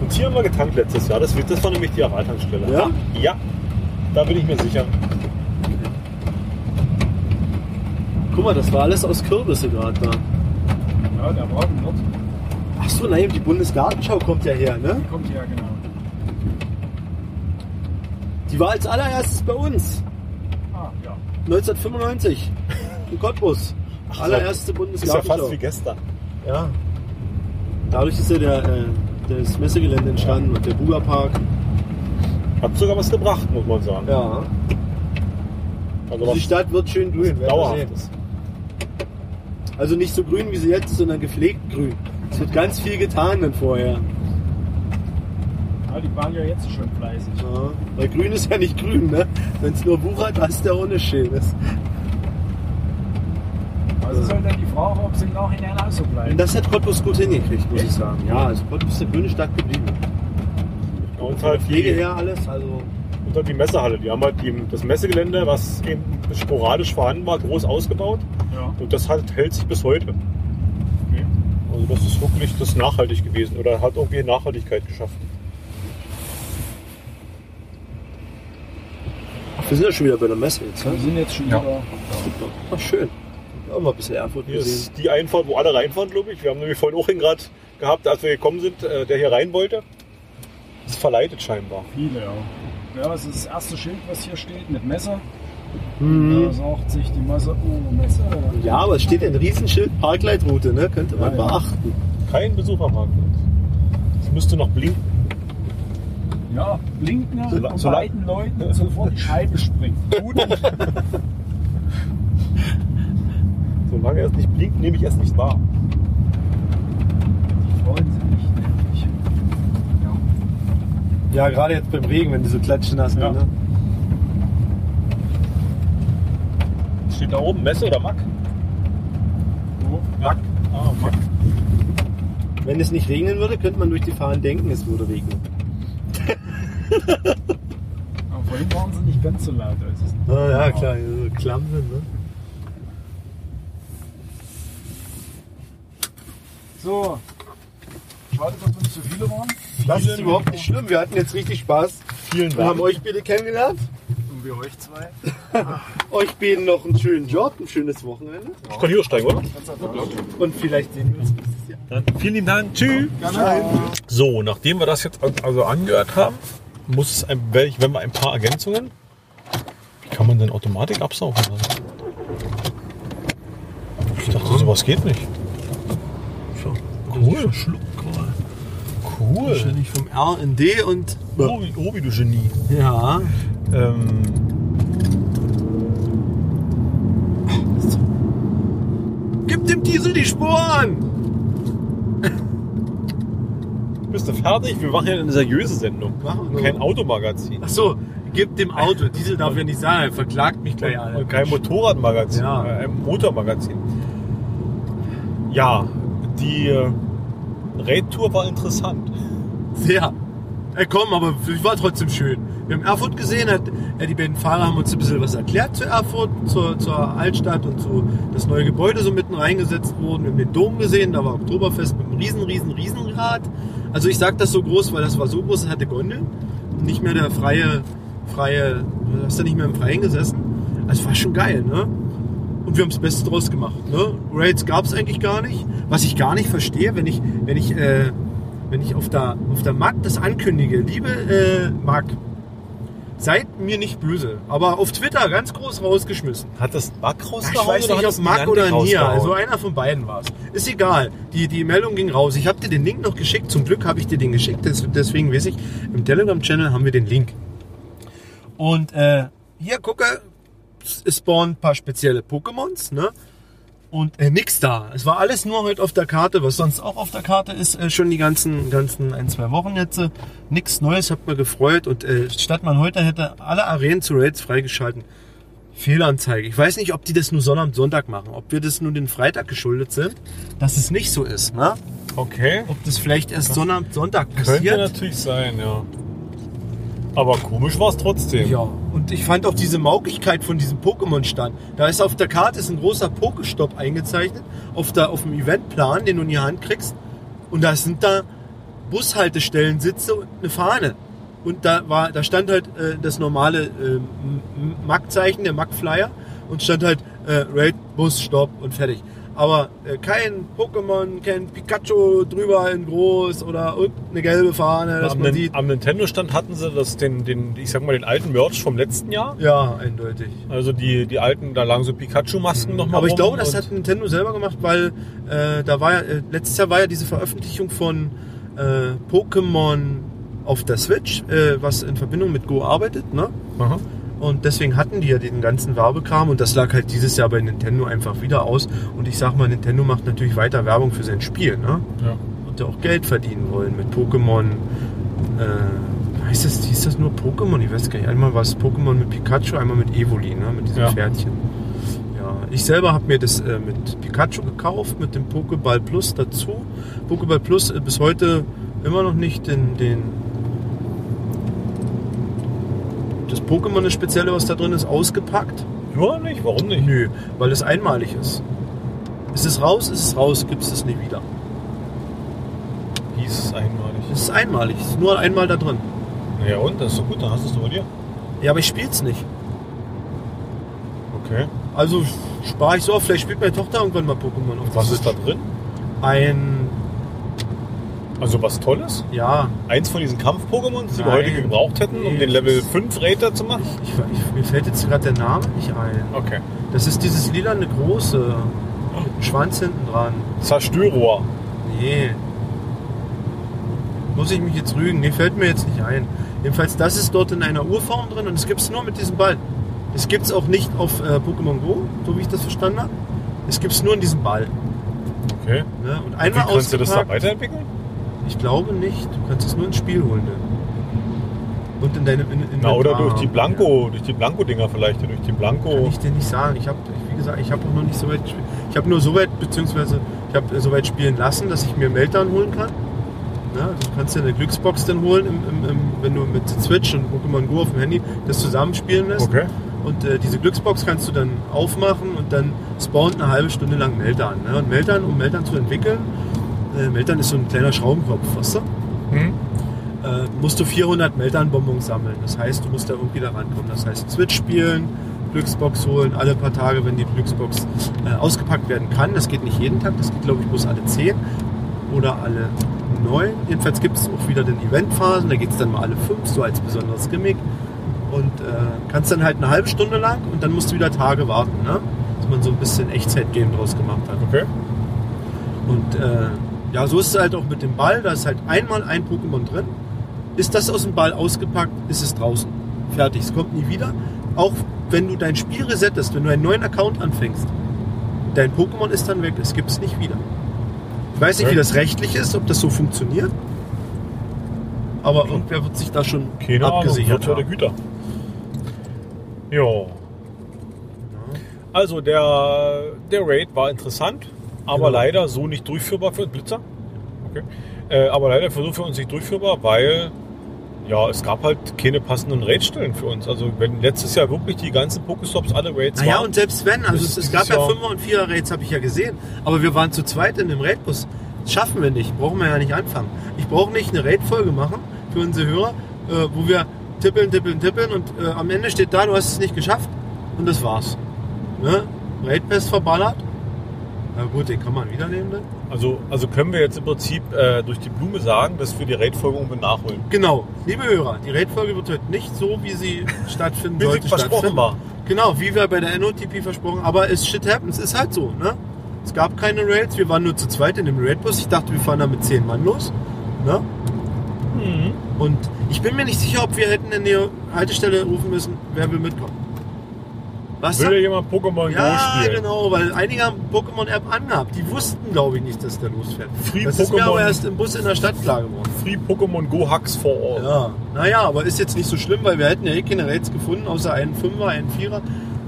[SPEAKER 1] Und hier haben wir getankt letztes Jahr. Das, das war nämlich die Araltankstelle.
[SPEAKER 2] Ja?
[SPEAKER 1] Ja, da bin ich mir sicher.
[SPEAKER 2] Guck mal, das war alles aus Kürbisse gerade da.
[SPEAKER 8] ja, der Wagen dort
[SPEAKER 2] Ach so, nein, die Bundesgartenschau kommt ja her, ne?
[SPEAKER 8] kommt ja genau.
[SPEAKER 2] Die war als allererstes bei uns.
[SPEAKER 8] Ah, ja.
[SPEAKER 2] 1995 in Cottbus. Allererste
[SPEAKER 1] Ist ja
[SPEAKER 2] Bundesgartenschau.
[SPEAKER 1] fast wie gestern.
[SPEAKER 2] Ja. Dadurch ist ja der, äh, das Messegelände entstanden und der Bugerpark.
[SPEAKER 1] Hat sogar was gebracht, muss man sagen.
[SPEAKER 2] Ja.
[SPEAKER 1] Also
[SPEAKER 2] Die
[SPEAKER 1] was
[SPEAKER 2] Stadt wird schön grün. werden wir sehen.
[SPEAKER 1] Dauerhaftes.
[SPEAKER 2] Also nicht so grün, wie sie jetzt ist, sondern gepflegt grün. Es wird ganz viel getan dann vorher.
[SPEAKER 8] ja. Die waren ja jetzt schon fleißig.
[SPEAKER 2] Ja. Weil grün ist ja nicht grün, ne? Wenn es nur wuchert, als der ohne Schäden ist.
[SPEAKER 8] Also soll dann die Frage, ob sie im Nachhinein auch so bleiben.
[SPEAKER 2] Und das hat Cottbus gut hingekriegt, muss ich sagen. Ja, also Cottbus ist eine grüne Stadt geblieben.
[SPEAKER 1] Und halt
[SPEAKER 2] Pflege
[SPEAKER 1] die,
[SPEAKER 2] her, alles, also...
[SPEAKER 1] und halt die Messehalle. Die haben halt die, das Messegelände, was eben sporadisch vorhanden war, groß ausgebaut.
[SPEAKER 8] Ja.
[SPEAKER 1] Und das halt, hält sich bis heute. Also das ist wirklich das ist nachhaltig gewesen oder hat irgendwie Nachhaltigkeit geschafft.
[SPEAKER 2] Ach, wir sind ja schon wieder bei der Messe jetzt,
[SPEAKER 8] Wir
[SPEAKER 2] ne?
[SPEAKER 8] sind jetzt schon
[SPEAKER 12] Ja.
[SPEAKER 8] wieder.
[SPEAKER 2] Super. Ach, schön. Ja, mal ein bisschen Erfurt
[SPEAKER 1] Hier
[SPEAKER 2] gesehen.
[SPEAKER 1] ist die Einfahrt, wo alle reinfahren, glaube ich. Wir haben nämlich vorhin auch einen gerade gehabt, als wir gekommen sind, äh, der hier rein wollte. Ist verleitet scheinbar.
[SPEAKER 8] Viele, ja. Ja, es ist das erste Schild, was hier steht, mit Messer. Da sagt sich die Masse, oh, Messer.
[SPEAKER 2] Ja, aber es steht ein Riesenschild Parkleitroute, ne? Könnte man
[SPEAKER 8] Ja, ja.
[SPEAKER 2] beachten.
[SPEAKER 1] Kein Besucherparkplatz. Es müsste noch blinken.
[SPEAKER 8] Ja, blinken
[SPEAKER 1] So la-
[SPEAKER 8] und
[SPEAKER 1] so la-
[SPEAKER 8] beiden Leuten sofort die Scheibe springt.
[SPEAKER 1] Solange er es nicht blinkt, nehme ich es nicht wahr.
[SPEAKER 8] Die freuen sich nicht, ne? nämlich. Ja.
[SPEAKER 2] Ja, gerade jetzt beim Regen, wenn die so klatschen lassen,
[SPEAKER 8] Ja.
[SPEAKER 2] ne?
[SPEAKER 1] Steht da oben Messe oder Mack?
[SPEAKER 8] So.
[SPEAKER 1] Mack. Ah, Mack.
[SPEAKER 2] Wenn es nicht regnen würde, könnte man durch die Fahnen denken, es würde regnen.
[SPEAKER 8] Aber vorhin waren sie nicht ganz so laut. als es-
[SPEAKER 2] Ah, ja, klar, ja, so klamm sind, ne?
[SPEAKER 8] So. Schade, dass wir nicht so viele waren.
[SPEAKER 2] Das ist überhaupt nicht schlimm. Wir hatten jetzt richtig Spaß.
[SPEAKER 1] Vielen
[SPEAKER 2] Wir
[SPEAKER 1] Dank.
[SPEAKER 2] haben euch bitte kennengelernt.
[SPEAKER 8] Und wir euch zwei.
[SPEAKER 2] Euch beiden noch einen schönen Job, ein schönes Wochenende.
[SPEAKER 1] Ich kann hier steigen, oder?
[SPEAKER 2] Und vielleicht sehen wir uns nächstes Jahr.
[SPEAKER 13] Dann vielen lieben Dank. Tschüss.
[SPEAKER 2] Ciao.
[SPEAKER 13] So, nachdem wir das jetzt an- also angehört haben, muss es ein, werde ich, wenn wir ein paar Ergänzungen. Wie kann man denn Automatik absaugen? lassen? Ich dachte, sowas geht nicht. Cool. Cool.
[SPEAKER 2] Wahrscheinlich vom R in D und.
[SPEAKER 13] Obi, Obi, du Genie.
[SPEAKER 2] Ja.
[SPEAKER 13] Ähm,
[SPEAKER 2] Gib dem Diesel die Sporen!
[SPEAKER 1] Bist du fertig? Wir machen ja eine seriöse Sendung.
[SPEAKER 2] Machen wir
[SPEAKER 1] Kein
[SPEAKER 2] so.
[SPEAKER 1] Automagazin.
[SPEAKER 2] Achso, gib dem Auto. Diesel darf ja nicht sein. Er verklagt mich gleich alle.
[SPEAKER 1] Und kein Motorradmagazin.
[SPEAKER 2] Ja.
[SPEAKER 1] äh, Ein Motormagazin. Ja, die äh, Raid-Tour war interessant.
[SPEAKER 2] Sehr. Ey, komm, aber es war trotzdem schön. Wir haben Erfurt gesehen, hat, ja, die beiden Fahrer haben uns ein bisschen was erklärt zu Erfurt, zur, zur Altstadt und zu das neue Gebäude so mitten reingesetzt wurden. Wir haben den Dom gesehen, da war Oktoberfest mit einem riesen, riesen, Riesenrad. Also ich sage das so groß, weil das war so groß, es hatte Gondeln. Nicht mehr der freie, freie, du hast da nicht mehr im Freien gesessen. Also es war schon geil, ne? Und wir haben das Beste draus gemacht. Ne? Raids gab es eigentlich gar nicht. Was ich gar nicht verstehe, wenn ich, wenn ich, äh, wenn ich auf der, auf der Markt das ankündige. Liebe äh, Mark, seid mir nicht böse, aber auf Twitter ganz groß rausgeschmissen.
[SPEAKER 1] Hat das Makros
[SPEAKER 2] Ich weiß nicht, ob Marc oder Nia.
[SPEAKER 1] Also
[SPEAKER 2] Also einer von beiden war es. Ist egal. Die, die Meldung ging raus. Ich habe dir den Link noch geschickt. Zum Glück habe ich dir den geschickt. Des- Deswegen weiß ich, im Telegram-Channel haben wir den Link. Und äh, hier, gucke, es spawnen ein paar spezielle Pokémons. Ne? Und äh, nix da. Es war alles nur heute auf der Karte, was sonst auch auf der Karte ist. Äh, schon die ganzen, ganzen ein, zwei Wochen jetzt. äh, Nix Neues, hat mir gefreut. Und äh, statt man heute hätte alle Arenen zu Raids freigeschalten. Fehlanzeige. Ich weiß nicht, ob die das nur Sonnabend, Sonntag machen. Ob wir das nur den Freitag geschuldet sind, dass es nicht so ist. Ne?
[SPEAKER 7] Okay.
[SPEAKER 2] Ob das vielleicht erst Sonnabend, Sonntag
[SPEAKER 7] Könnte
[SPEAKER 2] passiert.
[SPEAKER 7] natürlich sein, ja. Aber komisch war es trotzdem.
[SPEAKER 2] Ja, und ich fand auch diese Maukigkeit von diesem Pokémon-Stand. Da ist auf der Karte ist ein großer Pokestopp eingezeichnet, auf, der, auf dem Eventplan, den du in die Hand kriegst. Und da sind da Bushaltestellen, Sitze und eine Fahne. Und da, war, da stand halt äh, das normale äh, Mack-Zeichen, der Mack-Flyer, und stand halt äh, Raid, Bus, Stopp und fertig. Aber äh, kein Pokémon, kein Pikachu drüber in groß oder irgendeine gelbe Fahne, dass
[SPEAKER 7] Am,
[SPEAKER 2] man
[SPEAKER 7] Nin-
[SPEAKER 2] sieht.
[SPEAKER 7] am Nintendo-Stand hatten sie das, den, den, ich sag mal, den alten Merch vom letzten Jahr.
[SPEAKER 2] Ja, eindeutig.
[SPEAKER 7] Also die, die alten, da lagen so Pikachu-Masken nochmal
[SPEAKER 2] Aber ich
[SPEAKER 7] rum
[SPEAKER 2] glaube, das
[SPEAKER 7] und-
[SPEAKER 2] hat Nintendo selber gemacht, weil äh, da war ja, äh, letztes Jahr war ja diese Veröffentlichung von äh, Pokémon auf der Switch, äh, was in Verbindung mit Go arbeitet, ne?
[SPEAKER 7] Aha.
[SPEAKER 2] Und deswegen hatten die ja den ganzen Werbekram und das lag halt dieses Jahr bei Nintendo einfach wieder aus. Und ich sag mal, Nintendo macht natürlich weiter Werbung für sein Spiel, ne?
[SPEAKER 7] Ja.
[SPEAKER 2] Und ja auch Geld verdienen wollen mit Pokémon. Äh, heißt das, hieß das nur Pokémon? Ich weiß gar nicht. Einmal war es Pokémon mit Pikachu, einmal mit Evoli, ne? Mit diesem
[SPEAKER 7] Ja.
[SPEAKER 2] Pferdchen. Ja, ich selber habe mir das äh, mit Pikachu gekauft, mit dem Pokéball Plus dazu. Pokéball Plus äh, bis heute immer noch nicht den, den das Pokémon das spezielle, was da drin ist, ausgepackt.
[SPEAKER 7] Ja, nicht? Warum nicht?
[SPEAKER 2] Nö, weil es einmalig ist. Ist es raus, ist es raus, gibt es es nie wieder.
[SPEAKER 7] Hieß es einmalig.
[SPEAKER 2] Es ist einmalig, es ist nur einmal da drin.
[SPEAKER 7] Ja und? Das ist doch gut, dann hast du es doch bei dir.
[SPEAKER 2] Ja, aber ich spiel's nicht.
[SPEAKER 7] Okay.
[SPEAKER 2] Also spare ich so auf, vielleicht spielt meine Tochter irgendwann mal Pokémon auf. der
[SPEAKER 7] Was ist da
[SPEAKER 2] Switch.
[SPEAKER 7] drin?
[SPEAKER 2] Ein,
[SPEAKER 7] Also was Tolles?
[SPEAKER 2] ja,
[SPEAKER 7] Eins von diesen Kampf-Pokémon, die wir
[SPEAKER 2] Nein.
[SPEAKER 7] heute gebraucht hätten, um
[SPEAKER 2] Nee,
[SPEAKER 7] den Level
[SPEAKER 2] das-
[SPEAKER 7] 5 Rater zu machen?
[SPEAKER 2] ich, ich, mir fällt jetzt gerade der Name nicht ein.
[SPEAKER 7] Okay.
[SPEAKER 2] Das ist dieses lilane große. Mit dem Schwanz hinten dran.
[SPEAKER 7] Zerstörer.
[SPEAKER 2] Nee. Muss ich mich jetzt rügen? Nee, fällt mir jetzt nicht ein. Jedenfalls, das ist dort in einer Urform drin und es gibt es nur mit diesem Ball. Es gibt es auch nicht auf äh, Pokémon Go, so wie ich das verstanden habe. Es gibt es nur in diesem Ball.
[SPEAKER 7] Okay.
[SPEAKER 2] Ne? Und
[SPEAKER 7] Wie
[SPEAKER 2] einmal
[SPEAKER 7] kannst du das da
[SPEAKER 2] ausgepackt-
[SPEAKER 7] weiterentwickeln?
[SPEAKER 2] Ich glaube nicht. Du kannst es nur ins Spiel holen. Ne? Und in deinem in, in
[SPEAKER 7] Na, oder durch die
[SPEAKER 2] Ja.
[SPEAKER 7] Blanco, durch die Blanco-Dinger vielleicht, durch die
[SPEAKER 2] Kann
[SPEAKER 7] Blanco.
[SPEAKER 2] ich dir nicht sagen. Ich habe, wie gesagt, ich habe auch noch nicht so weit gespielt. Ich habe nur so weit, beziehungsweise ich habe so weit spielen lassen, dass ich mir Meltdown holen kann. Na, also du kannst dir eine Glücksbox dann holen, im, im, im, wenn du mit Switch und Pokémon Go auf dem Handy das zusammenspielen lässt.
[SPEAKER 7] Okay.
[SPEAKER 2] Und äh, diese Glücksbox kannst du dann aufmachen und dann spawnt eine halbe Stunde lang Meltdown. Ne? Und Meltdown, um Meltdown zu entwickeln, äh, Meltdown ist so ein kleiner Schraubenkopf, weißt du?
[SPEAKER 7] Hm?
[SPEAKER 2] äh, musst du 400 Meltdown-Bonbons sammeln. Das heißt, du musst da irgendwie da rankommen. Das heißt, Switch spielen, Glücksbox holen, alle paar Tage, wenn die Glücksbox äh, ausgepackt werden kann. Das geht nicht jeden Tag, das geht, glaube ich, bloß alle 10 oder alle 9. Jedenfalls gibt es auch wieder den Eventphasen, da geht es dann mal alle 5, so als besonderes Gimmick. Und äh, kannst dann halt eine halbe Stunde lang und dann musst du wieder Tage warten, ne? dass man so ein bisschen Echtzeit-Game draus gemacht hat.
[SPEAKER 7] Okay.
[SPEAKER 2] Und äh, ja, so ist es halt auch mit dem Ball. Da ist halt einmal ein Pokémon drin. Ist das aus dem Ball ausgepackt, ist es draußen. Fertig, es kommt nie wieder. Auch wenn du dein Spiel resettest, wenn du einen neuen Account anfängst, dein Pokémon ist dann weg, es gibt es nicht wieder. Ich weiß nicht, wie das rechtlich ist, ob das so funktioniert. Aber irgendwer wird sich da schon
[SPEAKER 7] Keine
[SPEAKER 2] abgesichert
[SPEAKER 7] Ahnung, virtuelle
[SPEAKER 2] haben.
[SPEAKER 7] Güter. Jo. Also der, der Raid war interessant, aber
[SPEAKER 2] Ja.
[SPEAKER 7] leider so nicht durchführbar für uns Blitzer. Okay. Äh, aber leider für, so für uns nicht durchführbar, weil ja, es gab halt keine passenden Raidstellen für uns. Also wenn letztes Jahr wirklich die ganzen Pokestops alle Raids
[SPEAKER 2] Naja,
[SPEAKER 7] waren.
[SPEAKER 2] und selbst wenn, also
[SPEAKER 7] Das
[SPEAKER 2] es,
[SPEAKER 7] ist
[SPEAKER 2] es gab ja
[SPEAKER 7] ja-
[SPEAKER 2] 5er und 4er Raids, habe ich ja gesehen, aber wir waren zu zweit in dem Raidbus. Das schaffen wir nicht. Brauchen wir ja nicht anfangen. Ich brauche nicht eine Raid-Folge machen für unsere Hörer, äh, wo wir tippeln, tippeln, tippeln und äh, am Ende steht da, du hast es nicht geschafft und das war's. Ne? Raid-Fest verballert. Na gut, den kann man wieder nehmen dann.
[SPEAKER 1] Also, also können wir jetzt im Prinzip äh, durch die Blume sagen, dass wir die Raid-Folge mit nachholen.
[SPEAKER 2] Genau, liebe Hörer, die Raid-Folge wird heute nicht so, wie sie stattfinden
[SPEAKER 1] Wie sie
[SPEAKER 2] sollte.
[SPEAKER 1] versprochen
[SPEAKER 2] stattfinden.
[SPEAKER 1] war.
[SPEAKER 2] Genau, wie wir bei der NOTP versprochen Aber es shit happens, ist halt so. Ne? Es gab keine Raids, wir waren nur zu zweit in dem Raid-Bus. Ich dachte, wir fahren da mit zehn Mann los. Ne?
[SPEAKER 1] Mhm.
[SPEAKER 2] Und ich bin mir nicht sicher, ob wir hätten in die Haltestelle rufen müssen, wer will mitkommen. Was
[SPEAKER 7] Will
[SPEAKER 2] sagt-
[SPEAKER 7] ja jemand Pokémon Go
[SPEAKER 2] ja,
[SPEAKER 7] spielen?
[SPEAKER 2] genau, weil einige haben Pokémon-App angehabt. Die wussten, glaube ich, nicht, dass der losfährt.
[SPEAKER 1] Free
[SPEAKER 2] das ist mir
[SPEAKER 1] Pokémon.
[SPEAKER 2] aber erst im Bus in der Stadt klar geworden.
[SPEAKER 1] Free Pokémon Go Hacks for all.
[SPEAKER 2] Ja, naja, aber ist jetzt nicht so schlimm, weil wir hätten ja eh keine Raids gefunden, außer einen Fünfer, einen Vierer.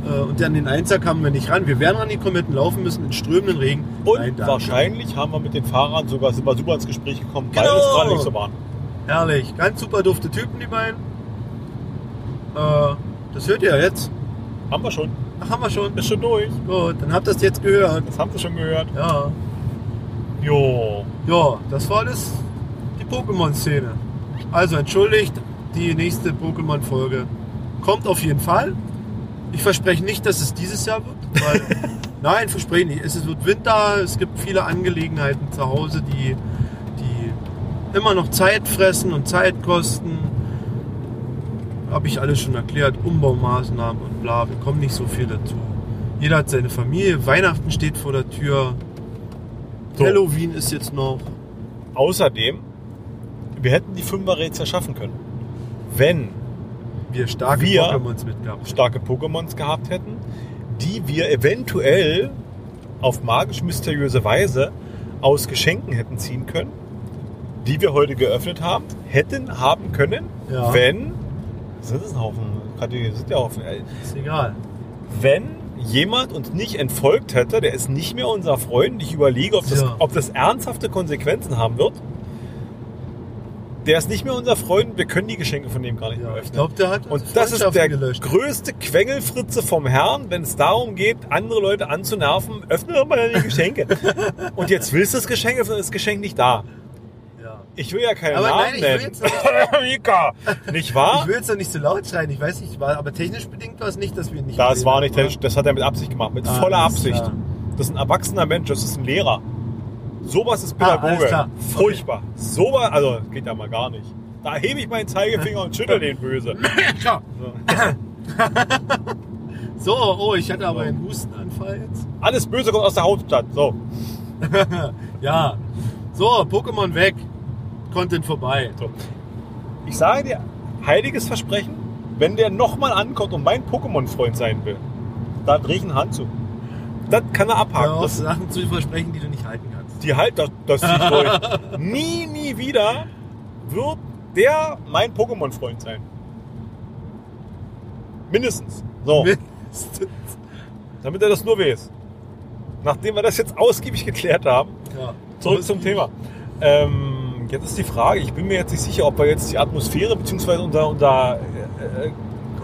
[SPEAKER 2] Äh, Und an den Einser kamen wir nicht ran. Wir wären an die Kometen laufen müssen in strömenden Regen.
[SPEAKER 1] Und
[SPEAKER 2] Nein, danke.
[SPEAKER 1] wahrscheinlich haben wir mit den Fahrern sogar sind wir super ins Gespräch gekommen, weil
[SPEAKER 2] Genau.
[SPEAKER 1] es gerade nicht so waren.
[SPEAKER 2] Herrlich. Ganz super dufte Typen, die beiden. Äh, Das hört ihr jetzt.
[SPEAKER 1] Haben wir schon.
[SPEAKER 2] Ach, haben wir schon.
[SPEAKER 1] Ist schon durch.
[SPEAKER 2] Gut, dann habt ihr das jetzt gehört.
[SPEAKER 1] Das haben sie schon gehört.
[SPEAKER 2] Ja.
[SPEAKER 1] Jo.
[SPEAKER 2] Ja, das war alles die Pokémon-Szene. Also entschuldigt, die nächste Pokémon-Folge kommt auf jeden Fall. Ich verspreche nicht, dass es dieses Jahr wird. Weil, nein, verspreche ich nicht. Es wird Winter, es gibt viele Angelegenheiten zu Hause, die, die immer noch Zeit fressen und Zeit kosten. Habe ich alles schon erklärt. Umbaumaßnahmen und bla, wir kommen nicht so viel dazu. Jeder hat seine Familie, Weihnachten steht vor der Tür,
[SPEAKER 1] So.
[SPEAKER 2] Halloween ist jetzt noch.
[SPEAKER 1] Außerdem, wir hätten die Fünfer Raids ja schaffen können. Wenn
[SPEAKER 2] wir starke
[SPEAKER 1] Wir-
[SPEAKER 2] Pokémons mitgehabt.
[SPEAKER 1] starke Pokémons gehabt hätten, die wir eventuell auf magisch-mysteriöse Weise aus Geschenken hätten ziehen können, die wir heute geöffnet haben, hätten haben können,
[SPEAKER 2] Ja.
[SPEAKER 1] wenn, sind es ein Haufen, gerade sind ja Haufen, äh,
[SPEAKER 2] Ist egal.
[SPEAKER 1] wenn jemand uns nicht entfolgt hätte, der ist nicht mehr unser Freund, ich überlege, ob das,
[SPEAKER 2] Ja.
[SPEAKER 1] ob das ernsthafte Konsequenzen haben wird, der ist nicht mehr unser Freund, wir können die Geschenke von dem gar nicht mehr
[SPEAKER 2] Ja,
[SPEAKER 1] öffnen.
[SPEAKER 2] ich glaube, der hat
[SPEAKER 1] Und
[SPEAKER 2] unsere
[SPEAKER 1] das ist
[SPEAKER 2] Freundschaften
[SPEAKER 1] der
[SPEAKER 2] gelöscht.
[SPEAKER 1] größte Quengelfritze vom Herrn, wenn es darum geht, andere Leute anzunerven, öffne doch mal deine Geschenke. Und jetzt willst du das Geschenk öffnen, ist das Geschenk nicht da.
[SPEAKER 2] Ja.
[SPEAKER 1] Ich will ja keinen
[SPEAKER 2] Aber
[SPEAKER 1] Namen
[SPEAKER 2] nein, ich will
[SPEAKER 1] nennen.
[SPEAKER 2] jetzt nicht-
[SPEAKER 1] Mika, nicht
[SPEAKER 2] Ich
[SPEAKER 1] wahr?
[SPEAKER 2] will jetzt doch nicht so laut schreien, ich weiß nicht, war, aber technisch bedingt war es nicht, dass wir ihn nicht.
[SPEAKER 1] Das
[SPEAKER 2] gesehen
[SPEAKER 1] war
[SPEAKER 2] haben,
[SPEAKER 1] nicht,
[SPEAKER 2] oder?
[SPEAKER 1] das hat er mit Absicht gemacht, mit
[SPEAKER 2] Ah, Alles
[SPEAKER 1] voller Absicht.
[SPEAKER 2] klar.
[SPEAKER 1] Das ist ein erwachsener Mensch, das ist ein Lehrer. Sowas ist
[SPEAKER 2] Ah, alles
[SPEAKER 1] Pädagoge.
[SPEAKER 2] klar.
[SPEAKER 1] Furchtbar. Sowas, also geht ja mal gar nicht. Da hebe ich meinen Zeigefinger und schüttel den böse.
[SPEAKER 2] Tja. So, oh, ich hatte aber einen Hustenanfall jetzt.
[SPEAKER 1] Alles Böse kommt aus der Hauptstadt. So,
[SPEAKER 2] Ja. So, Pokémon weg. Content vorbei.
[SPEAKER 1] So. Ich sage dir, heiliges Versprechen, wenn der nochmal ankommt und mein Pokémon-Freund sein will, da drehe ich eine Hand zu. Das kann er
[SPEAKER 2] Hör
[SPEAKER 1] abhaken.
[SPEAKER 2] auf,
[SPEAKER 1] Das,
[SPEAKER 2] Sachen zu versprechen, die du nicht halten kannst.
[SPEAKER 1] die halt, das, das ziehe ich durch. nie, nie wieder wird der mein Pokémon-Freund sein. Mindestens. So, damit er das nur weiß. Nachdem wir das jetzt ausgiebig geklärt haben,
[SPEAKER 2] Ja.
[SPEAKER 1] Zurück zum Thema. Ähm, jetzt ist die Frage, ich bin mir jetzt nicht sicher, ob wir jetzt die Atmosphäre bzw. Unser, unser, äh, äh,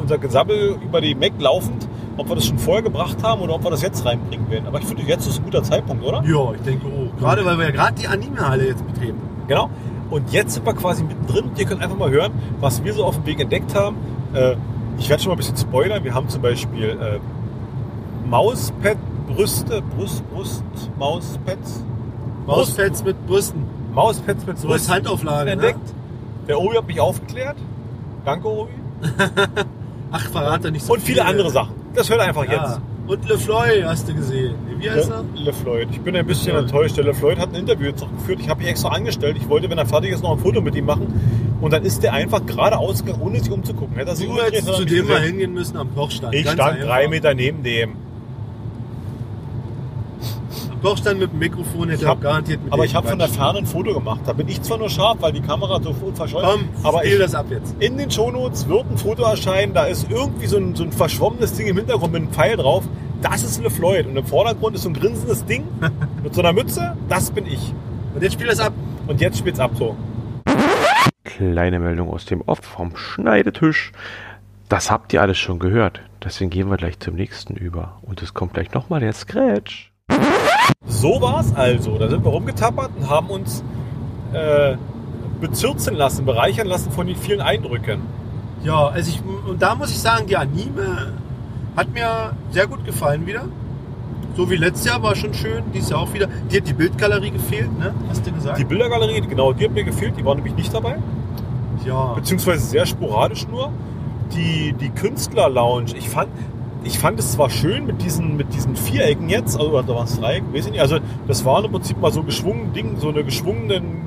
[SPEAKER 1] unser Gesabbel über die Mac laufend, ob wir das schon vorher gebracht haben oder ob wir das jetzt reinbringen werden. Aber ich finde, jetzt ist ein guter Zeitpunkt, oder?
[SPEAKER 2] Ja, ich denke, oh. Gerade weil wir ja gerade die Anime-Halle jetzt betreten.
[SPEAKER 1] Genau. Und jetzt sind wir quasi mittendrin und ihr könnt einfach mal hören, was wir so auf dem Weg entdeckt haben. Äh, ich werde schon mal ein bisschen spoilern. Wir haben zum Beispiel äh, Mauspad, Brüste, Brust, Brust, Mauspads.
[SPEAKER 2] Mauspads mit Brüsten.
[SPEAKER 1] Mauspads mit
[SPEAKER 2] So ist
[SPEAKER 1] Brüsten.
[SPEAKER 2] Handauflage. Ne?
[SPEAKER 1] entdeckt. Der Obi hat mich aufgeklärt. Danke, Obi.
[SPEAKER 2] Ach, verrate nicht so
[SPEAKER 1] Und viele
[SPEAKER 2] viel.
[SPEAKER 1] andere Sachen. Das hört einfach
[SPEAKER 2] Ja.
[SPEAKER 1] jetzt.
[SPEAKER 2] Und LeFloy hast du gesehen. Wie heißt er?
[SPEAKER 1] Le, Le Floyd. Ich bin ein bisschen
[SPEAKER 2] Ja.
[SPEAKER 1] enttäuscht. Der Le Floyd hat ein Interview jetzt noch geführt. Ich habe ihn extra angestellt. Ich wollte, wenn er fertig ist, noch ein Foto mit ihm machen. Und dann ist der einfach geradeaus gegangen, ohne sich umzugucken. Hätte er sich
[SPEAKER 2] Du
[SPEAKER 1] umgedreht,
[SPEAKER 2] hättest
[SPEAKER 1] hätte er
[SPEAKER 2] zu
[SPEAKER 1] mich
[SPEAKER 2] dem mal
[SPEAKER 1] gesehen.
[SPEAKER 2] hingehen müssen am Kochstand.
[SPEAKER 1] Ich
[SPEAKER 2] Ganz
[SPEAKER 1] stand
[SPEAKER 2] einfach.
[SPEAKER 1] drei Meter neben dem.
[SPEAKER 2] Am Kochstand mit dem Mikrofon hätte
[SPEAKER 1] Ich
[SPEAKER 2] er
[SPEAKER 1] hab-
[SPEAKER 2] garantiert mit
[SPEAKER 1] Aber
[SPEAKER 2] dem
[SPEAKER 1] ich habe von der
[SPEAKER 2] gequatscht.
[SPEAKER 1] Ferne ein Foto gemacht. Da bin ich zwar nur scharf, weil die Kamera so unverschäumt
[SPEAKER 2] Komm,
[SPEAKER 1] aber
[SPEAKER 2] spiel
[SPEAKER 1] ich,
[SPEAKER 2] das ab jetzt.
[SPEAKER 1] In den Shownotes wird ein Foto erscheinen, da ist irgendwie so ein, so ein verschwommenes Ding im Hintergrund mit einem Pfeil drauf. Das ist LeFloid und im Vordergrund ist so ein grinsendes Ding mit so einer Mütze. Das bin ich.
[SPEAKER 2] Und jetzt spiel das ab.
[SPEAKER 1] Und jetzt spielt's ab so.
[SPEAKER 14] Kleine Meldung aus dem Off vom Schneidetisch. Das habt ihr alles schon gehört. Deswegen gehen wir gleich zum nächsten über. Und es kommt gleich nochmal der Scratch.
[SPEAKER 1] So war es also. Da sind wir rumgetappert und haben uns äh, bezirzen lassen, bereichern lassen von den vielen Eindrücken.
[SPEAKER 2] Ja, also ich, und da muss ich sagen, die Anime hat mir sehr gut gefallen wieder. So wie letztes Jahr war schon schön, dieses Jahr auch wieder. Dir hat die Bildgalerie gefehlt, ne? Hast du gesagt?
[SPEAKER 1] Die Bildergalerie, genau, die hat mir gefehlt, die war nämlich nicht dabei.
[SPEAKER 2] ja.
[SPEAKER 1] beziehungsweise sehr sporadisch nur. Die, die Künstler-Lounge, ich fand, ich fand es zwar schön mit diesen, mit diesen Vierecken jetzt, also, oder war es Dreieck, weiß ich nicht. Also, das waren im Prinzip mal so geschwungen Ding, so eine geschwungenen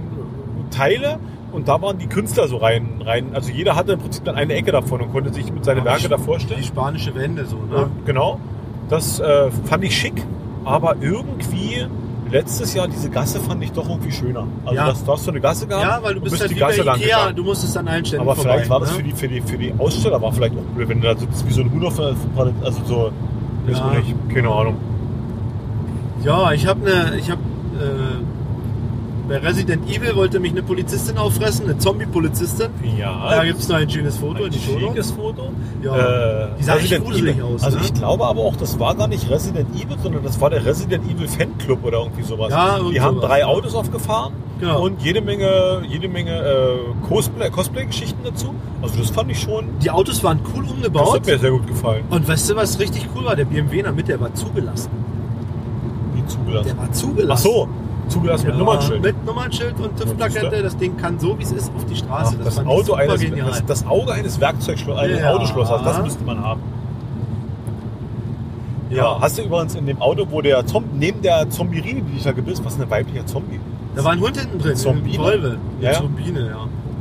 [SPEAKER 1] Teile und da waren die Künstler so rein, rein. Also, jeder hatte im Prinzip dann eine Ecke davon und konnte sich mit seinen
[SPEAKER 2] Aber
[SPEAKER 1] Werke
[SPEAKER 2] ich-
[SPEAKER 1] davor stellen.
[SPEAKER 2] Die spanische Wende so, ne?
[SPEAKER 1] Ja, genau. Das äh, fand ich schick, aber irgendwie letztes Jahr diese Gasse fand ich doch irgendwie schöner. Also
[SPEAKER 2] Ja.
[SPEAKER 1] das, da hast du eine Gasse gehabt.
[SPEAKER 2] Ja, weil du
[SPEAKER 1] und
[SPEAKER 2] bist halt
[SPEAKER 1] die
[SPEAKER 2] wie bei
[SPEAKER 1] Gasse lang
[SPEAKER 2] Ikea,
[SPEAKER 1] gegangen.
[SPEAKER 2] du musstest dann einstellen.
[SPEAKER 1] Aber vielleicht war das
[SPEAKER 2] ne?
[SPEAKER 1] für die, für, die, für die Aussteller war vielleicht auch blöd, wenn du da sitzt wie so ein Huhn auf einer Palette, also so, weiß
[SPEAKER 2] Ja.
[SPEAKER 1] ich nicht, keine Ahnung.
[SPEAKER 2] Ja, ich habe eine, ich habe äh, bei Resident Evil wollte mich eine Polizistin auffressen, eine Zombie-Polizistin.
[SPEAKER 1] Ja,
[SPEAKER 2] Da gibt's noch ein schönes Foto
[SPEAKER 1] ein
[SPEAKER 2] in die Show Notes.
[SPEAKER 1] schickes Foto.
[SPEAKER 2] Ja.
[SPEAKER 1] Äh,
[SPEAKER 2] Die sah echt
[SPEAKER 1] Resident
[SPEAKER 2] gruselig
[SPEAKER 1] Evil.
[SPEAKER 2] aus,
[SPEAKER 1] Also
[SPEAKER 2] ne?
[SPEAKER 1] ich glaube aber auch, das war gar nicht Resident Evil, sondern das war der Resident Evil Fanclub oder irgendwie sowas.
[SPEAKER 2] Ja, irgend
[SPEAKER 1] die haben
[SPEAKER 2] sowas.
[SPEAKER 1] drei Autos aufgefahren
[SPEAKER 2] Genau.
[SPEAKER 1] und jede Menge, jede Menge äh, Cosplay- Cosplay-Geschichten dazu. Also das fand ich schon,
[SPEAKER 2] Die Autos waren cool
[SPEAKER 1] das
[SPEAKER 2] umgebaut.
[SPEAKER 1] hat mir sehr gut gefallen,
[SPEAKER 2] Und weißt du, was richtig cool war? Der BMW in der Mitte, der war zugelassen.
[SPEAKER 1] die zugelassen.
[SPEAKER 2] Der war zugelassen.
[SPEAKER 1] Ach so, zugelassen
[SPEAKER 2] Ja,
[SPEAKER 1] mit Nummernschild.
[SPEAKER 2] Mit Nummernschild und TÜV-Plakette. Das Ding kann so, wie es ist, auf die
[SPEAKER 1] Ach,
[SPEAKER 2] Straße.
[SPEAKER 1] das,
[SPEAKER 2] fand ich
[SPEAKER 1] Auto
[SPEAKER 2] super
[SPEAKER 1] eines,
[SPEAKER 2] genial.
[SPEAKER 1] das, das Auge eines Werkzeugschlossers, eines
[SPEAKER 2] Ja.
[SPEAKER 1] Autoschlossers, das müsste man haben. Ja. hast du übrigens in dem Auto, wo der Zombie, neben der Zombirine, die dich da gebissen, was ist ein weiblicher Zombie?
[SPEAKER 2] da war ein Hund hinten drin.
[SPEAKER 1] Zombie? ne?
[SPEAKER 2] Eine Volvo.
[SPEAKER 1] Ja, ja.
[SPEAKER 2] Eine Zombine, ja.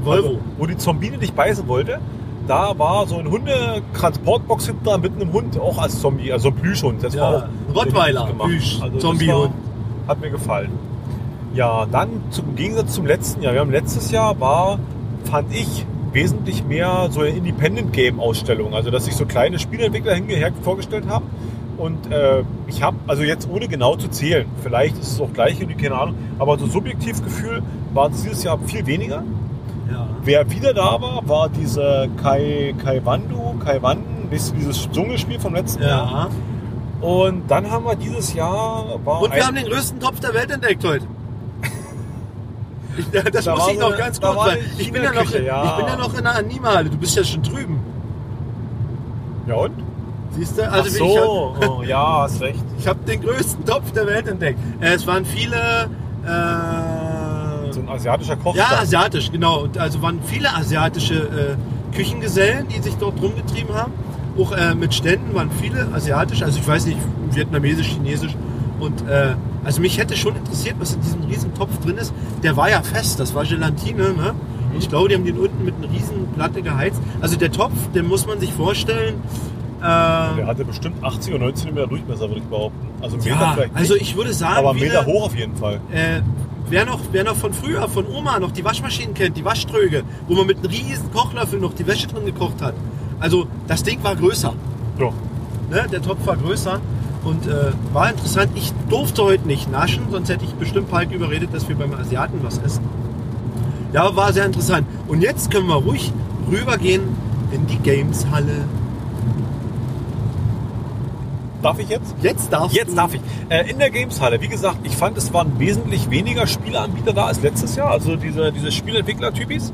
[SPEAKER 2] Volvo.
[SPEAKER 1] Also, wo die Zombine dich beißen wollte, da war so ein Hundetransportbox hinten dran mit einem Hund, auch als Zombie, also ein Plüschhund. Das
[SPEAKER 2] Ja,
[SPEAKER 1] war auch
[SPEAKER 2] ein Rottweiler,
[SPEAKER 1] gemacht. Also,
[SPEAKER 2] Plüsch,
[SPEAKER 1] das
[SPEAKER 2] Zombiehund.
[SPEAKER 1] war- Hat mir gefallen. Ja, dann zum Gegensatz zum letzten Jahr. Wir haben letztes Jahr war, fand ich, wesentlich mehr so eine Independent Game Ausstellung. Also, dass sich so kleine Spieleentwickler hingeher vorgestellt haben. Und äh, ich habe, also jetzt ohne genau zu zählen, vielleicht ist es auch gleich, irgendwie, keine Ahnung, aber so subjektiv Gefühl waren es dieses Jahr viel weniger.
[SPEAKER 2] Ja.
[SPEAKER 1] Wer wieder da war, war diese Kai, Kai Wandu, Kai Wanden, weißt du, dieses Dschungelspiel vom letzten Jahr.
[SPEAKER 2] ja.
[SPEAKER 1] Und dann haben wir dieses Jahr. War
[SPEAKER 2] Und
[SPEAKER 1] ein-
[SPEAKER 2] wir haben den größten Topf der Welt entdeckt heute. Ich, das
[SPEAKER 1] Da
[SPEAKER 2] muss
[SPEAKER 1] war
[SPEAKER 2] ich
[SPEAKER 1] so
[SPEAKER 2] noch
[SPEAKER 1] eine-
[SPEAKER 2] ganz
[SPEAKER 1] da
[SPEAKER 2] kurz
[SPEAKER 1] war
[SPEAKER 2] sagen.
[SPEAKER 1] eine
[SPEAKER 2] Ich bin, ja noch,
[SPEAKER 1] China-Küche, ja.
[SPEAKER 2] ich bin ja noch in der Animale. Du bist ja schon drüben.
[SPEAKER 1] Ja, und?
[SPEAKER 2] Siehst du?
[SPEAKER 1] Ach
[SPEAKER 2] Also ich habe
[SPEAKER 1] so, oh, ja, hast recht.
[SPEAKER 2] ich hab den größten Topf der Welt entdeckt. Äh, Es waren viele. Äh,
[SPEAKER 1] So ein asiatischer Koch.
[SPEAKER 2] ja, asiatisch, genau. Und Also waren viele asiatische äh, Küchengesellen, die sich dort rumgetrieben haben. Auch äh, mit Ständen waren viele asiatisch. Also ich weiß nicht, vietnamesisch, chinesisch. Und äh, also mich hätte schon interessiert, was in diesem riesen Topf drin ist. Der war ja fest, das war Gelatine. Ne? Ich glaube, die haben den unten mit einer riesen Platte geheizt. Also der Topf, den muss man sich vorstellen. Äh,
[SPEAKER 1] Der hatte bestimmt 80 oder 90 Meter Durchmesser, würde ich behaupten. Also einen Meter
[SPEAKER 2] ja,
[SPEAKER 1] vielleicht.
[SPEAKER 2] also
[SPEAKER 1] nicht,
[SPEAKER 2] ich würde sagen,
[SPEAKER 1] aber einen
[SPEAKER 2] wie
[SPEAKER 1] Meter
[SPEAKER 2] eine-
[SPEAKER 1] hoch auf jeden Fall.
[SPEAKER 2] äh, wer, noch, wer noch von früher, von Oma noch die Waschmaschinen kennt, die Waschtröge, wo man mit einem riesen Kochlöffel noch die Wäsche drin gekocht hat. Also das Ding war größer.
[SPEAKER 1] Ja.
[SPEAKER 2] Ne? Der Topf war größer und äh, war interessant. Ich durfte heute nicht naschen, sonst hätte ich bestimmt Palk überredet, dass wir beim Asiaten was essen. Ja, war sehr interessant. Und jetzt können wir ruhig rübergehen in die Gameshalle.
[SPEAKER 1] Darf ich jetzt?
[SPEAKER 2] Jetzt darfst
[SPEAKER 1] Jetzt
[SPEAKER 2] du.
[SPEAKER 1] darf ich. Äh, in der Gameshalle, wie gesagt, ich fand, es waren wesentlich weniger Spieleanbieter da als letztes Jahr, also diese, diese Spielentwickler-Typis.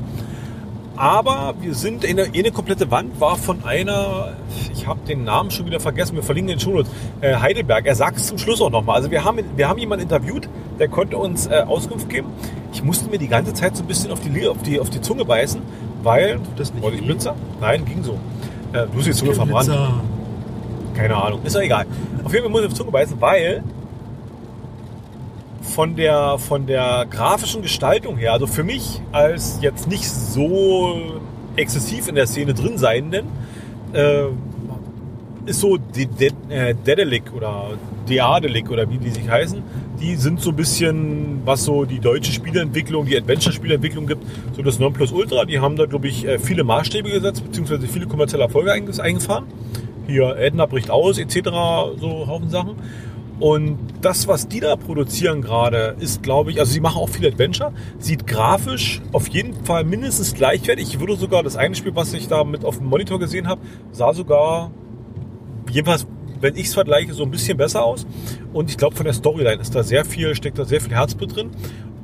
[SPEAKER 1] Aber wir sind, eine, eine komplette Wand war von einer, ich habe den Namen schon wieder vergessen, wir verlinken den Schulnotes, äh, Heidelberg. Er sagt es zum Schluss auch nochmal. Also wir haben, wir haben jemanden interviewt, der konnte uns äh, Auskunft geben. Ich musste mir die ganze Zeit so ein bisschen auf die, Li- auf die, auf die Zunge beißen, weil...
[SPEAKER 2] das nicht
[SPEAKER 1] Wollte ich
[SPEAKER 2] liegen?
[SPEAKER 1] Blitzer? Nein, ging so. Äh, du hast die Zunge verbrannt.
[SPEAKER 2] Pizza.
[SPEAKER 1] Keine Ahnung, ist doch egal. Auf jeden Fall muss ich auf die Zunge beißen, weil von der, von der grafischen Gestaltung her, also für mich als jetzt nicht so exzessiv in der Szene drin seienden, äh, ist so die De äh, Dedelic oder Deadelic oder wie die sich heißen, die sind so ein bisschen, was so die deutsche Spieleentwicklung, die Adventure-Spieleentwicklung gibt, so das Nonplusultra. Die haben da, glaube ich, äh, viele Maßstäbe gesetzt, beziehungsweise viele kommerzielle Erfolge einges- eingefahren. Hier Edna bricht aus, etc., so Haufen Sachen. Und das, was die da produzieren gerade, ist, glaube ich, also sie machen auch viel Adventure, sieht grafisch auf jeden Fall mindestens gleichwertig. Ich würde sogar das eine Spiel, was ich da mit auf dem Monitor gesehen habe, sah sogar jedenfalls wenn ich es vergleiche, so ein bisschen besser aus. Und ich glaube, von der Storyline ist da sehr viel, steckt da sehr viel Herzblut drin.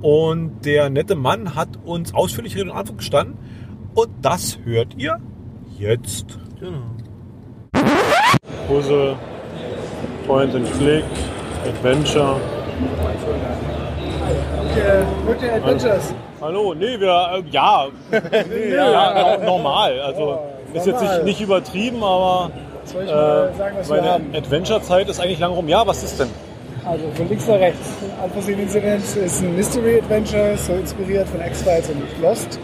[SPEAKER 1] Und der nette Mann hat uns ausführlich Rede und Antwort gestanden. Und das hört ihr jetzt.
[SPEAKER 7] Genau. Puzzle, Point and Click, Adventure.
[SPEAKER 6] Heute Adventures.
[SPEAKER 7] Hallo, nee, wir, äh, ja, nee, ja, normal. Also ist jetzt nicht, nicht übertrieben, aber
[SPEAKER 5] Soll ich mal sagen,
[SPEAKER 7] äh,
[SPEAKER 5] was wir haben?
[SPEAKER 7] meine Adventure-Zeit ist eigentlich lang rum. Ja, was ist denn?
[SPEAKER 5] Also von links nach rechts. Alpha Incidents ist ein Mystery Adventure, so inspiriert von X-Files und Lost.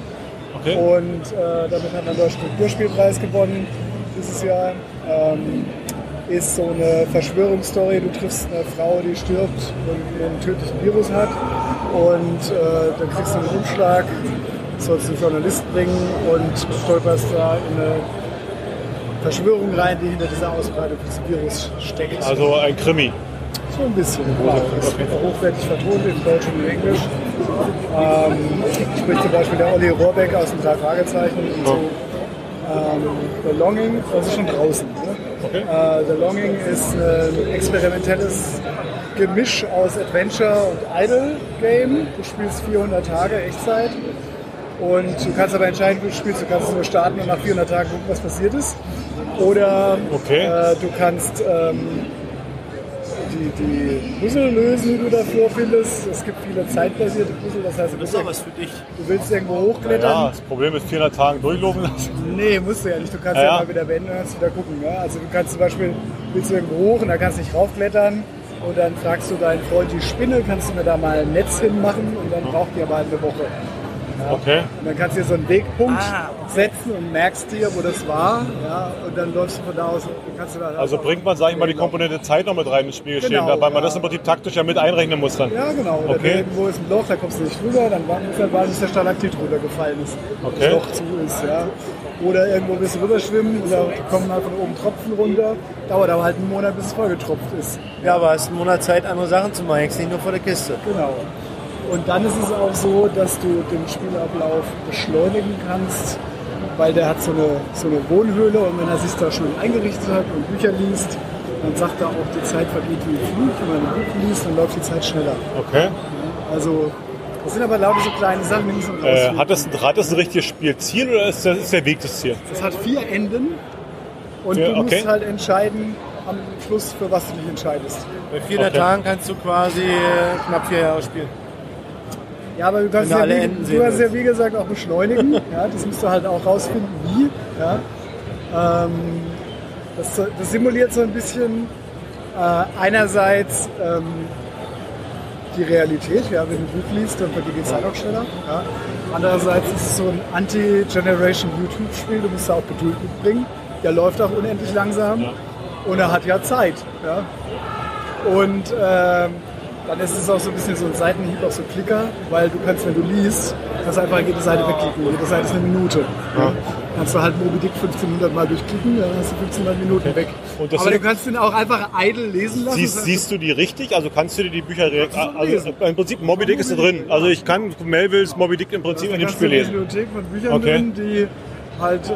[SPEAKER 7] Okay.
[SPEAKER 5] Und äh, damit hat man den Deutschen Kulturspielpreis gewonnen dieses Jahr. Ähm, ist so eine Verschwörungsstory. Du triffst eine Frau, die stirbt und einen tödlichen Virus hat. Und äh, dann kriegst du einen Umschlag, sollst einen Journalist bringen und stolperst da in eine Verschwörung rein, die hinter dieser Ausbreitung des Virus steckt.
[SPEAKER 7] Also ein Krimi.
[SPEAKER 5] So ein bisschen. Ja, das wird hochwertig vertont in Deutsch und in Englisch. Ähm, spricht zum Beispiel der Olli Rohrbeck aus dem drei Fragezeichen zu ähm, The Longing, also schon draußen. Ne? Äh, The Longing ist äh, ein experimentelles Gemisch aus Adventure und Idle Game. Du spielst 400 Tage Echtzeit und du kannst aber entscheiden, wie du spielst. Du kannst es nur starten und nach 400 Tagen gucken, was passiert ist. Oder
[SPEAKER 7] Okay.
[SPEAKER 5] äh, du kannst ähm, die, die Puzzle lösen, die du da vorfindest. Es gibt viele zeitbasierte Puzzle, das heißt, du,
[SPEAKER 2] Das
[SPEAKER 5] willst,
[SPEAKER 2] ist doch was für dich.
[SPEAKER 5] du willst irgendwo
[SPEAKER 7] Ja,
[SPEAKER 5] hochklettern.
[SPEAKER 7] das Problem ist 400 Tagen durchlaufen lassen.
[SPEAKER 5] Nee, musst du ja nicht. Du kannst
[SPEAKER 7] Ja,
[SPEAKER 5] ja,
[SPEAKER 7] ja.
[SPEAKER 5] mal wieder beenden und kannst wieder gucken. Ne? Also du kannst zum Beispiel, willst du irgendwo hoch und da kannst du nicht raufklettern. Und dann fragst du deinen Freund die Spinne, kannst du mir da mal ein Netz hinmachen und dann braucht die aber halt eine Woche.
[SPEAKER 7] Okay.
[SPEAKER 5] Und dann kannst du dir so einen Wegpunkt
[SPEAKER 2] Ah.
[SPEAKER 5] setzen und merkst dir, wo das war. Ja? Und dann läufst du von da aus und kannst du da
[SPEAKER 7] Also bringt man, sag ich mal, die Komponente Zeit noch mit rein ins Spiel stehen,
[SPEAKER 5] Genau,
[SPEAKER 7] weil man
[SPEAKER 5] ja.
[SPEAKER 7] das im Prinzip taktisch ja mit einrechnen muss dann.
[SPEAKER 5] Ja, genau. Oder
[SPEAKER 7] Okay.
[SPEAKER 5] irgendwo ist ein Loch, da kommst du nicht drüber, dann war- muss dann warten, bis der Stalaktit runtergefallen ist.
[SPEAKER 7] Okay.
[SPEAKER 5] Das Loch zu ist, ja. Oder irgendwo willst du rüberschwimmen, da kommen halt von oben Tropfen runter, dauert aber halt einen Monat, bis es vollgetropft ist.
[SPEAKER 2] Ja, aber hast einen Monat Zeit, andere Sachen zu machen. Hängst nicht nur vor der Kiste.
[SPEAKER 5] Genau. Und dann ist es auch so, dass du den Spielablauf beschleunigen kannst, weil der hat so eine, so eine Wohnhöhle und wenn er sich da schön eingerichtet hat und Bücher liest, dann sagt er auch, die Zeit vergeht wie im Flug. Wenn man ein Buch liest, dann läuft die Zeit schneller.
[SPEAKER 7] Okay.
[SPEAKER 5] Also, das sind aber lauter so kleine Sachen, die nicht so
[SPEAKER 7] Äh,
[SPEAKER 5] rausfliegen.
[SPEAKER 7] hat, das, hat das ein richtiges Spielziel oder ist, das, ist der Weg das Ziel?
[SPEAKER 5] Das hat vier Enden und
[SPEAKER 7] Ja,
[SPEAKER 5] du
[SPEAKER 7] okay.
[SPEAKER 5] musst halt entscheiden am Schluss, für was du dich entscheidest.
[SPEAKER 2] Bei 400
[SPEAKER 7] Okay.
[SPEAKER 2] Tagen kannst du quasi äh, knapp vier Jahre spielen.
[SPEAKER 5] Ja, aber du kannst
[SPEAKER 2] Wenn
[SPEAKER 5] ja,
[SPEAKER 2] alle
[SPEAKER 5] wie,
[SPEAKER 2] Enden sehen
[SPEAKER 5] du kannst ja
[SPEAKER 2] willst.
[SPEAKER 5] wie gesagt auch beschleunigen. ja, das musst du halt auch rausfinden, wie. Ja. Ähm, das, so- das simuliert so ein bisschen äh, einerseits ähm, die Realität, ja, wenn du ein Buch liest, dann vergeht die Zeit halt auch schneller. Ja. Andererseits ist es so ein Anti-Generation-YouTube-Spiel, du musst da auch Geduld mitbringen. Der läuft auch unendlich langsam und er hat ja Zeit. Ja. Und ähm, dann ist es auch so ein bisschen so ein Seitenhieb auf so Klicker, weil du kannst, wenn du liest, kannst du einfach jede Seite wegklicken. Jede Seite ist eine Minute. Kannst du halt Moby Dick 1500 Mal durchklicken, dann hast du 1500 Minuten weg.
[SPEAKER 7] Und das
[SPEAKER 5] Aber
[SPEAKER 7] sind-
[SPEAKER 5] du kannst den auch einfach idle lesen lassen.
[SPEAKER 7] Siehst,
[SPEAKER 5] Das heißt,
[SPEAKER 7] siehst du die richtig? Also kannst du dir die Bücher direkt.
[SPEAKER 5] Kannst du
[SPEAKER 7] Also
[SPEAKER 5] lesen.
[SPEAKER 7] im Prinzip Moby Dick ist da drin. Also ich kann Melvilles Moby Dick im Prinzip in dem
[SPEAKER 5] kannst
[SPEAKER 7] Spiel
[SPEAKER 5] du eine
[SPEAKER 7] lesen.
[SPEAKER 5] Bibliothek von Büchern
[SPEAKER 7] Okay.
[SPEAKER 5] drin, die halt ähm,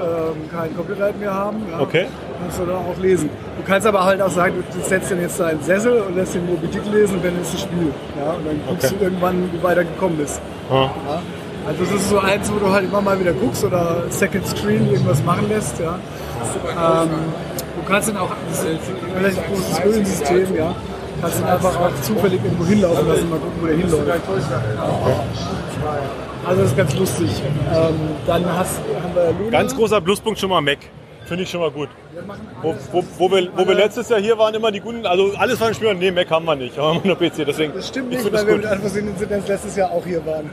[SPEAKER 5] kein Copyright mehr haben. Ja.
[SPEAKER 7] Okay.
[SPEAKER 5] Kannst du dann auch lesen. Du kannst aber halt auch sagen, du setzt den jetzt da in den Sessel und lässt den Moby Dick lesen und dann ist das Spiel. Ja. Und dann guckst
[SPEAKER 7] Okay.
[SPEAKER 5] du irgendwann, wie weit er gekommen ist.
[SPEAKER 7] Ah.
[SPEAKER 5] Ja? Also das ist so eins, wo du halt immer mal wieder guckst oder Second Screen irgendwas machen lässt. Ja? Ähm, du kannst ihn auch, das ist ein relativ großes Höhlensystem, ja. Kannst ihn einfach auch zufällig irgendwo hinlaufen lassen, mal gucken, wo der hinläuft. Also das ist ganz lustig. Ähm, dann hast, haben wir Luna.
[SPEAKER 7] Ganz großer Pluspunkt schon mal Mac. Finde ich schon mal gut.
[SPEAKER 5] Wir machen
[SPEAKER 7] Wo, wo, wo, wir, wo wir letztes Jahr hier waren, immer die guten. Also alles waren Spieler. Nee, Mac haben wir nicht. Haben wir nur PC. Deswegen.
[SPEAKER 5] Das stimmt
[SPEAKER 7] ich
[SPEAKER 5] nicht,
[SPEAKER 7] finde
[SPEAKER 5] weil
[SPEAKER 7] das
[SPEAKER 5] wir mit
[SPEAKER 7] gut.
[SPEAKER 5] Anversehen Inzidenz letztes Jahr auch hier waren.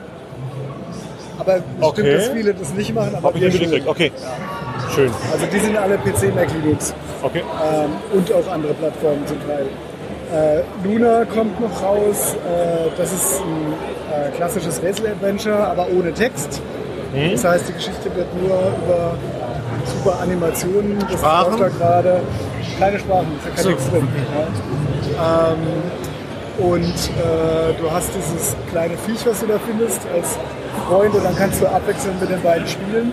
[SPEAKER 5] Aber es
[SPEAKER 7] Okay.
[SPEAKER 5] stimmt, dass viele das nicht machen, aber
[SPEAKER 7] Hab ich
[SPEAKER 5] wir
[SPEAKER 7] nicht mitgekriegt.
[SPEAKER 5] schon.
[SPEAKER 7] Okay. Schön.
[SPEAKER 5] Also die sind alle PC Mac Linux.
[SPEAKER 7] Okay.
[SPEAKER 5] ähm, und auch andere Plattformen zum Teil. Äh, Luna kommt noch raus. Äh, das ist ein äh, klassisches Rätsel-Adventure, aber ohne Text. Das heißt, die Geschichte wird nur über super Animationen. Das
[SPEAKER 2] Sprachen?
[SPEAKER 5] läuft da gerade. Keine Sprachen, ist ja kein Text drin. Ja. Ähm, und äh, du hast dieses kleine Viech, was du da findest, als Freund und dann kannst du abwechselnd mit den beiden spielen,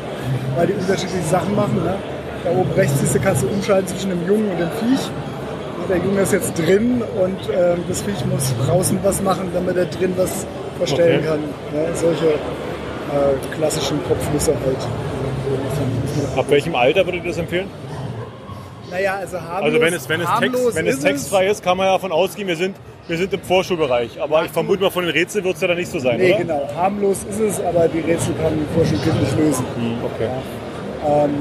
[SPEAKER 5] weil die unterschiedliche Sachen machen. Ne? Da oben rechts siehst du, kannst du umschalten zwischen dem Jungen und dem Viech. Und der Junge ist jetzt drin und äh, das Viech muss draußen was machen, damit er drin was verstellen
[SPEAKER 7] Okay.
[SPEAKER 5] kann. Ne? Solche äh, klassischen Kopfnüsse halt.
[SPEAKER 7] Ab welchem Alter würdet ihr das empfehlen?
[SPEAKER 5] Naja, also harmlos,
[SPEAKER 7] Also wenn es, wenn es,
[SPEAKER 5] harmlos
[SPEAKER 7] Text, wenn es
[SPEAKER 5] ist
[SPEAKER 7] textfrei ist, kann man ja davon ausgehen, wir sind, wir sind im Vorschulbereich. Aber ich vermute mal, von den Rätseln wird es ja dann nicht so sein,
[SPEAKER 5] Nee,
[SPEAKER 7] oder?
[SPEAKER 5] genau. Harmlos ist es, aber die Rätsel kann ein Vorschulkind nicht lösen.
[SPEAKER 7] Hm, Okay.
[SPEAKER 5] Ähm,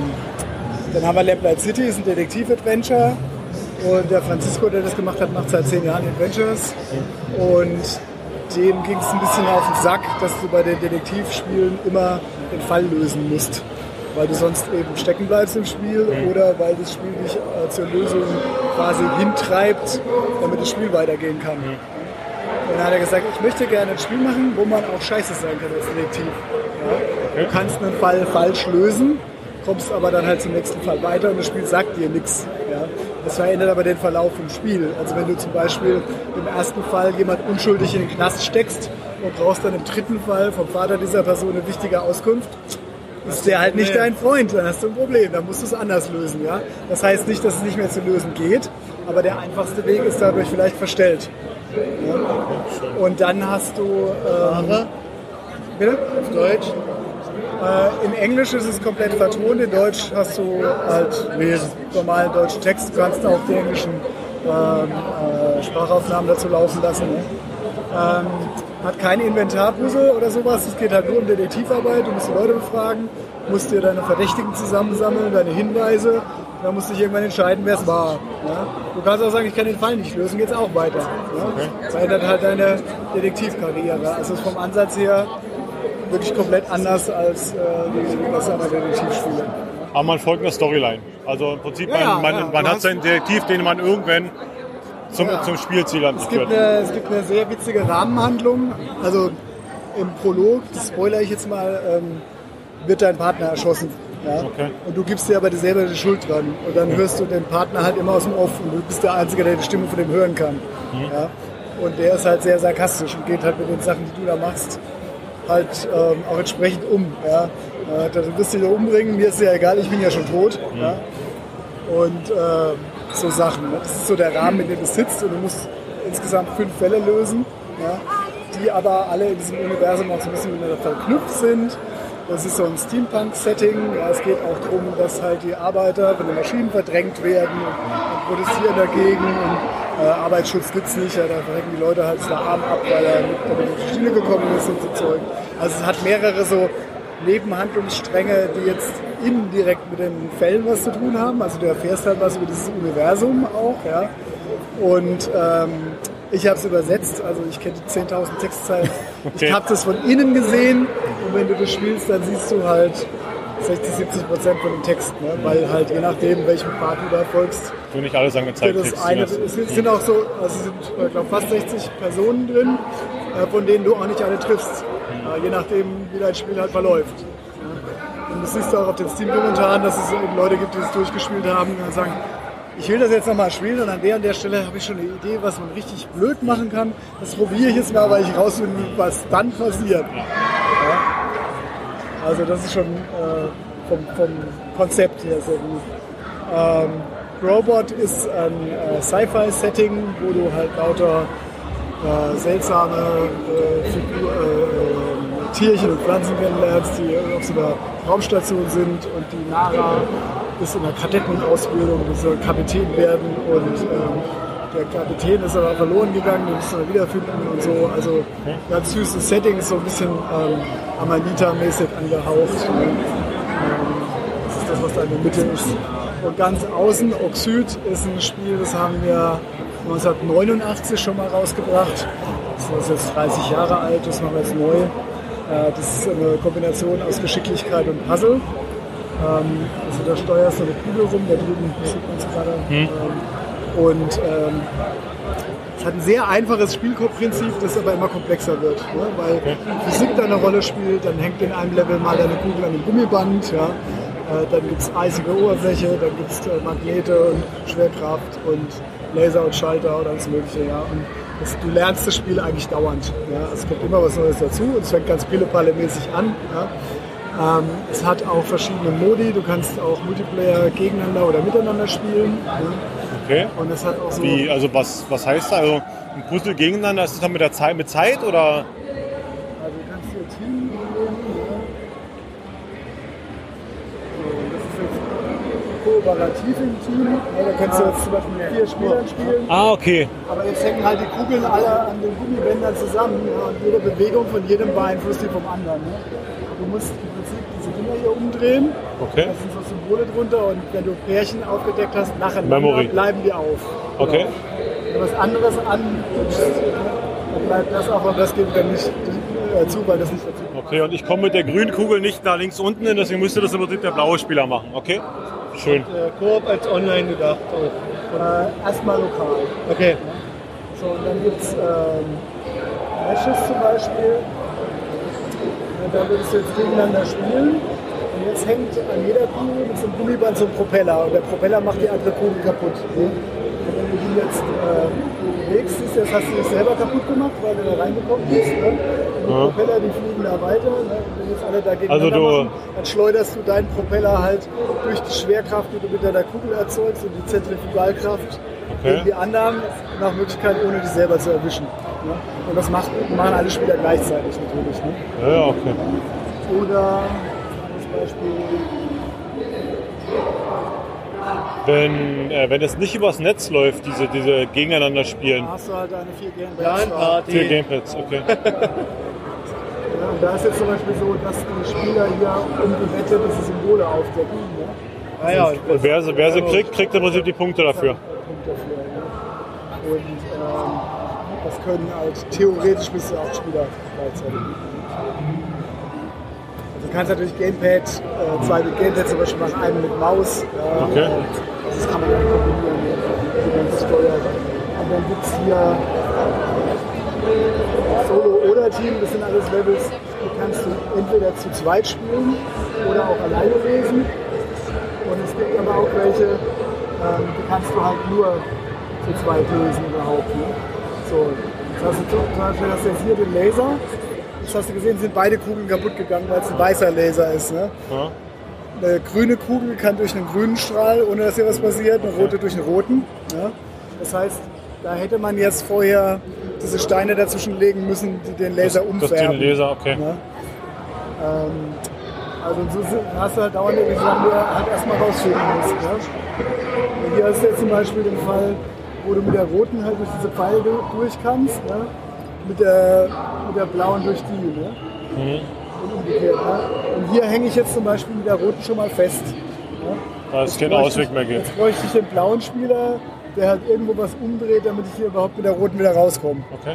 [SPEAKER 5] dann haben wir Lamplight City, ist ein Detektiv-Adventure. Und der Francisco, der das gemacht hat, macht seit zehn Jahren Adventures. Und dem ging es ein bisschen auf den Sack, dass du bei den Detektivspielen immer den Fall lösen musst. Weil du sonst eben stecken bleibst im Spiel
[SPEAKER 7] Hm.
[SPEAKER 5] oder weil das Spiel dich äh, zur Lösung quasi hintreibt, damit das Spiel weitergehen kann.
[SPEAKER 7] Hm.
[SPEAKER 5] Und dann hat er gesagt, ich möchte gerne ein Spiel machen, wo man auch scheiße sein kann als Detektiv. Ja? Du kannst einen Fall falsch lösen, kommst aber dann halt zum nächsten Fall weiter und das Spiel sagt dir nichts. Ja? Das verändert aber den Verlauf vom Spiel. Also wenn du zum Beispiel im ersten Fall jemand unschuldig in den Knast steckst und brauchst dann im dritten Fall vom Vater dieser Person eine wichtige Auskunft, ist der halt nicht dein Freund, dann hast du ein Problem, dann musst du es anders lösen. Ja? Das heißt nicht, dass es nicht mehr zu lösen geht, aber der einfachste Weg ist dadurch vielleicht verstellt. Ja? Und dann hast du... Ähm, bitte? Auf Deutsch? Äh, in Englisch ist es komplett vertont, in Deutsch hast du halt normalen deutschen Text, du kannst auch die englischen ähm, äh, Sprachaufnahmen dazu laufen lassen. Ne? Ähm, hat kein Inventarpuzzle oder sowas, es geht halt nur um Detektivarbeit, du musst die Leute befragen, musst dir deine Verdächtigen zusammensammeln, deine Hinweise, und dann musst du dich irgendwann entscheiden, wer es war. Ja? Du kannst auch sagen, ich kann den Fall nicht lösen, geht's auch weiter. Ja? Verändert halt deine Detektivkarriere. Also ist vom Ansatz her wirklich komplett anders als äh, die Wassermann-Detektivspiele.
[SPEAKER 7] Aber man folgt einer Storyline. Also im Prinzip,
[SPEAKER 5] Ja,
[SPEAKER 7] man, man,
[SPEAKER 5] ja,
[SPEAKER 7] man
[SPEAKER 5] du
[SPEAKER 7] hat
[SPEAKER 5] hast-
[SPEAKER 7] seinen Detektiv, den man irgendwann zum,
[SPEAKER 5] Ja.
[SPEAKER 7] zum Spielziel
[SPEAKER 5] Es gibt,
[SPEAKER 7] anführt.
[SPEAKER 5] eine, es gibt eine sehr witzige Rahmenhandlung. Also im Prolog, das spoiler ich jetzt mal, ähm, wird dein Partner erschossen. Ja?
[SPEAKER 7] Okay.
[SPEAKER 5] Und du gibst dir aber selber die Schuld dran. Und dann hörst du den Partner halt immer aus dem Off und du bist der Einzige, der die Stimme von dem hören kann. Ja? Und der ist halt sehr sarkastisch und geht halt mit den Sachen, die du da machst, halt ähm, auch entsprechend um. Ja? Äh, du wirst dich ja umbringen, mir ist ja egal, ich bin ja schon tot. Ja? und äh, so Sachen. ne? Das ist so der Rahmen, in dem es sitzt und du musst insgesamt fünf Fälle lösen, ja, die aber alle in diesem Universum auch so ein bisschen miteinander verknüpft sind. Das ist so ein Steampunk-Setting. Ja, es geht auch darum, dass halt die Arbeiter von den Maschinen verdrängt werden und, und protestieren dagegen. Und, äh, Arbeitsschutz gibt es nicht. Ja, da verrecken die Leute halt den Arm ab, weil er mit damit in die Stille gekommen ist und so Zeug. Also es hat mehrere so Nebenhandlungsstränge, die jetzt indirekt mit den Fällen was zu tun haben. Also du erfährst halt was über dieses Universum auch, ja. Und ähm, ich habe es übersetzt, also ich kenne die 10.000 Textzeilen.
[SPEAKER 7] Okay.
[SPEAKER 5] Ich habe das von innen gesehen und wenn du das spielst, dann siehst du halt 60, 70 Prozent von dem Text, ne? weil halt je nachdem, welchem Part du da folgst,
[SPEAKER 7] Du nicht alles angezeigt
[SPEAKER 5] das
[SPEAKER 7] kriegst.
[SPEAKER 5] eine,
[SPEAKER 7] die ganzen-
[SPEAKER 5] es sind- sind auch so, also es sind, ich glaube, fast 60 Personen drin, äh, von denen du auch nicht alle triffst. Äh, Je nachdem, wie dein Spiel halt verläuft. Ja. Und das siehst du auch auf den Steam-Kommentaren, dass es eben Leute gibt, die es durchgespielt haben und dann sagen, ich will das jetzt nochmal spielen und an der und der Stelle habe ich schon eine Idee, was man richtig blöd machen kann. Das probiere ich jetzt mal, weil ich rausfinde, was dann passiert. Ja. Also das ist schon äh, vom, vom Konzept her sehr gut. Ähm, Robot ist ein äh, Sci-Fi-Setting, wo du halt lauter äh, seltsame äh, Figur, äh, äh, Tierchen und Pflanzen kennenlernst, die auf so einer Raumstation sind und die Nara ist in einer Kadettenausbildung, die soll Kapitän werden und ähm, der Kapitän ist aber verloren gegangen, den müssen wir wiederfinden und so. Also ganz süßes Setting, so ein bisschen ähm, Amanita-mäßig angehaucht. Ähm, das ist das, was da in der Mitte ist. Und ganz außen, Oxyd ist ein Spiel, das haben wir 1989 schon mal rausgebracht. Das ist jetzt 30 Jahre alt, das machen wir jetzt neu. Äh, Das ist eine Kombination aus Geschicklichkeit und Puzzle. Ähm, Also da steuerst du eine Kugel rum, da drüben sieht man es gerade. Ähm, Und ähm, es hat ein sehr einfaches Spielprinzip, das aber immer komplexer wird. Ne? Weil Physik da eine Rolle spielt, dann hängt in einem Level mal eine Kugel an einem Gummiband, ja? äh, dann gibt es eisige Oberfläche, dann gibt es äh, Magnete und Schwerkraft und Laser und Schalter und alles Mögliche. Ja? Und das, du lernst das Spiel eigentlich dauernd. Ja? Es kommt immer was Neues dazu und es fängt ganz pillepalle-mäßig an. Ja? Ähm, es hat auch verschiedene Modi. Du kannst auch Multiplayer gegeneinander oder miteinander spielen. Ne?
[SPEAKER 7] Okay.
[SPEAKER 5] Und es hat auch so.
[SPEAKER 7] Wie, also was, was heißt da? Also ein Puzzle gegeneinander, ist das dann mit der Zeit, mit Zeit
[SPEAKER 5] Also
[SPEAKER 7] oder?
[SPEAKER 5] du kannst hier Team nehmen. So, das ist jetzt kooperativ im Team. Ja, da kannst du jetzt zum Beispiel mit vier Spielern spielen.
[SPEAKER 7] Ah, okay.
[SPEAKER 5] Aber jetzt hängen halt die Kugeln alle an den Gummibändern zusammen. Ja, und jede Bewegung von jedem beeinflusst die vom anderen. Ne? Du musst im Prinzip diese Dinger hier umdrehen. Da
[SPEAKER 7] Okay.
[SPEAKER 5] sind so Symbole drunter und wenn du Pärchen aufgedeckt hast, nacheinander
[SPEAKER 7] Memory.
[SPEAKER 5] bleiben die auf.
[SPEAKER 7] Okay.
[SPEAKER 5] Wenn du was anderes anwünschst, dann bleibt das auch, aber das geht dann nicht äh, zu, weil das nicht dazu
[SPEAKER 7] Okay, und ich komme mit der grünen Kugel nicht nach links unten hin, deswegen müsste das im Prinzip der blaue Spieler machen, okay? Schön.
[SPEAKER 2] Äh, Koop als online gedacht auch.
[SPEAKER 5] äh, Erstmal lokal.
[SPEAKER 2] Okay.
[SPEAKER 5] So, und dann gibt es ähm, Matches zum Beispiel. Und da würdest du jetzt gegeneinander spielen. Und jetzt hängt an jeder Kugel mit so einem Gummiband so ein Propeller. Und der Propeller macht die andere Kugel kaputt. Und wenn du die jetzt äh, legst, ist das, hast du das selber kaputt gemacht, weil du da reingekommen bist. Ne? Und die
[SPEAKER 7] Ja.
[SPEAKER 5] Propeller, die fliegen da weiter. Ne? Und wenn jetzt alle dagegen
[SPEAKER 7] Also du-
[SPEAKER 5] machen, dann schleuderst du deinen Propeller halt durch die Schwerkraft, die du mit deiner Kugel erzeugst und die Zentrifugalkraft
[SPEAKER 7] Okay.
[SPEAKER 5] gegen die anderen nach Möglichkeit, ohne dich selber zu erwischen. Ne? Und das macht, machen alle Spieler gleichzeitig natürlich. Ne?
[SPEAKER 7] Ja, okay.
[SPEAKER 5] Oder zum Beispiel,
[SPEAKER 7] Wenn, äh, wenn das nicht übers Netz läuft, diese, diese gegeneinander spielen.
[SPEAKER 5] da hast du halt deine vier Gameplays. drauf.
[SPEAKER 2] LAN-Party.
[SPEAKER 7] Vier Gamepads, okay.
[SPEAKER 5] Ja, und da ist jetzt zum Beispiel so, dass die Spieler hier um gewettete Symbole aufdecken. Ne?
[SPEAKER 2] Ah ja,
[SPEAKER 7] Und wer sie, wer sie kriegt, kriegt im Prinzip die Punkte dafür.
[SPEAKER 5] Punkt dafür. Ne? Und ähm, das können halt theoretisch bis zu acht Spieler gleichzeitig. Also du kannst natürlich Gamepad, äh, zwei mit Gamepad zum Beispiel machen, einen mit Maus. Äh,
[SPEAKER 7] Okay.
[SPEAKER 5] und Das kann man dann kombinieren, wie man es steuert. Und dann gibt es hier äh, Solo oder Team, das sind alles Levels, die kannst du entweder zu zweit spielen oder auch alleine lesen. Und es gibt aber auch welche, ähm, die kannst du halt nur zu zweit lesen überhaupt. Ne? So, jetzt hast du zum Beispiel hast du jetzt hier den Laser. Jetzt hast du gesehen, sind beide Kugeln kaputt gegangen, weil es ein weißer Laser ist. Ne?
[SPEAKER 7] Ja.
[SPEAKER 5] Eine grüne Kugel kann durch einen grünen Strahl, ohne dass hier was passiert, eine rote durch einen roten. Ne? Das heißt, da hätte man jetzt vorher diese Steine dazwischen legen müssen, die den Laser
[SPEAKER 7] Das
[SPEAKER 5] umfärben.
[SPEAKER 7] ist den Leser, okay.
[SPEAKER 5] Ne? Ähm, also so sind- hast du halt dauernd irgendwie Sachen, die du halt erstmal rausfinden musst. Ne? Und Hier hast du jetzt zum Beispiel den Fall, wo du mit der roten halt durch diese Pfeile du- durch kannst, ne? mit, der, mit der blauen durch die. Ne?
[SPEAKER 7] Mhm.
[SPEAKER 5] Und umgekehrt. Ne? Und hier hänge ich jetzt zum Beispiel mit der roten schon mal fest. Ne?
[SPEAKER 7] Da es
[SPEAKER 5] Jetzt
[SPEAKER 7] keinen
[SPEAKER 5] bräuchte
[SPEAKER 7] Ausweg
[SPEAKER 5] ich-
[SPEAKER 7] mehr gibt.
[SPEAKER 5] Jetzt bräuchte ich den blauen Spieler, der halt irgendwo was umdreht, damit ich hier überhaupt mit der roten wieder rauskomme.
[SPEAKER 7] Okay.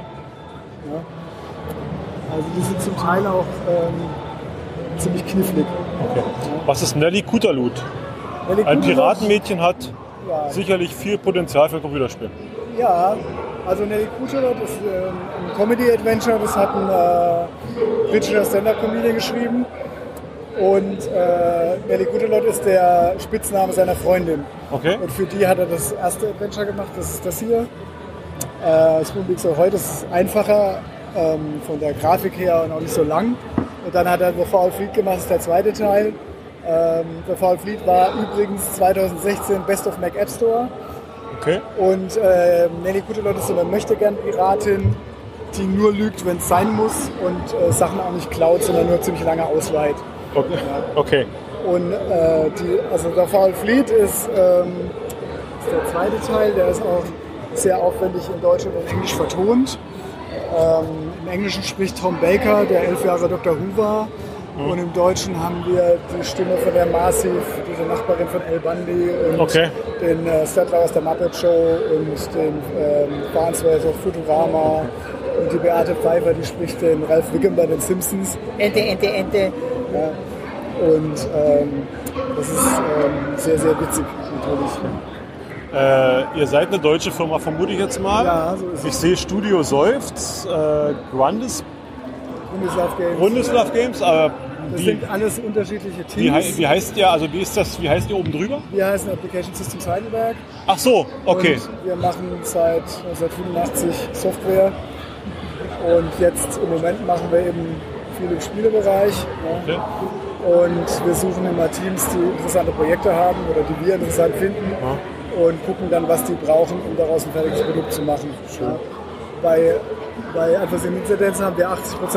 [SPEAKER 5] Also die sind zum Teil auch ähm, ziemlich knifflig.
[SPEAKER 7] Was ist Nelly Kutalut?
[SPEAKER 5] Wenn die
[SPEAKER 7] Ein
[SPEAKER 5] Kugel-
[SPEAKER 7] Piratenmädchen hat
[SPEAKER 5] Ja.
[SPEAKER 7] sicherlich viel Potenzial für Computerspielen.
[SPEAKER 5] Ja, also Nelly Kuchelot ist ähm, ein Comedy-Adventure, das hat ein äh, britischer Stand-Up-Comedian geschrieben. Und äh, Nelly Kuchelot ist der Spitzname seiner Freundin.
[SPEAKER 7] Okay?
[SPEAKER 5] Und für die hat er das erste Adventure gemacht, das ist das hier. Äh, Spoon Big So heute ist einfacher ähm, von der Grafik her und auch nicht so lang. Und dann hat er The Foul Fleet gemacht, das ist der zweite Teil. Ähm, The Foul Fleet war übrigens 2016 Best of Mac App Store.
[SPEAKER 7] Okay.
[SPEAKER 5] Und äh, Nelly Kutelot ist so eine Möchtegern-Piratin, die nur lügt, wenn es sein muss und äh, Sachen auch nicht klaut, sondern nur ziemlich lange ausleiht.
[SPEAKER 7] Okay. okay.
[SPEAKER 5] Und äh, die, also der Foul Fleet ist, ähm, ist der zweite Teil, der ist auch sehr aufwendig in Deutsch und in Englisch vertont. Ähm, Im Englischen spricht Tom Baker, der elf Jahre Dr. Who war. Und im Deutschen haben wir die Stimme von der Massive, diese Nachbarin von El Bundy und
[SPEAKER 7] Okay.
[SPEAKER 5] den äh, Stettler aus der Muppet Show und den ähm, Barnsworth aus Futurama und die Beate Pfeiffer, die spricht den Ralf Wiggum bei den Simpsons. Ente, Ente, Ente. Ja. Und ähm, das ist ähm, sehr, sehr witzig natürlich.
[SPEAKER 7] Äh, ihr seid eine deutsche Firma, vermute ich jetzt mal.
[SPEAKER 5] Ja, so ist es.
[SPEAKER 7] Ich sehe Studio Seufz, äh, Grundes,
[SPEAKER 5] Bundeslauf Games.
[SPEAKER 7] Grundeslauf Games, aber
[SPEAKER 5] das
[SPEAKER 7] wie,
[SPEAKER 5] sind alles unterschiedliche
[SPEAKER 7] wie,
[SPEAKER 5] Teams.
[SPEAKER 7] hei- wie heißt ihr, also wie ist das, wie heißt ihr oben drüber?
[SPEAKER 5] Wir heißen Application Systems Heidelberg.
[SPEAKER 7] Ach so, okay.
[SPEAKER 5] Und wir machen seit 1985 Software. Und jetzt im Moment machen wir eben viel im Spielebereich. Ja.
[SPEAKER 7] okay.
[SPEAKER 5] Und wir suchen immer Teams, die interessante Projekte haben oder die wir interessant finden und gucken dann, was die brauchen, um daraus ein fertiges Produkt zu machen. Ja. Bei, bei Adverse Inzidenzen haben wir 80%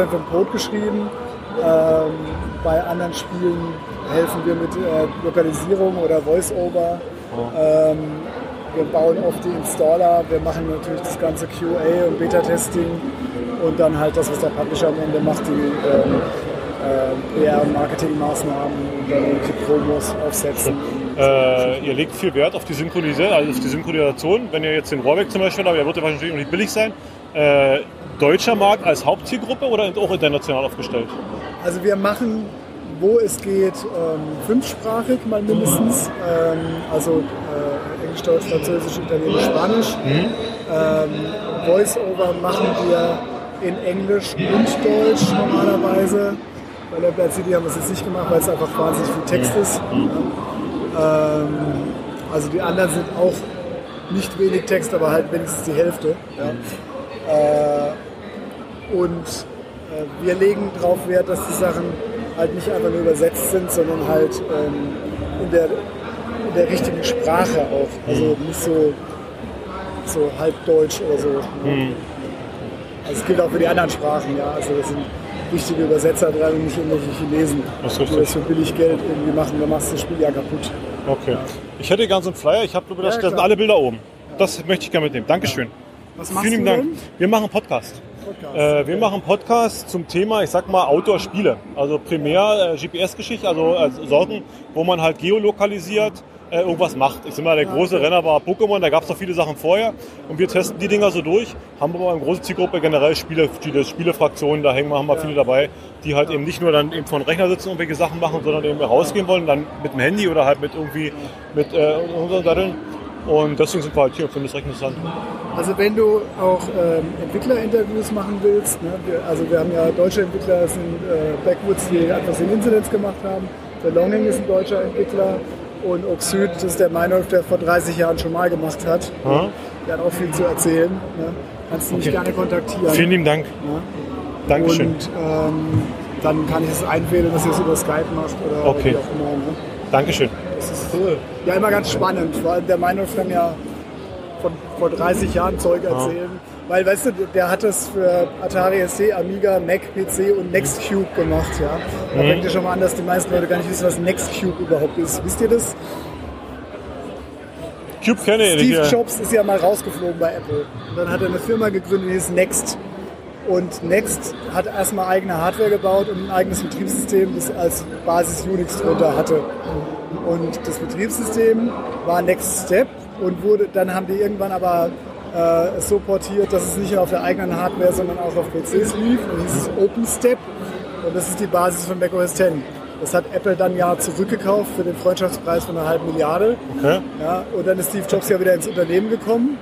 [SPEAKER 5] vom Code geschrieben. Ähm, bei anderen Spielen helfen wir mit äh, Lokalisierung oder Voice-Over. Ähm, wir bauen oft die Installer, wir machen natürlich das ganze QA und Beta-Testing und dann halt das, was der Publisher am Ende macht, die ähm, äh, PR- und Marketingmaßnahmen und dann die Promos aufsetzen.
[SPEAKER 7] Äh, ihr legt viel Wert auf die Synchronisation, also auf die Synchronisation. Wenn ihr jetzt den Rohrbeck zum Beispiel habt, der wird ja wahrscheinlich nicht billig sein. Äh, deutscher Markt als Hauptzielgruppe oder auch international aufgestellt?
[SPEAKER 5] Also wir machen, wo es geht, ähm, fünfsprachig mal mindestens. Ähm, also äh, Englisch, Deutsch, Französisch, Italienisch, Spanisch. Ähm, Voice-Over machen wir in Englisch und Deutsch normalerweise. Bei der Black City haben wir es jetzt nicht gemacht, weil es einfach wahnsinnig viel Text ist. Ja. Ähm, also die anderen sind auch nicht wenig Text, aber halt wenigstens die Hälfte. Ja. Äh, und äh, wir legen darauf Wert, dass die Sachen halt nicht einfach nur übersetzt sind, sondern halt ähm, in, der, in der richtigen Sprache auch. Also
[SPEAKER 7] Mhm.
[SPEAKER 5] nicht so, so halb Deutsch oder so.
[SPEAKER 7] Mhm.
[SPEAKER 5] Ne? Also es gilt auch für die anderen Sprachen, ja. Also das sind richtige Übersetzer dran und nicht irgendwelche Chinesen,
[SPEAKER 7] Das ist
[SPEAKER 5] die
[SPEAKER 7] richtig.
[SPEAKER 5] das für billig Geld irgendwie machen. Dann machst du das Spiel ja kaputt.
[SPEAKER 7] Okay. Ich hätte gern so einen Flyer. Ich habe, glaube ich,
[SPEAKER 5] Ja,
[SPEAKER 7] das sind
[SPEAKER 5] klar.
[SPEAKER 7] alle Bilder oben. Das möchte ich gerne mitnehmen. Dankeschön.
[SPEAKER 5] Was machst
[SPEAKER 7] Vielen
[SPEAKER 5] du
[SPEAKER 7] Dank. Wir machen einen Podcast.
[SPEAKER 5] Podcast.
[SPEAKER 7] Äh, wir machen einen Podcast zum Thema, ich sag mal, Outdoor-Spiele. Also primär äh, GPS-Geschichte, also äh, Sorten, wo man halt geolokalisiert äh, irgendwas macht. Ich sag mal, der große Renner war Pokémon, da gab es noch viele Sachen vorher. Und wir testen die Dinger so durch, haben aber eine große Zielgruppe generell Spiele, Spiele, Spielefraktionen, da hängen wir, haben wir viele dabei, die halt eben nicht nur dann eben vor dem Rechner sitzen und irgendwelche Sachen machen, sondern eben rausgehen wollen, dann mit dem Handy oder halt mit irgendwie mit äh, unseren Datteln. Und deswegen sind wir halt hier und finden das recht interessant.
[SPEAKER 5] Also wenn du auch ähm, Entwicklerinterviews machen willst, ne? wir, also wir haben ja deutsche Entwickler, das sind äh, Backwoods, die etwas in Incidents gemacht haben, der Longing ist ein deutscher Entwickler und Oxyd, das ist der Meinolf, der vor 30 Jahren schon mal gemacht hat.
[SPEAKER 7] Ja.
[SPEAKER 5] Der hat auch viel zu erzählen. Ne? Kannst du mich
[SPEAKER 7] Okay.
[SPEAKER 5] gerne kontaktieren.
[SPEAKER 7] Vielen lieben Dank.
[SPEAKER 5] ne?
[SPEAKER 7] Dankeschön.
[SPEAKER 5] Und ähm, dann kann ich es einwählen, dass ihr es über Skype macht oder
[SPEAKER 7] Okay.
[SPEAKER 5] wie auch immer. Ne?
[SPEAKER 7] Dankeschön.
[SPEAKER 5] Das ist cool. Ja, immer ganz spannend. Vor allem der Meinolf kann ja von vor 30 Jahren Zeug erzählen. Weil, weißt du, der hat das für Atari ST, Amiga, Mac, PC und Nextcube gemacht, ja. Da fängt ihr schon mal an, dass die meisten Leute gar nicht wissen, was Nextcube überhaupt ist. Wisst ihr das?
[SPEAKER 7] Cube kenne ich.
[SPEAKER 5] Steve
[SPEAKER 7] äh,
[SPEAKER 5] Jobs ist ja mal rausgeflogen bei Apple. Und dann hat er eine Firma gegründet, die hieß Next. Und Next hat erstmal eigene Hardware gebaut und ein eigenes Betriebssystem, das als Basis Unix drunter hatte. Und das Betriebssystem war Next Step und wurde, dann haben die irgendwann aber äh, es so portiert, dass es nicht nur auf der eigenen Hardware, sondern auch auf PCs lief. Und hieß es OpenStep. Und das ist die Basis von macOS X. Das hat Apple dann ja zurückgekauft für den Freundschaftspreis von einer halben Milliarde.
[SPEAKER 7] Okay.
[SPEAKER 5] Ja, und dann ist Steve Jobs ja wieder ins Unternehmen gekommen.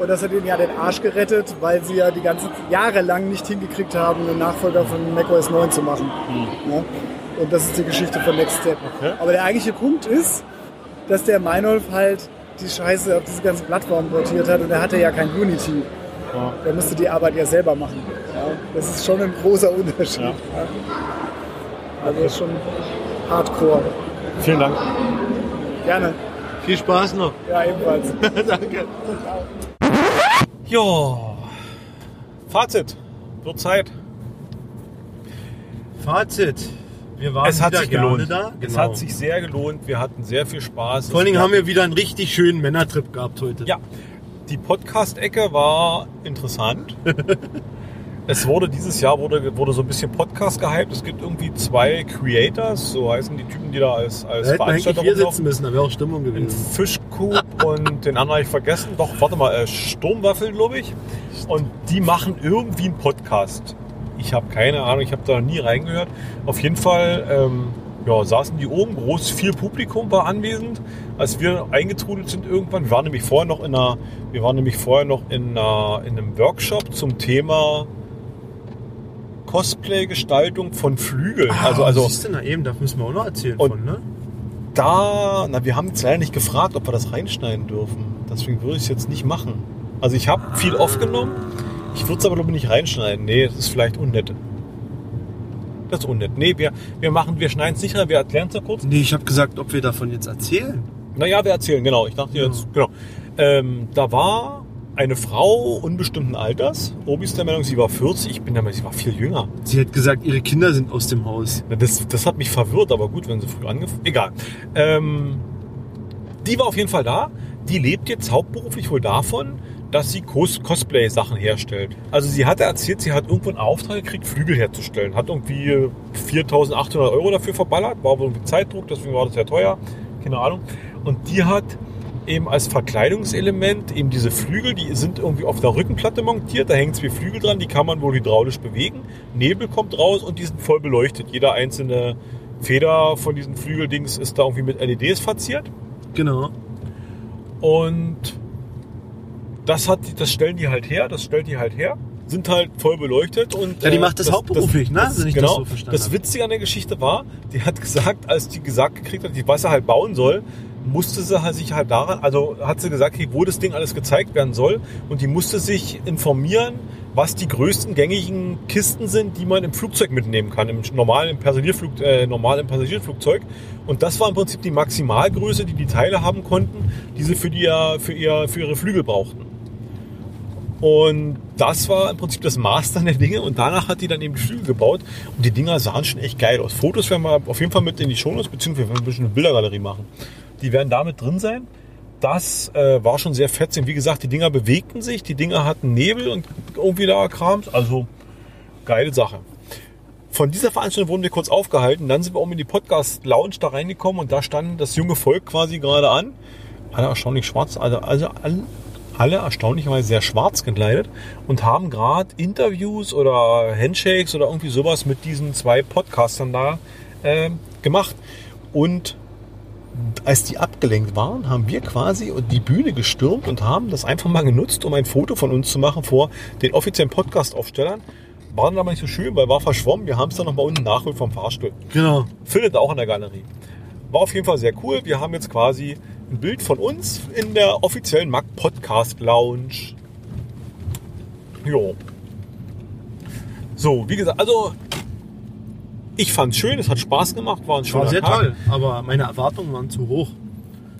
[SPEAKER 5] Und das hat ihnen ja den Arsch gerettet, weil sie ja die ganzen Jahre lang nicht hingekriegt haben, einen Nachfolger von macOS 9 zu machen. Ja, und das ist die Geschichte von Next Step.
[SPEAKER 7] Hm. Okay.
[SPEAKER 5] Aber der eigentliche Punkt ist, dass der Meinolf halt die Scheiße auf diese ganzen Plattformen portiert hat und er hatte ja kein Unity. Der musste die Arbeit ja selber machen. Ja, das ist schon ein großer Unterschied.
[SPEAKER 7] Ja.
[SPEAKER 5] Ja. Also schon hardcore.
[SPEAKER 7] Vielen Dank.
[SPEAKER 5] Gerne.
[SPEAKER 2] Viel Spaß noch.
[SPEAKER 5] Ja, ebenfalls.
[SPEAKER 2] Danke.
[SPEAKER 7] Jo. Fazit. Wird Zeit.
[SPEAKER 2] Fazit. Wir waren
[SPEAKER 1] Es hat
[SPEAKER 2] wieder
[SPEAKER 1] sich
[SPEAKER 2] gerne
[SPEAKER 1] gelohnt.
[SPEAKER 2] da. Genau.
[SPEAKER 1] Es hat sich sehr gelohnt. Wir hatten sehr viel Spaß.
[SPEAKER 2] Vor allen
[SPEAKER 1] Es
[SPEAKER 2] Dingen
[SPEAKER 1] gab-
[SPEAKER 2] haben wir wieder einen richtig schönen Männertrip gehabt heute.
[SPEAKER 1] Ja, die Podcast-Ecke war interessant. es wurde dieses Jahr wurde, wurde so ein bisschen Podcast gehypt. Es gibt irgendwie zwei Creators, so heißen die Typen, die da als, als
[SPEAKER 2] Da hätten wir eigentlich
[SPEAKER 1] Veranstalter
[SPEAKER 2] hier
[SPEAKER 1] rumlaufen.
[SPEAKER 2] sitzen müssen, da wäre auch Stimmung
[SPEAKER 1] Den
[SPEAKER 2] gewesen.
[SPEAKER 1] Fischkub und den anderen habe ich vergessen. Doch, warte mal, äh, Sturmwaffeln, glaube ich. Und die machen irgendwie einen Podcast. Ich habe keine Ahnung, ich habe da noch nie reingehört. Auf jeden Fall ähm, ja, saßen die oben, groß viel Publikum war anwesend. Als wir eingetrudelt sind irgendwann, wir waren nämlich vorher noch in einer, wir waren nämlich vorher noch in, einer, in einem Workshop zum Thema Cosplay-Gestaltung von Flügeln. also, also
[SPEAKER 2] Ah, Siehst du, na eben, da müssen wir auch noch erzählen
[SPEAKER 1] Und-
[SPEAKER 2] von, ne?
[SPEAKER 1] da, na, wir haben jetzt leider nicht gefragt, ob wir das reinschneiden dürfen. Deswegen würde ich es jetzt nicht machen. Also ich habe viel aufgenommen, ich würde es aber glaube ich nicht reinschneiden. Nee, das ist vielleicht unnett. Das ist unnett. Nee, wir, wir machen, wir schneiden es nicht rein, wir erklären es ja kurz.
[SPEAKER 2] Nee, ich habe gesagt, ob wir davon jetzt erzählen.
[SPEAKER 1] Naja, wir erzählen, genau. Ich dachte jetzt, genau. Ähm, da war eine Frau unbestimmten Alters. Obi ist der Meinung, sie war 40. Ich bin der Meinung, sie war viel jünger.
[SPEAKER 2] Sie hat gesagt, ihre Kinder sind aus dem Haus.
[SPEAKER 1] Na, Das, das hat mich verwirrt, aber gut, wenn sie früh angefangen. Egal. Ähm, die war auf jeden Fall da. Die lebt jetzt hauptberuflich wohl davon, dass sie Cos Cosplay-Sachen herstellt. Also sie hatte erzählt, sie hat irgendwo einen Auftrag gekriegt, Flügel herzustellen. Hat irgendwie äh, 4.800 Euro dafür verballert, war aber irgendwie Zeitdruck, deswegen war das sehr teuer. Keine Ahnung. Und die hat eben als Verkleidungselement eben diese Flügel, die sind irgendwie auf der Rückenplatte montiert, da hängen zwei Flügel dran, die kann man wohl hydraulisch bewegen. Nebel kommt raus und die sind voll beleuchtet. Jeder einzelne Feder von diesen Flügeldings ist da irgendwie mit LEDs verziert.
[SPEAKER 2] Genau.
[SPEAKER 1] Und das, hat, das stellen die halt her, das stellt die halt her, sind halt voll beleuchtet und.
[SPEAKER 2] Ja, die macht das hauptberuflich, ne? Wenn ich das
[SPEAKER 1] genau,
[SPEAKER 2] so verstanden
[SPEAKER 1] das
[SPEAKER 2] habe.
[SPEAKER 1] Witzige an der Geschichte war, die hat gesagt, als die gesagt gekriegt hat, die was sie halt bauen soll, musste sie halt sich halt daran, also hat sie gesagt, kriegt, wo das Ding alles gezeigt werden soll und die musste sich informieren, was die größten gängigen Kisten sind, die man im Flugzeug mitnehmen kann, im normalen Passagierflug, äh, normalen Passagierflugzeug. Und das war im Prinzip die Maximalgröße, die die Teile haben konnten, die sie für, die, ja- für, ihr, für ihre Flügel brauchten. Und das war im Prinzip das Maß dann der Dinge. Und danach hat die dann eben die Flügel gebaut. Und die Dinger sahen schon echt geil aus. Fotos werden wir auf jeden Fall mit in die Shownotes, beziehungsweise werden wir ein bisschen eine Bildergalerie machen. Die werden damit drin sein. Das äh, war schon sehr fetzig. Wie gesagt, die Dinger bewegten sich, die Dinger hatten Nebel und irgendwie da Krams. Also geile Sache. Von dieser Veranstaltung wurden wir kurz aufgehalten. Dann sind wir oben in die Podcast-Lounge da reingekommen und da stand das junge Volk quasi gerade an. Alle erstaunlich schwarz, also, also alle, alle erstaunlicherweise sehr schwarz gekleidet und haben gerade Interviews oder Handshakes oder irgendwie sowas mit diesen zwei Podcastern da ähm, gemacht. Und als die abgelenkt waren, haben wir quasi die Bühne gestürmt und haben das einfach mal genutzt, um ein Foto von uns zu machen vor den offiziellen Podcast-Aufstellern. War dann aber nicht so schön, weil war verschwommen. Wir haben es dann nochmal unten nachgeholt vom Fahrstuhl.
[SPEAKER 2] Genau.
[SPEAKER 1] Findet auch in der Galerie. War auf jeden Fall sehr cool. Wir haben jetzt quasi ein Bild von uns in der offiziellen Mac Podcast Lounge. Jo. So, wie gesagt, also ich fand es schön, es hat Spaß gemacht, war ein schöner
[SPEAKER 2] War sehr
[SPEAKER 1] Tag.
[SPEAKER 2] toll, aber meine Erwartungen waren zu hoch.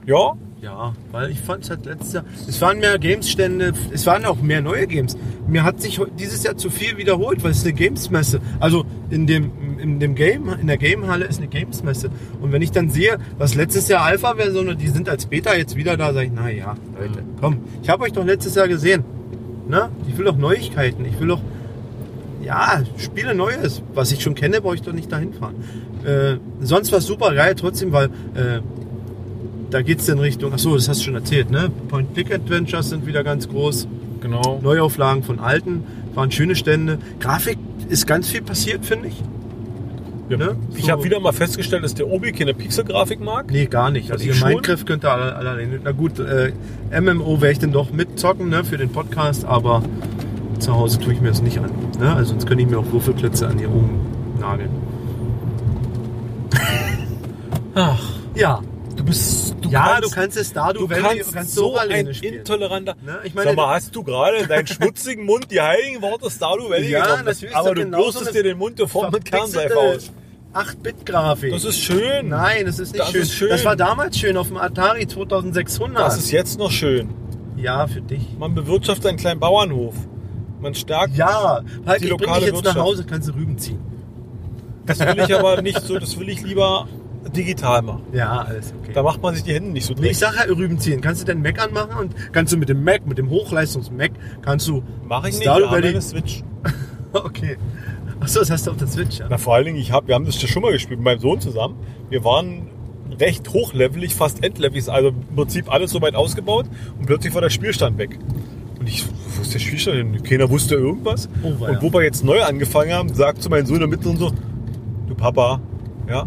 [SPEAKER 1] Ja,
[SPEAKER 2] Ja, weil ich fand es halt letztes Jahr. Es waren mehr Games-Stände, es waren auch mehr neue Games. Mir hat sich heu- dieses Jahr zu viel wiederholt, weil es ist eine Games-Messe. Also in dem, in dem Game, in der Game-Halle ist eine Games-Messe. Und wenn ich dann sehe, was letztes Jahr Alpha-Version und die sind als Beta jetzt wieder da, sage ich, naja, Leute, komm, ich habe euch doch letztes Jahr gesehen. Ne? Ich will doch Neuigkeiten, ich will doch ja, Spiele Neues, was ich schon kenne, brauche ich doch nicht dahin fahren. Äh, sonst war es super geil, trotzdem, weil äh, da geht es in Richtung, achso, das hast du schon erzählt, ne? Point-Click-Adventures sind wieder ganz groß.
[SPEAKER 1] genau.
[SPEAKER 2] Neuauflagen von alten, waren schöne Stände. Grafik ist ganz viel passiert, finde ich.
[SPEAKER 1] Ja,
[SPEAKER 2] Ne?
[SPEAKER 1] Ich
[SPEAKER 2] So.
[SPEAKER 1] habe wieder mal festgestellt, dass der Obi keine Pixelgrafik mag.
[SPEAKER 2] Nee, gar nicht. Also
[SPEAKER 1] ich
[SPEAKER 2] ihr
[SPEAKER 1] schon.
[SPEAKER 2] Minecraft könnt ihr alle, alle alleine. Na gut, äh, MMO werde ich dann doch mitzocken, ne, für den Podcast, aber zu Hause tue ich mir das nicht an. Ne? Also sonst könnte ich mir auch Würfelklötze an hier oben nageln.
[SPEAKER 1] Ach,
[SPEAKER 2] Ja.
[SPEAKER 1] du bist du
[SPEAKER 2] ja,
[SPEAKER 1] kannst,
[SPEAKER 2] du kannst es da, Ah, du,
[SPEAKER 1] du
[SPEAKER 2] Valley-
[SPEAKER 1] kannst
[SPEAKER 2] du kannst
[SPEAKER 1] so
[SPEAKER 2] Dora
[SPEAKER 1] ein
[SPEAKER 2] alleine spielen.
[SPEAKER 1] intoleranter.
[SPEAKER 2] Ne? Ich meine,
[SPEAKER 1] Sag mal, hast du gerade in deinen schmutzigen Mund die heiligen Worte Stardew Valley
[SPEAKER 2] Ja,
[SPEAKER 1] genommen?
[SPEAKER 2] natürlich ist
[SPEAKER 1] aber
[SPEAKER 2] das
[SPEAKER 1] du
[SPEAKER 2] genauso
[SPEAKER 1] bürstest
[SPEAKER 2] eine
[SPEAKER 1] dir den Mund sofort mit Kernseife aus.
[SPEAKER 2] 8-Bit-Grafik.
[SPEAKER 1] Das ist schön.
[SPEAKER 2] Nein, das ist nicht
[SPEAKER 1] Das
[SPEAKER 2] schön.
[SPEAKER 1] ist schön.
[SPEAKER 2] Das war damals schön auf dem Atari 2600.
[SPEAKER 1] Das ist jetzt noch schön.
[SPEAKER 2] ja für dich.
[SPEAKER 1] Man bewirtschaftet einen kleinen Bauernhof. Man stärkt.
[SPEAKER 2] Ja, halt,
[SPEAKER 1] Die
[SPEAKER 2] ich bring
[SPEAKER 1] lokale
[SPEAKER 2] dich jetzt nach
[SPEAKER 1] Wirtschaft.
[SPEAKER 2] Hause, kannst du Rüben ziehen.
[SPEAKER 1] Das will ich aber nicht so, das will ich lieber digital machen.
[SPEAKER 2] Ja, alles okay.
[SPEAKER 1] Da macht man sich die Hände nicht so
[SPEAKER 2] Nee, ich
[SPEAKER 1] dreckig.
[SPEAKER 2] sag ja, Rüben ziehen. Kannst du deinen Mac anmachen und kannst du mit dem Mac, mit dem Hochleistungs-Mac, kannst du.
[SPEAKER 1] Mach ich nicht,
[SPEAKER 2] Stardew
[SPEAKER 1] wir haben
[SPEAKER 2] Valley-
[SPEAKER 1] eine Switch.
[SPEAKER 2] Okay. Achso, das hast du auf der Switch, ja.
[SPEAKER 1] Na, vor allen Dingen, ich hab, wir haben das ja schon mal gespielt mit meinem Sohn zusammen. Wir waren recht hochlevelig, fast endlevelig, also im Prinzip alles so weit ausgebaut und plötzlich war der Spielstand weg. Und ich wo ist der Spielstand hin? Keiner wusste irgendwas.
[SPEAKER 2] Oh, weia.
[SPEAKER 1] und wo wir jetzt neu angefangen haben, sagt zu meinem Sohn in der Mitte und so, du Papa, ja,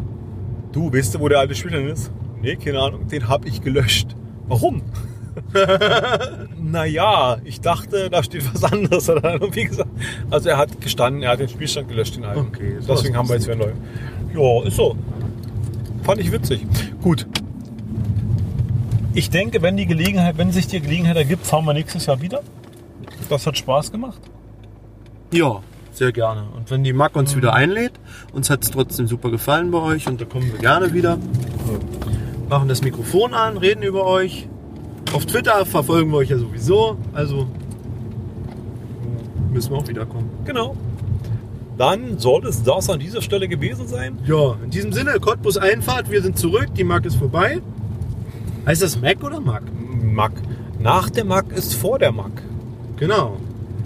[SPEAKER 1] du, weißt du, wo der alte Spielstand ist? Nee, keine Ahnung, den hab ich gelöscht. Warum? naja, ich dachte, da steht was anderes. Hat er dann irgendwie gesagt. Also er hat gestanden, er hat den Spielstand gelöscht, den alten.
[SPEAKER 2] Okay, sowas
[SPEAKER 1] Deswegen haben wir jetzt wieder neu. Ja, ist so. Fand ich witzig. Gut. Ich denke, wenn die Gelegenheit, wenn sich die Gelegenheit ergibt, fahren wir nächstes Jahr wieder. Das hat Spaß gemacht.
[SPEAKER 2] Ja. Sehr gerne. Und wenn die Mack uns wieder einlädt, uns hat es trotzdem super gefallen bei euch und da kommen wir gerne wieder. Machen das Mikrofon an, reden über euch. Auf Twitter verfolgen wir euch ja sowieso. Also müssen wir auch wiederkommen.
[SPEAKER 1] Genau. Dann soll es das an dieser Stelle gewesen sein.
[SPEAKER 2] Ja, in diesem Sinne, Cottbus Einfahrt, wir sind zurück, die Mack ist vorbei. Heißt das Mac oder Mack?
[SPEAKER 1] Mack. Nach der Mack ist vor der Mack.
[SPEAKER 2] Genau.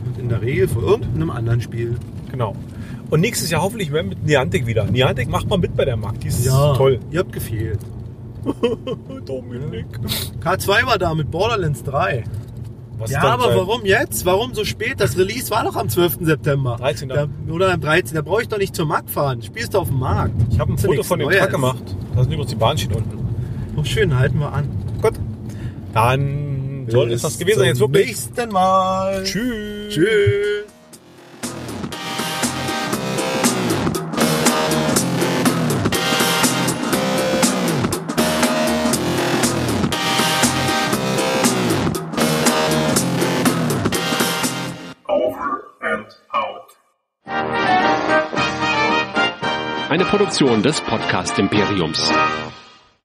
[SPEAKER 2] Und in der Regel vor irgendeinem anderen Spiel.
[SPEAKER 1] Genau. Und nächstes Jahr hoffentlich mehr mit Niantic wieder. Niantic macht mal mit bei der Mack. Die ist toll.
[SPEAKER 2] Ihr habt gefehlt.
[SPEAKER 1] Dominik.
[SPEAKER 2] K2 war da mit Borderlands 3.
[SPEAKER 1] Was
[SPEAKER 2] Ja,
[SPEAKER 1] dann
[SPEAKER 2] aber
[SPEAKER 1] sein-
[SPEAKER 2] warum jetzt? Warum so spät? Das Release war doch am 12. September.
[SPEAKER 1] 13.
[SPEAKER 2] Da, oder am 13. Da brauche ich doch nicht zur Markt fahren. Spielst du auf dem Markt.
[SPEAKER 1] Ich habe ein
[SPEAKER 2] Ist ja
[SPEAKER 1] Foto
[SPEAKER 2] nichts
[SPEAKER 1] von dem
[SPEAKER 2] Neues.
[SPEAKER 1] Truck gemacht. Da sind übrigens die Bahnschienen unten.
[SPEAKER 2] Oh, schön, halten wir an.
[SPEAKER 1] Dann soll es das gewesen sein. Jetzt
[SPEAKER 2] zum
[SPEAKER 1] wirklich.
[SPEAKER 2] nächsten Mal.
[SPEAKER 1] Tschüss.
[SPEAKER 2] Tschüss.
[SPEAKER 15] Over and out.
[SPEAKER 16] Eine Produktion des Podcast Imperiums.